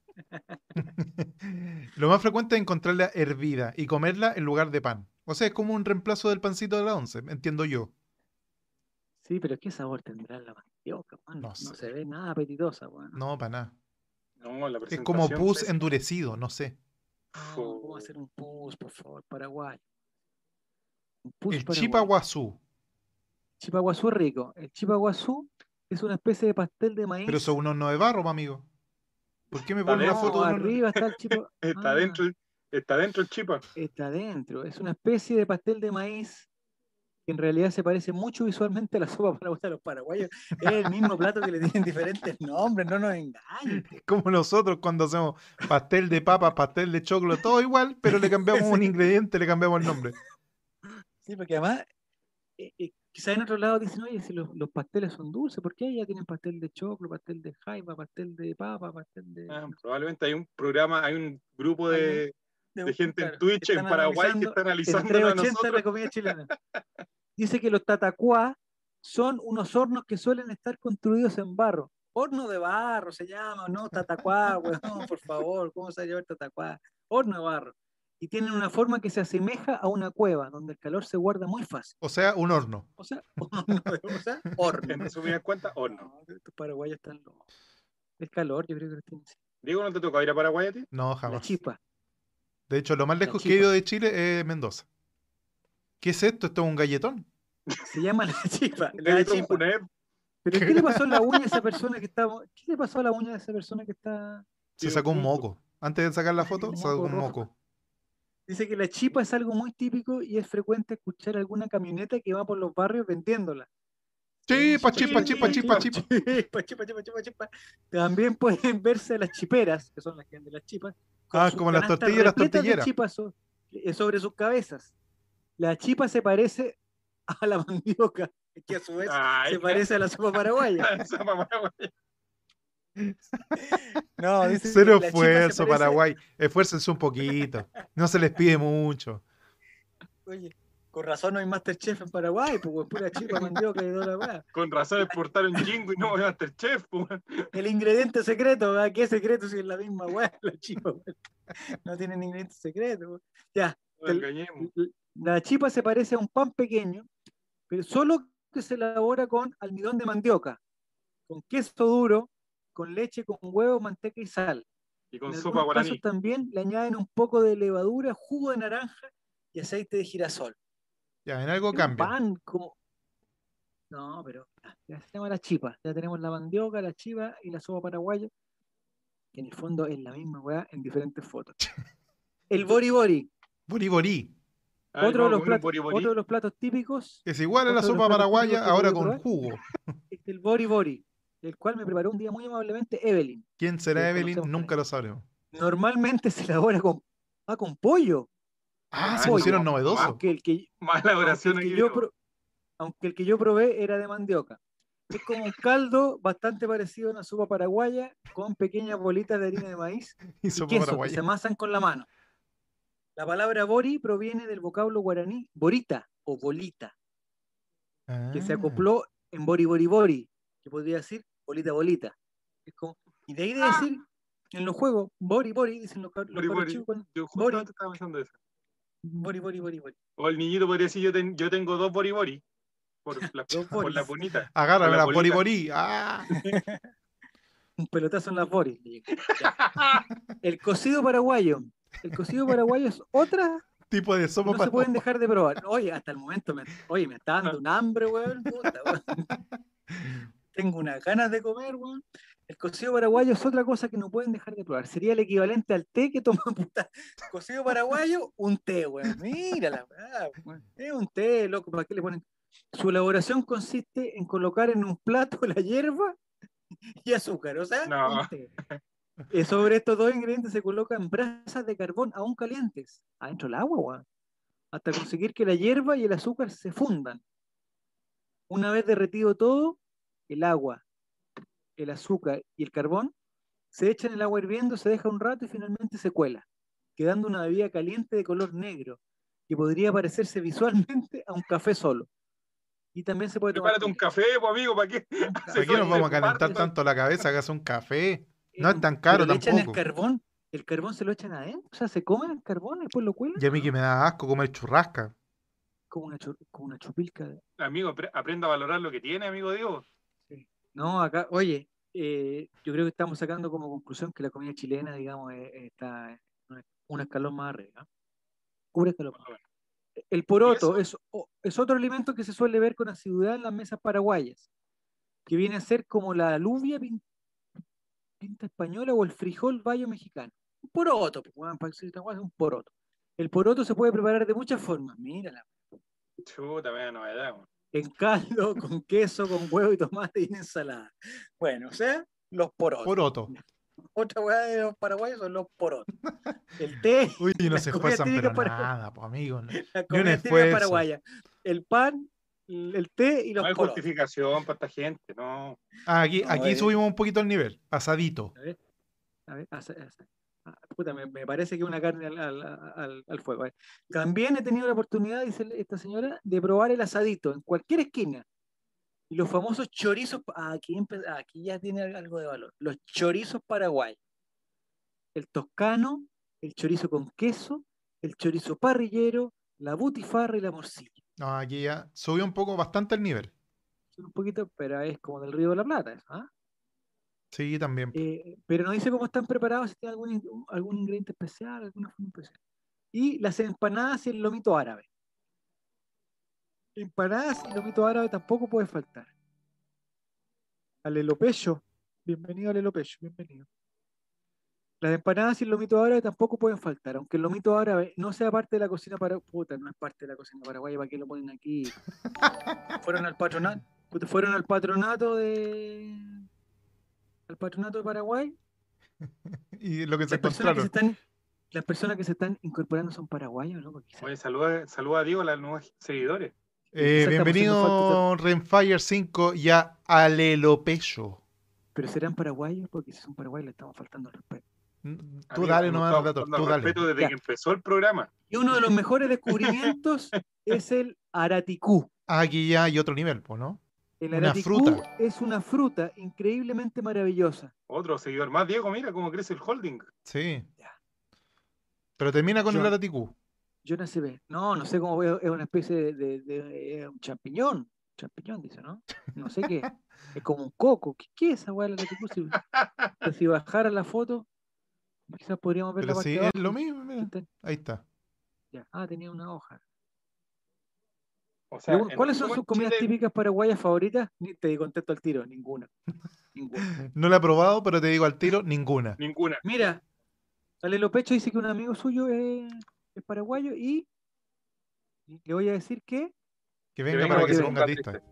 B: Lo más frecuente es encontrarla hervida y comerla en lugar de pan. O sea, es como un reemplazo del pancito de la once, entiendo yo.
A: Sí, pero ¿qué sabor tendrá la mandioca? weón?
B: No
A: No
B: sé.
A: se ve nada apetitosa. weón.
B: No, para nada.
C: No, la
B: Es
C: presentación.
B: como pus
C: pésima.
B: endurecido, no sé.
A: No, ¿Cómo Ah, hacer un pus, por favor, paraguayo? Un pus
B: El
A: paraguayo.
B: chipaguazú,
A: Chipaguazú rico. El chipaguazú es una especie de pastel de maíz.
B: pero eso uno no de barro, pa, amigo. ¿Por qué me ponen
A: No,
B: la
C: Está
B: foto de uno?
A: arriba está el chipa.
C: Está
A: Ah.
C: dentro, el- está dentro el chipa.
A: Está adentro. Es una especie de pastel de maíz que en realidad se parece mucho visualmente a la sopa paraguaya de los paraguayos. Es el mismo plato que le tienen diferentes nombres, no nos engañen.
B: Como nosotros cuando hacemos pastel de papa, pastel de choclo, todo igual, pero le cambiamos un ingrediente, le cambiamos el nombre.
A: Sí, porque además, eh, eh, quizás en otro lado dicen, oye, si los, los pasteles son dulces, ¿por qué ya tienen pastel de choclo, pastel de jaiba, pastel de papa, pastel de...
C: Ah, probablemente hay un programa, hay un grupo de,
A: de-
C: de gente
A: claro,
C: en Twitch,
A: que
C: en
A: están
C: Paraguay, que
A: analizando
C: está
A: el
C: analizando a
A: 380 de la
C: nosotros.
A: comida chilena. Dice que los tatacuá son unos hornos que suelen estar construidos en barro. Horno de barro se llama, no tatacuá, weón, por favor, ¿cómo se llama tatacuá? Horno de barro. Y tienen una forma que se asemeja a una cueva, donde el calor se guarda muy fácil.
B: O sea, un horno.
A: O sea, horno, de- o sea, horno.
C: En resumidas cuentas, o no.
A: No, estos paraguayos están locos. El calor, yo creo que lo tienen.
C: Diego, ¿no te toca ir a Paraguay a ti?
B: No,
A: La
B: jamás.
A: chispa.
B: De hecho, lo más
A: La
B: lejos que he
A: chipa.
B: ido de Chile es Mendoza. ¿Qué es esto? ¿Esto es un galletón?
A: Se llama la chispa. La
C: Negrito
A: chispa.
C: Funer,
A: ¿Pero qué le pasó a la uña a esa persona que está.? ¿Qué le pasó a la uña de esa persona que está.?
B: Se
C: Sí,
B: sacó un
C: un
B: moco. Antes de sacar la
A: Un
B: foto,
A: moco
B: sacó un
A: rojo.
B: moco.
A: Dice que la chipa es algo muy típico y es frecuente escuchar alguna camioneta que va por los barrios vendiéndola. Eh,
B: Chipa, chipa, chipa, chipa, chipa.
A: Chipa, chipa, chipa, chipa, chipa. También pueden verse las chiperas, que son las que venden las chipas. con
B: Ah,
A: sus
B: como las
A: canastas
B: tortillas, las
A: repletas de
B: tortilleras.
A: chipas so- eh, sobre sus cabezas. La chipa se parece a la mandioca, que a su vez
C: Ay,
A: se parece a la sopa paraguaya.
C: esa mamá, güey.
A: No, dice que
B: Cero
A: la chipa se
B: esfuerzo,
A: parece-
B: Paraguay. Esfuércense un poquito. No se les pide mucho.
A: Oye, con razón no hay Masterchef en Paraguay, pues weón, pura chipa mandioca y toda la weá.
C: Con razón exportaron chingo y no voy a Masterchef, po, güey.
A: El ingrediente secreto, ¿verdad? ¿Qué secreto si es la misma weá, la chipa, weón? No tienen ingrediente secreto, weón.
C: No nos engañemos.
A: La chipa se parece a un pan pequeño, pero solo que se elabora con almidón de mandioca, con queso duro, con leche, con huevo, manteca y sal.
C: Y con
A: En
C: sopa
A: algunos
C: guaraní.
A: casos también le añaden un poco de levadura, jugo de naranja y aceite de girasol.
B: Ya, en algo
A: Es un
B: cambia.
A: pan como. No, pero ya, ya se llama la chipa. Ya tenemos la mandioca, la chiva y la sopa paraguaya, que en el fondo es la misma weá en diferentes fotos. El bori bori,
B: Bori bori.
C: Ay,
A: otro, de
C: vamos
A: los
C: a comer un
A: platos,
C: bori bori.
A: otro de los platos típicos
B: Es igual a la
A: Otro de los
B: sopa
A: platos
B: paraguaya,
A: típicos que voy
B: ahora
A: a
B: con
A: probar.
B: jugo.
A: es el bori bori, el cual me preparó un día muy amablemente Evelyn.
B: ¿Quién será
A: Lo
B: Evelyn?
A: conocemos
B: Nunca
A: por
B: lo sabremos.
A: Normalmente se elabora con, ah, con pollo,
B: Ah,
C: Ah,
B: se
C: pollo.
B: pusieron novedosos.
A: aunque el que,
C: Mala
A: aunque
C: oración
A: el que
C: aquí.
A: yo
C: Diego.
A: pro- aunque el que yo probé era de mandioca. Es como un caldo bastante parecido a una sopa paraguaya con pequeñas bolitas de harina de maíz
B: Y
A: y
B: sopa
A: queso que se
B: paraguaya.
A: amasan con la mano. La palabra bori proviene del vocablo guaraní borita o bolita, que se
B: Ah.
A: acopló en bori bori bori, que podría decir bolita bolita. Es como- y de ahí de decir en los juegos bori bori, dicen los, cabros- los
C: Bori,
A: cabros
C: bori.
A: chicos cuando-
C: Yo
A: Bori.
C: justamente estaba pensando eso.
A: bori bori bori bori.
C: O el niñito podría decir, yo, ten- yo tengo dos bori bori. Por las
A: Dos
C: por la
A: boris.
C: bonita.
B: Agárrame
C: Con la
B: la bori
C: bolita.
B: bori. Ah.
A: Un pelotazo en las boris. le llega. Ya. El cocido paraguayo. El cocido paraguayo es otra
B: Tipo de sopa
A: que no se
B: paraguaya.
A: pueden dejar de probar. Oye, hasta el momento me, oye, me está dando un hambre, weón. puta, weón. Tengo unas ganas de comer, weón. El cocido paraguayo es otra cosa que no pueden dejar de probar. Sería el equivalente al té que toman puta. Cocido paraguayo, un té, weón. Mira la weá, weón. Es un té, loco, ¿para qué le ponen? Su elaboración consiste en colocar en un plato la hierba y azúcar, o sea,
C: No.
A: un té. Eh, Sobre estos dos ingredientes se colocan brasas de carbón aún calientes, adentro del agua, weón hasta conseguir que la hierba y el azúcar se fundan. Una vez derretido todo, el agua, el azúcar y el carbón, se echa en el agua hirviendo, se deja un rato y finalmente se cuela, quedando una bebida caliente de color negro que podría parecerse visualmente a un café solo. Y también se puede tomar
C: Prepárate un café, pues, amigo, ¿para qué?
B: ¿Para qué nos vamos a calentar
A: parte-
B: tanto la cabeza que hace un café?
A: en
B: No es
A: un-
B: tan caro
A: pero le echan el
B: tampoco.
A: carbón, el carbón se lo echan adentro, o sea, se comen el carbón y después lo cuelan
B: Y a mí que me da asco comer churrasca.
A: como una, chu- como una chupilca. de-
C: Amigo, apre- aprenda a valorar lo que tiene, amigo Diego.
A: No, acá, oye, eh, yo creo que estamos sacando como conclusión que la comida chilena, digamos, eh, eh, está en un- un escalón más arriba. ¿eh? Un escalón más arriba. El poroto es, o- es otro alimento que se suele ver con asiduidad en las mesas paraguayas, que viene a ser como la alubia pin- pinta española o el frijol bayo mexicano. Un poroto, pues, weón, para decirte, weón, es un poroto. El poroto se puede preparar de muchas formas, mírala.
C: Chuta, me da novedad, weón.
A: En caldo, con queso, con huevo y tomate y en ensalada. Bueno, o sea, los porotos.
B: Poroto.
A: Otra weá de los paraguayos son los porotos. El té,
B: Uy, no se
A: comida
B: esfuerzan
A: típica
B: pero
A: para-
B: nada, pues amigo. no.
A: la comida típica
B: esfuerzo.
A: paraguaya. El pan, el té y los
C: No hay
A: porotos.
C: justificación para esta gente, no.
B: Ah, aquí,
A: No,
B: aquí
A: eh.
B: subimos un poquito el nivel. Asadito.
A: A ver, hace- hace- ah, puta, me, me parece que una carne al, al- al- al fuego. eh. También he tenido la oportunidad, dice esta señora, de probar el asadito en cualquier esquina. Y los famosos chorizos, pa- ah, aquí, empe- ah, aquí ya tiene al- algo de valor. Los chorizos paraguay. El toscano, el chorizo con queso, el chorizo parrillero, la butifarra y la morcilla.
B: No, aquí ya subió un poco, bastante el nivel.
A: Son un poquito, pero es como del Río de la Plata. eso, ¿ah?
B: Sí, también.
A: Eh, pero no dice cómo están preparados, si tiene algún, in- algún ingrediente especial, alguna forma especial. Y las empanadas y el lomito árabe. Empanadas y lomito árabe tampoco puede faltar. Al elopeyo, bienvenido al elopeyo, bienvenido. Las empanadas y el lomito árabe tampoco pueden faltar, aunque el lomito árabe no sea parte de la cocina paraguaya. Puta, no es parte de la cocina paraguaya, ¿para qué lo ponen aquí? fueron al patronato, puta, fueron al patronato de. al patronato de Paraguay
B: Y lo que se
A: las personas que se
B: encontraron.
A: están, las personas que se están incorporando son paraguayos, ¿no? Porque quizás-
B: Pues.
C: Oye, saluda, saluda a Diego, a los nuevos seguidores.
B: Eh,
A: quizás estamos haciendo
B: bienvenido Renfire 5 y a Alelopeyo.
A: Pero serán paraguayos porque si son paraguayos le estamos faltando el respeto.
B: Mm, Tú
C: Amigo,
B: dale
C: nos
B: nomás,
C: estamos
B: relator,
C: faltando
B: tú
C: al
B: dale.
C: respeto desde
A: Ya.
C: que empezó el programa.
A: Y uno de los mejores descubrimientos es el araticú.
B: Ah, Aquí ya hay otro nivel, pues, ¿no?
A: El
B: Una
A: araticú
B: fruta.
A: es una fruta increíblemente maravillosa.
C: Otro seguidor más, Diego, mira cómo crece el holding.
B: Sí.
A: Ya.
B: Pero termina con
A: Yo-
B: el araticú.
A: Yo no sé, ve- no, no sé cómo veo, es una especie de, de- de- eh, un champiñón. Champiñón, dice, ¿no? No sé qué. Es como un coco. ¿Qué, qué es esa weá del araticú? Si, si bajara la foto, quizás podríamos ver la
B: Pero
A: parte
B: sí,
A: de
B: es
A: abajo.
B: lo mismo. mira.
A: Está-
B: Ahí está.
A: ya. Ah, tenía una hoja.
C: O sea,
A: Pregun-
C: en
A: ¿Cuáles
C: resumen,
A: son sus comidas
C: Chile-
A: típicas paraguayas favoritas? Ni te contesto al tiro, ninguna. Ninguna.
B: No lo he probado, pero te digo al tiro, ninguna.
C: Ninguna.
A: Mira, Alelo Pecho dice que un amigo suyo es, es paraguayo y le voy a decir que
B: Que venga
C: venga
B: para
A: porque
B: que se
A: me
B: ponga
C: encanta
B: triste.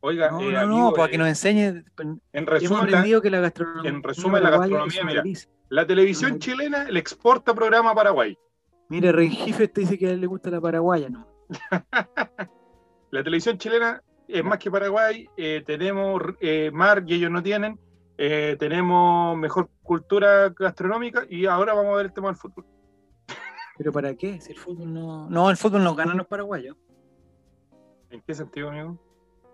C: Oiga,
G: No,
C: eh,
G: no, no,
C: amigo,
G: para
C: eh,
G: que nos enseñe. pen-
C: en
A: hemos
C: resumen, la,
A: aprendido que la gastronomía.
C: en resumen, la
A: paraguaya
C: gastronomía,
A: es una
C: mira.
A: delicia.
C: la televisión
A: Ujú.
C: chilena le exporta programa a Paraguay.
A: Mira, Rengife te dice que a él le gusta la paraguaya, ¿no?
C: La televisión chilena es más que Paraguay. eh, tenemos eh, mar y ellos no tienen. eh, tenemos mejor cultura gastronómica y ahora vamos a ver el tema del fútbol.
A: ¿Pero para qué? Si el fútbol no.
G: No, el fútbol nos ganan los paraguayos.
C: ¿En qué sentido, amigo?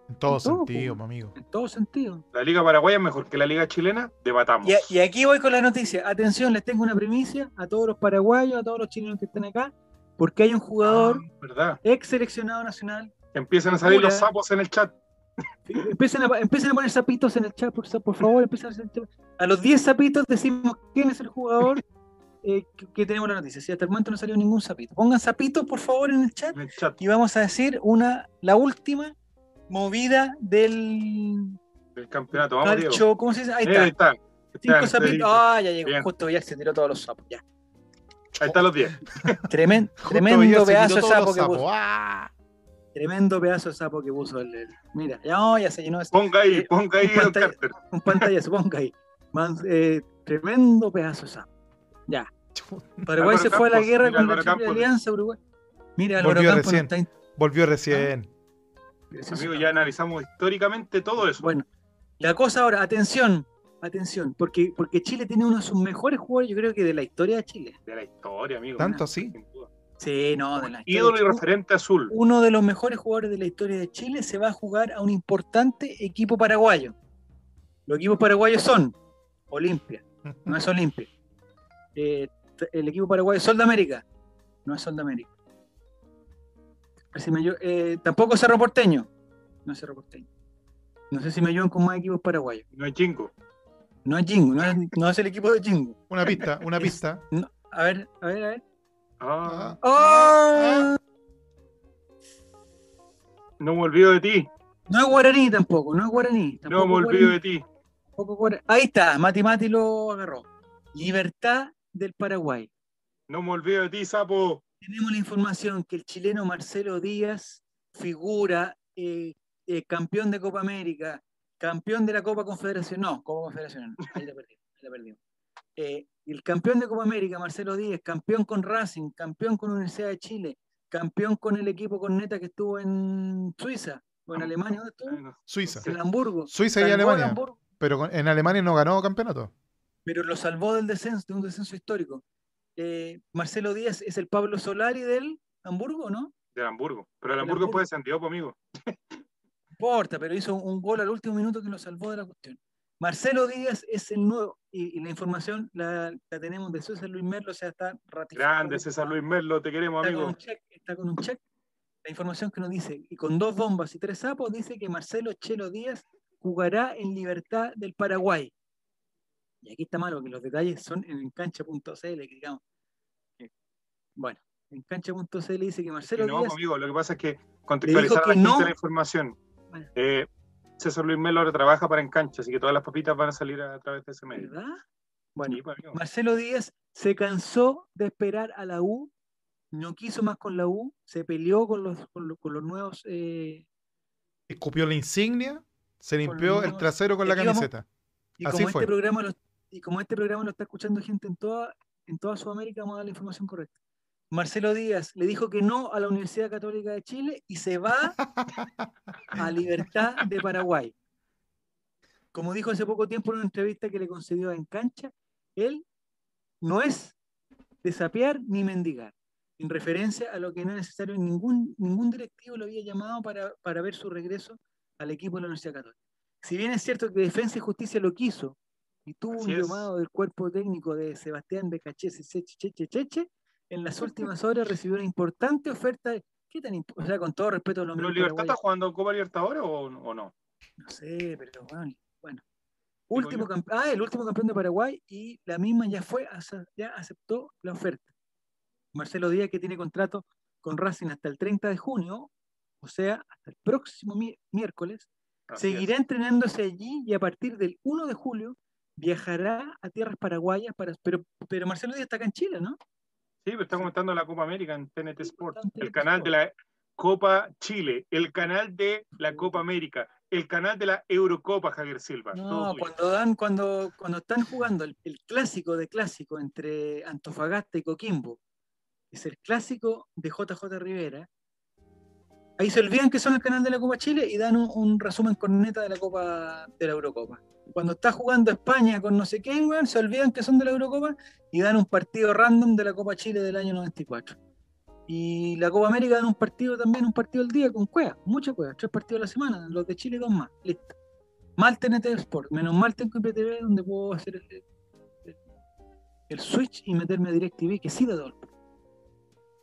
B: En todo
A: En todo,
B: sentido,
A: pues.
B: mi amigo.
A: En todo sentido.
C: La liga paraguaya es mejor que la liga chilena. Debatamos.
G: Y, a- y aquí voy con la noticia.
A: Dice, atención, les tengo una primicia a todos los paraguayos, a todos los chilenos que están acá, porque hay un jugador
C: Ah, ¿Verdad?
A: ex seleccionado nacional
C: Empiezan a salir
A: Pura.
C: los sapos en el chat.
A: Empiecen a, empiecen a poner zapitos en el chat, por, por favor. Empiecen a, hacer- a los 10 zapitos decimos quién es el jugador eh, que, que tenemos la noticia. Si hasta el momento no salió ningún zapito. Pongan zapitos, por favor, en el chat
C: En el chat.
G: Y vamos a decir una, la última movida del
C: del campeonato. Vamos, Diego.
G: calcho. ¿Cómo se dice? Ahí
C: Eh, Ahí
G: está.
C: está.
G: Cinco
C: Está,
G: zapitos.
C: está,
A: Oh.
G: Ah, ya llegó.
C: Bien.
G: Justo ya se tiró todos los sapos. Ya.
C: Ahí están los 10.
G: Tremen-
B: Justo
G: tremendo
B: hoy día
G: pedazo de
B: Este se quitó todos
G: sapo
B: los
G: que puso.
B: sapos. ¡Ah!
A: Tremendo pedazo de sapo que puso el. el- mira, ya, no, ya se llenó de
C: Ponga ahí,
A: Eh,
C: ponga ahí, don
A: pantalla-
C: Carter.
A: un pantallazo, ponga ahí. Man- eh, tremendo pedazo de sapo. Ya. Paraguay se
C: Álvaro
A: fue a la
C: Campos,
A: guerra
C: mira,
A: con la
C: Álvaro
A: Chile
C: Campos.
A: Alianza Uruguay. Mira, Álvaro
B: Volvió
A: Campos no
B: recién.
A: está in-
B: Volvió recién.
A: pero si eso-
C: Amigo, ya analizamos históricamente todo eso.
A: Bueno, La cosa ahora, atención, atención, porque, porque Chile tiene uno de sus mejores jugadores, yo creo que de la historia de Chile.
C: De la historia, amigo.
B: ¿Tanto así?
C: Sin duda.
A: Sí, no, de la historia.
C: Ídolo
A: de
C: y
A: Chile.
C: referente azul.
A: Uno de los mejores jugadores de la historia de Chile se va a jugar a un importante equipo paraguayo. Los equipos paraguayos son Olimpia, no es Olimpia. Eh, t- el equipo paraguayo es Sol de América, no es Sol de América. Parece que me ayu- eh, tampoco es Cerro Porteño, no es Cerro Porteño. No sé si me ayudan con más equipos paraguayos.
C: No hay chingo.
A: No es Jingo, no es, no es el equipo de Jingo.
B: Una pista, una pista.
A: A ver, a ver, a ver.
C: Ah,
B: Ah,
A: ¡Oh!
C: no me olvido de ti.
A: No es guaraní tampoco, no es guaraní.
C: No
A: tampoco
C: me
A: es
C: olvido
A: guaraní.
C: de ti.
A: Poco cobra- Ahí está, Mati Mati lo agarró. Libertad del Paraguay.
C: No me olvido de ti, sapo.
A: Tenemos la información que el chileno Marcelo Díaz figura eh, eh, campeón de Copa América, campeón de la Copa Confederación. No, Copa Confederación, no, ahí la perdí, ahí la perdí. Eh, el campeón de Copa América, Marcelo Díaz, campeón con Racing, campeón con Universidad de Chile, campeón con el equipo corneta que estuvo en Suiza o en Alemania, ¿dónde
C: Ay,
A: estuvo?
C: no.
B: Suiza.
A: En Hamburgo.
B: Suiza y
A: Salvó al
B: Alemania.
A: Hamburgo.
B: Pero con- en Alemania no ganó campeonato.
A: pero lo salvó del descenso, de un descenso histórico. Eh, Marcelo Díaz es el Pablo Solari del Hamburgo, ¿no? No
C: Del Hamburgo. Pero el
A: Del
C: Hamburgo
A: Hamburgo.
C: fue descendido, pues, amigo.
A: importa, pero hizo un gol al último minuto que lo salvó de la cuestión. Marcelo Díaz es el nuevo, y, y la información la, la tenemos de César Luis Merlo, o sea, está ratificado.
C: Grande, César Luis Merlo, te queremos,
A: Está con
C: amigo.
A: un check, está con un check. La información que nos dice, y con dos bombas y tres sapos, dice que Marcelo Chelo Díaz jugará en libertad del Paraguay. Y aquí está malo, que los detalles son en encancha.cl, que digamos. que- Bueno, encancha.cl dice que Marcelo
C: Que no,
A: Díaz,
C: amigo, lo que pasa es que contextualizar a
A: que
C: la gente
A: no.
C: la información.
A: Bueno.
C: Eh, César Luis Melo ahora trabaja para Encancha, así que todas las papitas van a salir a, a través de ese medio.
A: ¿verdad? Bueno,
C: pues, Sí, pues, amigo.
A: Marcelo Díaz se cansó de esperar a la U, no quiso más con la U, se peleó con los, con los, con los nuevos eh,
B: Escupió la insignia, se
A: Con
B: limpió
A: los-
B: el trasero con la
A: y aquí vamos-
B: camiseta.
A: Y
B: Así
A: como,
B: fue.
A: Este programa lo, y como este programa lo está escuchando gente en toda, en toda Sudamérica, vamos a dar la información correcta. Marcelo Díaz le dijo que no a la Universidad Católica de Chile y se va a Libertad de Paraguay. Como dijo hace poco tiempo en una entrevista que le concedió en cancha, él no es de sapear ni mendigar, en referencia a lo que no es necesario, ningún, ningún directivo lo había llamado para, para ver su regreso al equipo de la Universidad Católica. Si bien es cierto que Defensa y Justicia lo quiso y tuvo
C: Así
A: un
C: es.
A: llamado del cuerpo técnico de Sebastián Becachese Cheche Cheche Cheche, en las últimas horas recibió una importante oferta. de- ¿Qué tan imp- o sea, con todo respeto a los
C: ¿Pero
A: amigos
C: Libertad está
A: paraguayos,
C: jugando Copa Libertadores o, o no?
A: No sé, pero bueno. bueno. Último
C: yo.
A: camp- ah, el último campeón de Paraguay y la misma ya fue, ace- ya aceptó la oferta. Marcelo Díaz, que tiene contrato con Racing hasta el 30 de junio, o sea, hasta el próximo mi- miércoles,
C: Así es.
A: Seguirá entrenándose allí y a partir del 1 de julio viajará a tierras paraguayas para... Pero, pero Marcelo Díaz está acá en Chile, ¿no?
C: Sí, pero está comentando la Copa América en TNT Sport,
A: Está en
C: el
A: TNT
C: canal de la Copa Chile, el canal de la Copa América, el canal de la Eurocopa, Javier Silva. todo
A: No, pues,
C: tuyo.
A: cuando, dan, cuando, cuando están jugando el, el clásico de clásico entre Antofagasta y Coquimbo, es el clásico de JJ Rivera, ahí se olvidan que son el canal de la Copa Chile y dan un, un resumen corneta de la Copa de la Eurocopa. Cuando está jugando España con no sé quién, weón, se olvidan que son de la Eurocopa y dan un partido random de la Copa Chile del año 94. Y la Copa América dan un partido también, un partido al día con cuevas, muchas cuevas, tres partidos a la semana, los de Chile dos más, listo. Mal TNT Sport, menos mal tengo IPTV donde puedo hacer el, el- el switch y meterme a DirecTV, que sí da dolor.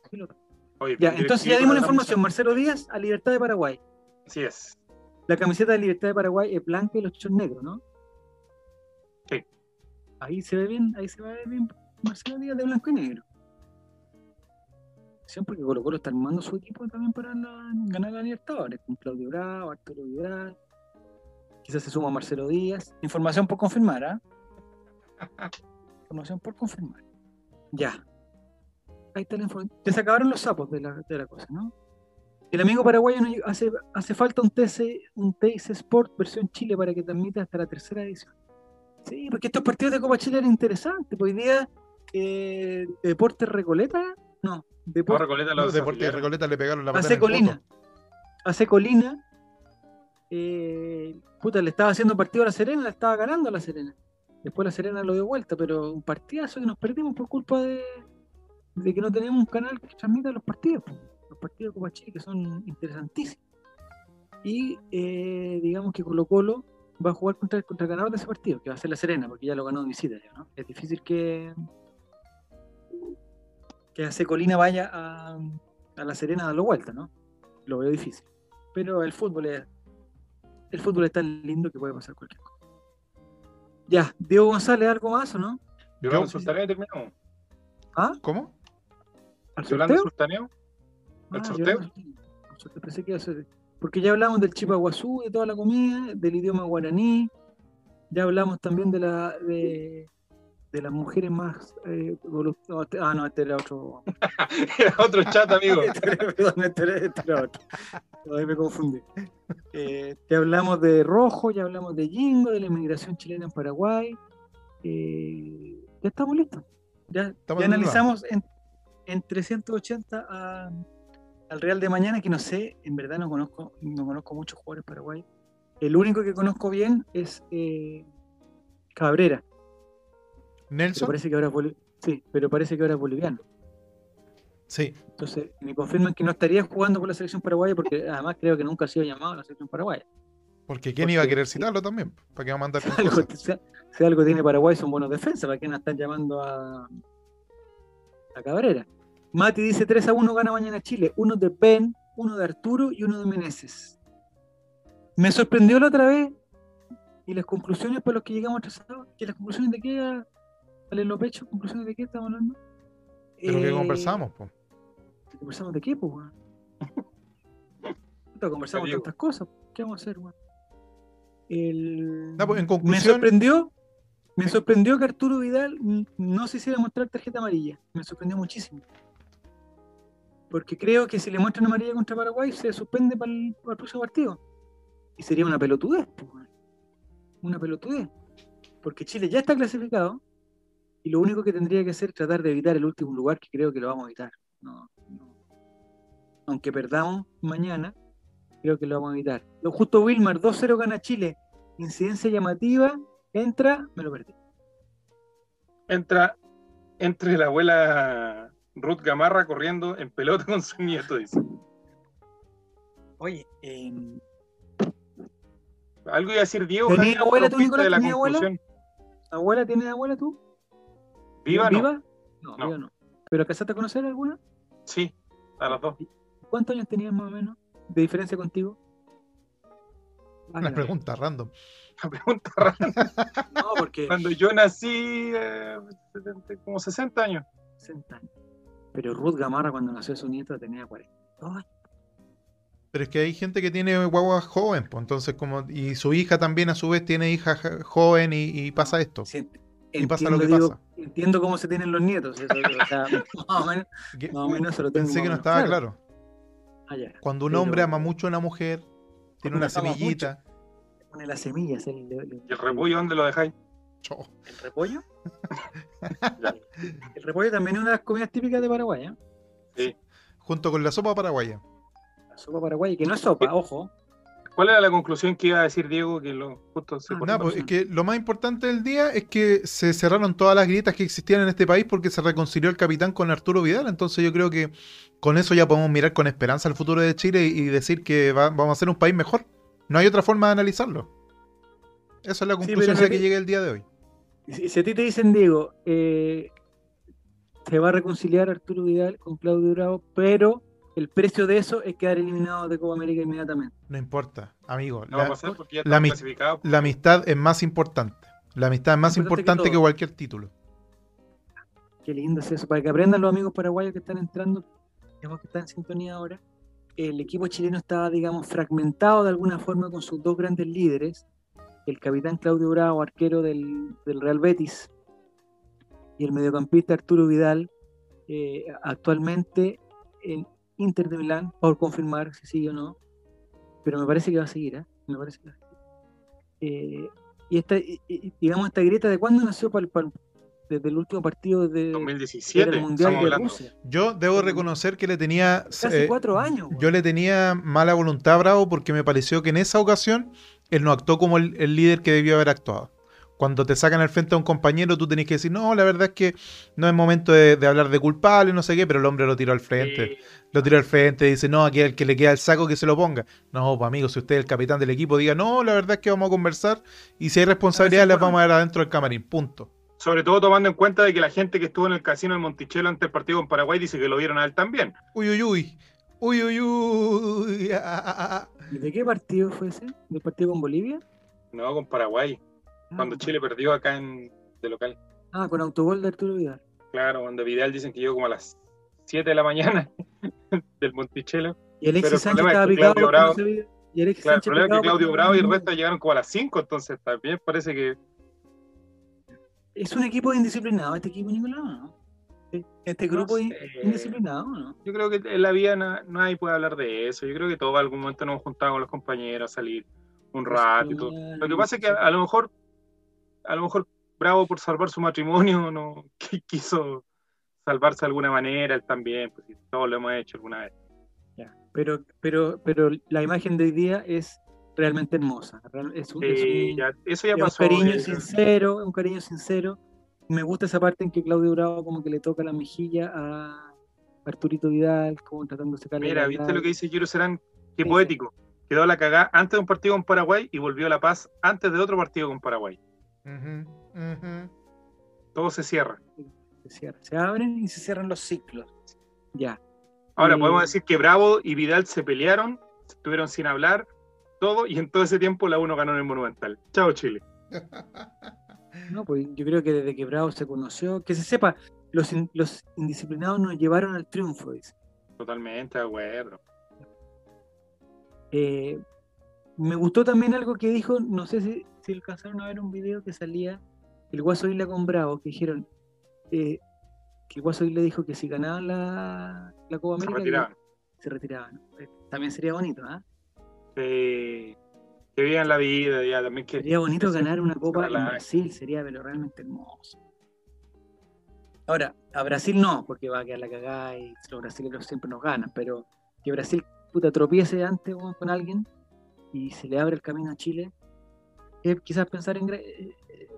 A: Aquí lo-
C: Oye,
A: Ya,
C: el
A: entonces
C: directivo
A: ya dimos la
C: de
A: información, Marcelo Díaz a Libertad de Paraguay.
C: Samsung. Así es.
A: La camiseta de Libertad de Paraguay es blanca y los shorts negros, ¿no?
C: Sí.
A: Ahí se ve bien, ahí se va a ver bien Marcelo Díaz de blanco y negro. Atención, Porque Colo Colo está armando su equipo también para la- ganar la Libertadores, con Claudio Bravo, Arturo Vidal. Quizás se suma Marcelo Díaz. Información por confirmar, ¿ah? Información por confirmar. Ya. Ahí está la información. Te sacaron los sapos de la, de la cosa, ¿no? El amigo paraguayo no llegó- hace, hace falta un TC, un TIC Sport versión Chile para que transmita hasta la tercera edición. Sí, porque estos partidos de Copa Chile eran interesantes. Hoy día, eh, Deportes Recoleta, no,
C: No,
A: Deportes
C: Recoleta
B: Los
C: los
B: deportes de
C: afiliados.
B: Recoleta le pegaron la
A: hace
B: patada en el
A: Colina.
B: poto.
A: Hace Colina. eh, puta, le estaba haciendo partido a la Serena, la estaba ganando a la Serena. Después la Serena lo dio vuelta, pero un partidazo que nos perdimos por culpa de, de que no tenemos un canal que transmita los partidos. po. Los partidos de Copa Chile que son interesantísimos. Y eh, digamos que Colo Colo va a jugar contra, contra el ganador de ese partido, que va a ser la Serena, porque ya lo ganó en visita. ya, ¿no? Es difícil que, que hace Colina vaya a, a la Serena a darlo vuelta, ¿no? Lo veo difícil. Pero el fútbol es, el fútbol es tan lindo que puede pasar cualquier cosa. Ya, Diego González, ¿algo más o no?
C: Yolanda Sultaneo y terminamos.
B: ¿Cómo?
A: ¿Al
C: Yolanda
A: sorteo?
C: Sultaneo. ¿Al
A: Ah,
C: sorteo?
A: Yolanda Sultaneo. Al sorteo, pensé que iba a ser- Porque ya hablamos del chipaguazú, de toda la comida, del idioma guaraní, ya hablamos también de la de, de las mujeres más eh, volu- no, este- ah no este era otro
C: Era otro chat, amigo.
A: Este era- perdón, este era- este era otro. No, ahí me confundí Eh, ya hablamos de rojo ya hablamos de jingo de la inmigración chilena en Paraguay Eh, ya estamos listos ya,
B: Estamos
A: ya
B: en el
A: analizamos en, en 380 a- al Real de mañana que no sé en verdad no conozco no conozco muchos jugadores paraguay el único que conozco bien es eh, Cabrera pero
B: ¿Nelson?
A: parece que ahora es boli- sí, pero parece que ahora es boliviano.
B: Sí.
A: Entonces, me confirman que no estaría jugando por la selección paraguaya porque además creo que nunca ha sido llamado a la selección paraguaya.
B: Porque ¿quién
A: Porque-
B: iba a querer citarlo también? ¿Para qué va a mandar con
A: Algo-
B: cosas?
A: si, si algo tiene Paraguay son buenos defensas, ¿para qué no están llamando a, a Cabrera? Mati dice 3 a 1 gana mañana Chile, uno de Ben, uno de Arturo y uno de Meneses. Me sorprendió la otra vez y las conclusiones para los que llegamos atrasados, que las conclusiones de qué salen los pechos, conclusiones de qué estamos hablando.
B: De lo que
A: Eh,
B: conversamos, po.
A: ¿Conversamos de qué, pues, weón? Puta, Conversamos
C: Diego.
A: tantas cosas. ¿Qué vamos a hacer, weón? El...
B: Ya, pues, en
A: me
B: conclusión,
A: sorprendió. Me sorprendió que Arturo Vidal mm, no se hiciera mostrar tarjeta amarilla. Me sorprendió muchísimo. Porque creo que si le muestran amarilla contra Paraguay, se suspende para el, próximo partido. Y sería una pelotudez, pues, weón. Una pelotudez. Porque Chile ya está clasificado. Y lo único que tendría que hacer es tratar de evitar el último lugar, que creo que lo vamos a evitar. No, no. Aunque perdamos mañana, creo que lo vamos a evitar. Lo justo Wilmar, 2-0 gana Chile. Incidencia llamativa, entra, me lo perdí.
C: Entra, entre la abuela Ruth Gamarra corriendo en pelota con su nieto, dice.
H: Oye, em,
C: Algo iba a decir Diego.
A: ¿Tenía
C: Jaime,
A: abuela
C: pero
A: tú,
C: pista
A: Nicolás?
C: de la
A: ¿Tenía abuela?
C: conclusión.
A: ¿Abuela tiene abuela tú?
C: Viva, no.
A: No,
C: No.
A: viva no. ¿Pero alcanzaste a conocer alguna?
C: Sí, a las dos.
A: ¿Cuántos años tenías más o menos de diferencia contigo? Ah,
B: una
A: ya.
B: pregunta random.
C: La pregunta rara.
A: No, porque
C: Cuando yo nací, eh, 70, como 60 años.
A: 60 años. Pero Ruth Gamarra cuando nació su nieto tenía 40. Ay,
B: Pero es que hay gente que tiene guagua joven, pues entonces como y su hija también a su vez tiene hija ja- joven y, y pasa esto.
A: Ah, sí,
B: Y pasa lo que
A: entiendo,
B: pasa.
A: Entiendo cómo se tienen los nietos. eso, o sea, más o menos,
B: Que-
A: más o menos se lo tengo.
B: Pensé que no
A: más o menos
B: estaba claro.
A: Ah, ya.
B: Cuando un
A: Pero-
B: hombre ama mucho a una mujer, tiene una
H: Ama mucho.
B: semillita.
A: Pone las semillas. El, el-
C: ¿Y el repollo dónde lo dejáis?
B: Cho.
A: ¿El repollo? el repollo también es una de las comidas típicas de Paraguay, ¿eh?
B: Junto con la sopa paraguaya.
A: La sopa paraguaya, que no es sopa, ojo.
C: ¿Cuál era la conclusión que iba a decir Diego? Que lo, justo se
A: Ah,
C: cortó?
B: Nada, pues, es
A: razón.
B: que lo más importante del día es que se cerraron todas las grietas que existían en este país porque se reconcilió el capitán con Arturo Vidal. Entonces yo creo que con eso ya podemos mirar con esperanza al futuro de Chile y y decir que va- vamos a ser un país mejor. No hay otra forma de analizarlo. Esa es la conclusión
A: pero
B: a la que
A: Pepe-
B: llegué el día de hoy.
A: Y Si, si a ti te dicen, Diego, eh, se va a reconciliar Arturo Vidal con Claudio Bravo, pero el precio de eso es quedar eliminado de Copa América inmediatamente.
B: No importa, amigo.
C: No va a
B: la,
C: pasar porque ya
B: la
C: están
B: mi-
C: clasificados.
B: la amistad es más importante. La amistad es más
A: Importante que
B: importante que
A: todo.
B: cualquier título.
A: Qué lindo es eso, para que aprendan los amigos paraguayos que están entrando, digamos que están en sintonía ahora. El equipo chileno estaba, digamos, fragmentado de alguna forma con sus dos grandes líderes, el capitán Claudio Bravo, arquero del, del Real Betis, y el mediocampista Arturo Vidal, eh, actualmente en Inter de Milán, por confirmar si sigue o no, pero me parece que va a seguir, ¿eh? Me parece que va a seguir. Eh, y esta, y- y- digamos, esta grieta, ¿de cuándo nació para, desde el último partido de, del
C: 2017,
A: Mundial
C: estamos
A: de
C: hablando.
A: Rusia.
B: Yo debo reconocer que le tenía.
A: Casi
B: eh,
A: cuatro años. weón.
B: yo le tenía mala voluntad a Bravo porque me pareció que en esa ocasión él no actuó como el, el líder que debió haber actuado. Cuando te sacan al frente a un compañero, tú tenés que decir, no, la verdad es que no es momento de, de hablar de culpable, no sé qué, pero el hombre lo tiró al frente.
C: Sí.
B: Lo tira al frente, dice, no, aquí al que le queda el saco que se lo ponga. No, pues amigo, si usted es el capitán del equipo, diga, no, la verdad es que vamos a conversar y si hay responsabilidades las vamos a ver adentro del camarín, punto.
C: Sobre todo tomando en cuenta de que la gente que estuvo en el casino de Monticello antes del partido con Paraguay dice que lo vieron a él también.
B: Uy, uy, uy. Uy, uy, uy. ah, ah, ah, ah.
A: ¿Y ¿De qué partido fue ese? ¿Del partido con Bolivia?
C: No, con Paraguay.
A: Ah,
C: Cuando Chile perdió acá en de local.
A: Ah, con autogol de Arturo Vidal.
C: Claro, cuando Vidal dicen que llegó como a las 7 de la mañana del Monticello.
A: Y Alexis
C: Pero el
A: Sánchez
C: problema es
A: estaba
C: que
A: picado porque
C: Claudio
A: no
C: Bravo-
A: sabía- Y Alexis
C: Claro, el
A: Sánchez
C: problema es que
A: picado
C: Claudio
A: porque-
C: Bravo y el resto llegaron como a las 5, entonces también parece que
A: Es un equipo indisciplinado este equipo, Nicolás, ¿no? Este
C: No
A: grupo
C: sé.
A: es indisciplinado, ¿no?
C: yo creo que en la vida na- nadie puede hablar de eso. Yo creo que todos algún momento nos hemos juntado con los compañeros a salir un rato y todo. Lo que pasa es que a, a lo mejor, a lo mejor Bravo por salvar su matrimonio, no que quiso salvarse de alguna manera, él también, pues si todos lo hemos hecho alguna vez.
A: Pero, pero, pero la imagen de hoy día es realmente hermosa. real- Es un, es
C: Sí,
A: un-
C: ya- eso ya
A: es un
C: pasó.
A: cariño
C: ya-
A: sincero, es un cariño sincero. Me gusta esa parte en que Claudio Bravo como que le toca la mejilla a Arturito Vidal, como tratando de sacarle
C: Mira,
A: la
C: ¿viste
A: cara.
C: lo que dice Giro Serán?
A: Sí,
C: Qué
A: sí.
C: poético. Quedó la cagada antes de un partido con Paraguay y volvió a La Paz antes de otro partido con Paraguay.
B: Ujú, ujú.
C: Todo se cierra.
A: se, cierra. Se abren y
I: Y se cierran los ciclos.
A: ya.
C: Ahora
A: Y-
C: podemos decir que Bravo y Vidal se pelearon, estuvieron sin hablar, todo, y en todo ese tiempo la 1 ganó en el Monumental. Chao, Chile.
A: No, pues yo creo que desde que Bravo se conoció, que se sepa, los, in- los indisciplinados nos llevaron al triunfo, dice.
C: Totalmente de acuerdo.
A: Eh, me gustó también algo que dijo, no sé si, si alcanzaron a ver un video que salía el Guaso Isla con Bravo, que dijeron eh, que el Guaso Isla dijo que si ganaban la, la Copa
C: Se
A: América
C: retiraron.
A: que se retiraban. Eh, También sería bonito, ¿ah?
C: Sí. que vivan la vida, ya también que
A: Sería bonito ganar una Copa en
C: relaja.
A: Brasil, sería pero realmente hermoso. Ahora, a Brasil no, porque va a quedar la cagada y los brasileños siempre nos ganan, pero que Brasil puta tropiece antes weón, con alguien y se le abre el camino a Chile, eh, quizás pensar en... Gra- eh, eh,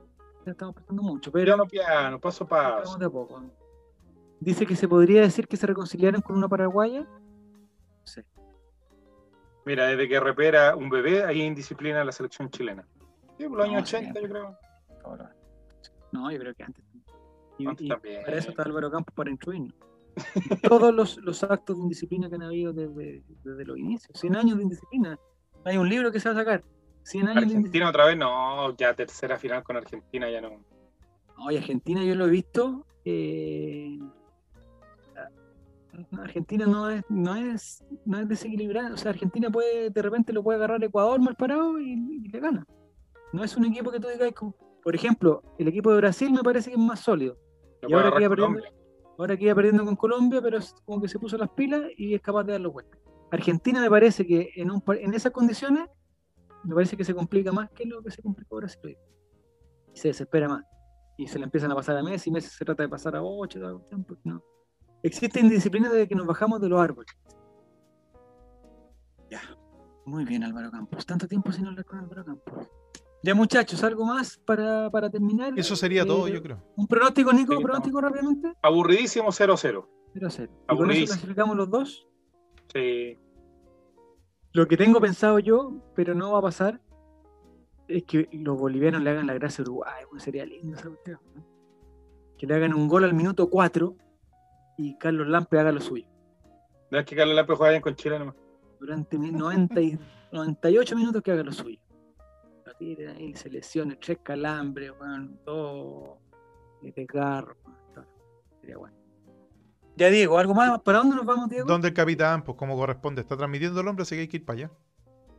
A: ya estamos pensando mucho, pero
C: piano piano, paso a
A: vamos
C: paso.
A: de a poco. Dice que se podría decir que se reconciliaron con una paraguaya.
C: Mira, desde que repera un bebé, hay indisciplina en la selección chilena. Sí, por los
I: No,
A: Ah,
C: años 80,
I: siempre.
C: yo creo.
I: Ahora,
A: No, yo creo que antes. Y-
C: Antes
A: y-
C: también.
A: Para eso está Álvaro Campos, para instruirnos. Todos los, los actos de indisciplina que han habido desde, desde los inicios. 100 años de indisciplina. Hay un libro que se va a sacar. 100 años de indisciplina.
C: Argentina otra vez, no, ya tercera final con Argentina, ya no.
A: Oye, Argentina yo lo he visto. eh, Argentina no es, no es no es desequilibrada. O sea, Argentina puede de repente lo puede agarrar Ecuador mal parado y, y le gana. No es un equipo que tú digas, como- por ejemplo, el equipo de Brasil me parece que es más sólido.
C: Lo
A: Y
C: puede
A: ahora
C: agarrar
A: queda perdiendo-
C: Colombia.
A: Ahora que iba perdiendo con Colombia, pero es como que se puso las pilas y es capaz de dar los vueltas. Argentina me parece que en, un, par- en esas condiciones me parece que se complica más que lo que se complicó Brasil. hoy. Y se desespera más. Y se le empiezan a pasar a Messi, Messi se trata de pasar a Boche, toda la cuestión, pues, no. Existe indisciplina desde que nos bajamos de los árboles.
I: Muy bien, Álvaro Campos.
A: Tanto tiempo sin hablar con Álvaro Campos. Ya muchachos, ¿algo más para, para terminar?
B: Eso sería
A: Eh,
B: todo, yo creo.
A: ¿Un pronóstico, Nico?
C: Sí,
A: pronóstico rápidamente?
C: Aburridísimo 0-0.
A: 0 0. ¿Y con eso
C: Aburridísimo.
A: clasificamos los dos?
C: Sí.
A: Lo que tengo pensado yo, pero no va a pasar, es que los bolivianos le hagan la gracia a Uruguay. weón, sería lindo esa cuestión, ¿no? Que le hagan un gol al minuto 4 y Carlos Lampe haga lo suyo.
C: No es que Carlos Lape juega bien con Chile nomás.
A: Durante mi- 90 y- 98 minutos que haga lo suyo. Lo tiren ahí, se lesione, tres calambres, weón, dos de desgarro. weón, todo. Sería bueno.
I: Ya, Diego, ¿algo más?
A: ¿Para dónde nos vamos, Diego?
B: Donde el capitán, pues como corresponde, está transmitiendo el hombre, así que hay que ir para allá.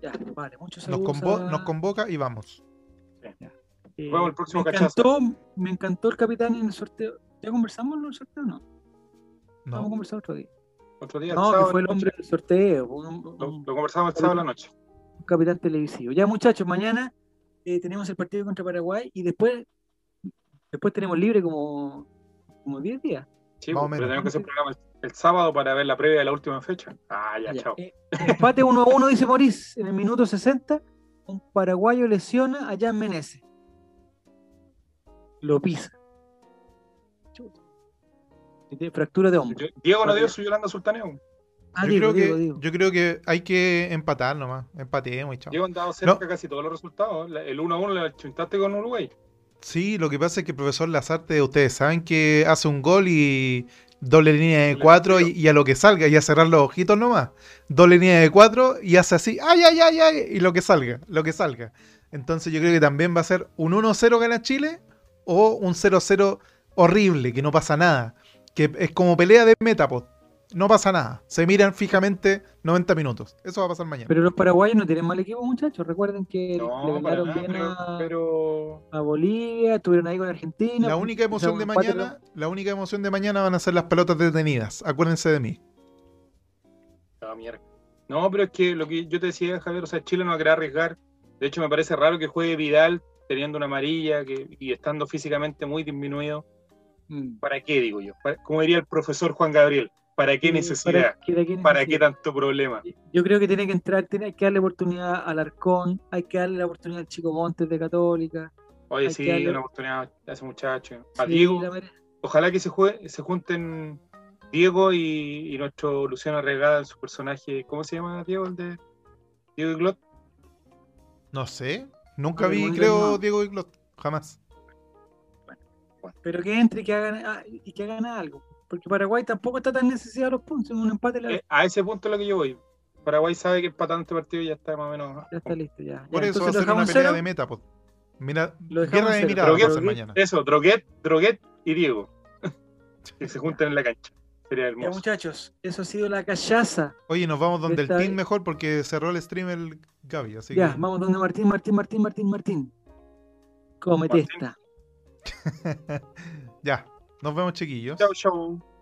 A: Ya, vale, muchos
B: Nos,
A: saludos.
B: convo-
A: a-
B: nos convoca y vamos.
A: Eh,
C: Vamos al próximo
A: me
C: cachazo.
A: encantó, me encantó el capitán en el sorteo. ¿Ya conversamos en el sorteo o no? Vamos a
B: No.
A: conversar otro día.
C: Otro día, el
A: No,
C: sábado
A: que fue el
C: en la
A: hombre
C: noche.
A: del sorteo, un,
C: Lo,
A: un-
C: lo conversamos el sábado en la noche.
A: un capitán televisivo. Ya muchachos, mañana eh, tenemos el partido contra Paraguay y después Después tenemos libre como, como 10 días.
C: Sí,
B: Más o menos.
C: pues, pero tenemos que hacer programa el- el sábado para ver la previa de la última fecha. Ah, ya,
A: Ya.
C: chao.
A: Eh, empate 1 a 1, dice Morís. En el minuto 60, un paraguayo lesiona a Jan Meneses. Lo pisa. Chuta. Y tiene Fractura de hombro.
C: Yo- Diego no dio su Yolanda Sultaneo.
A: Ah,
B: yo,
A: digo,
B: creo que,
A: digo, digo.
B: yo creo que hay que empatar nomás. Empatemos y chao.
C: Diego andaba cerca
B: No.
C: casi todos los resultados. La- El 1 a 1 le chuntaste con Uruguay.
B: Sí, lo que pasa es que el profesor Lazarte, ustedes saben que hace un gol y doble línea de
C: Le
B: cuatro y,
C: tiro.
B: y a lo que salga, y a cerrar los ojitos nomás. Doble línea de cuatro y hace así, ay, ay, ay, ay, y lo que salga, lo que salga. Entonces yo creo que también va a ser un 1-0 gana Chile o un 0-0 horrible, que no pasa nada. Que es como pelea de Metapod. No pasa nada. Se miran fijamente 90 minutos. Eso va a pasar mañana.
A: Pero los paraguayos no tienen mal equipo, muchachos. Recuerden que le
C: No, para
A: ganaron
C: nada,
A: bien
C: pero,
A: a,
C: pero-
A: a Bolivia, estuvieron ahí con Argentina.
B: La única emoción
A: un
B: de
A: empate,
B: mañana, la única emoción de mañana van a ser las pelotas detenidas. Acuérdense de mí.
C: Ah, mierda. No, pero es que lo que yo te decía, Javier, o sea, Chile no va a querer arriesgar. De hecho, me parece raro que juegue Vidal teniendo una amarilla que, y estando físicamente muy disminuido.
A: Mm.
C: ¿Para qué, digo yo? Para- como diría el profesor Juan Gabriel, ¿para qué
A: Sí,
C: necesidad?
A: Eh, qué- de qué
C: ¿Para qué
A: necesidad?
C: tanto problema?
A: Yo creo que tiene que entrar, tiene, hay que darle oportunidad al Arcón, hay que darle la oportunidad al Chico Montes de Católica.
C: Oye,
A: Hay
C: sí,
A: que darle-
C: una oportunidad a ese muchacho. A
A: Sí,
C: Diego,
A: la mere-
C: ojalá que se, jue- se junten Diego y, y nuestro Luciano Regada en su personaje. ¿Cómo se llama Diego? El de Diego y Glot.
B: No sé. Nunca
A: No,
B: vi,
A: Raymond
B: creo,
A: Leonardo.
B: Diego Iglot. Jamás.
A: Pero que entre y que hagan, ah, y que hagan algo. Porque Paraguay tampoco está tan necesidad de los puntos, un empate le-
C: Eh, a ese punto es lo que yo voy. Paraguay sabe que empatando este partido ya está más o menos.
A: ya está listo. Ya. Ya,
B: Por eso va a
A: entonces lo
B: ser una
A: dejamos
B: pelea
A: cero,
B: de Metapod. Mira,
A: Lo dejamos
B: guerra de
A: cero.
B: miradas
A: Pero
B: va a
C: Droguet,
B: ser mañana.
C: eso, Droguet, Droguet y Diego. que se junten en la cancha. Sería
A: Ya,
C: hermoso.
A: muchachos, eso ha sido la callaza.
B: Oye, nos vamos donde el
A: Esta-
B: team mejor porque cerró el stream el Gaby, así
A: ya,
B: que
A: vamos donde Martín, Martín, Martín, Martín, Martín. Comete
C: Martín.
A: esta.
B: ya. Nos vemos, chiquillos.
C: Chau, chau.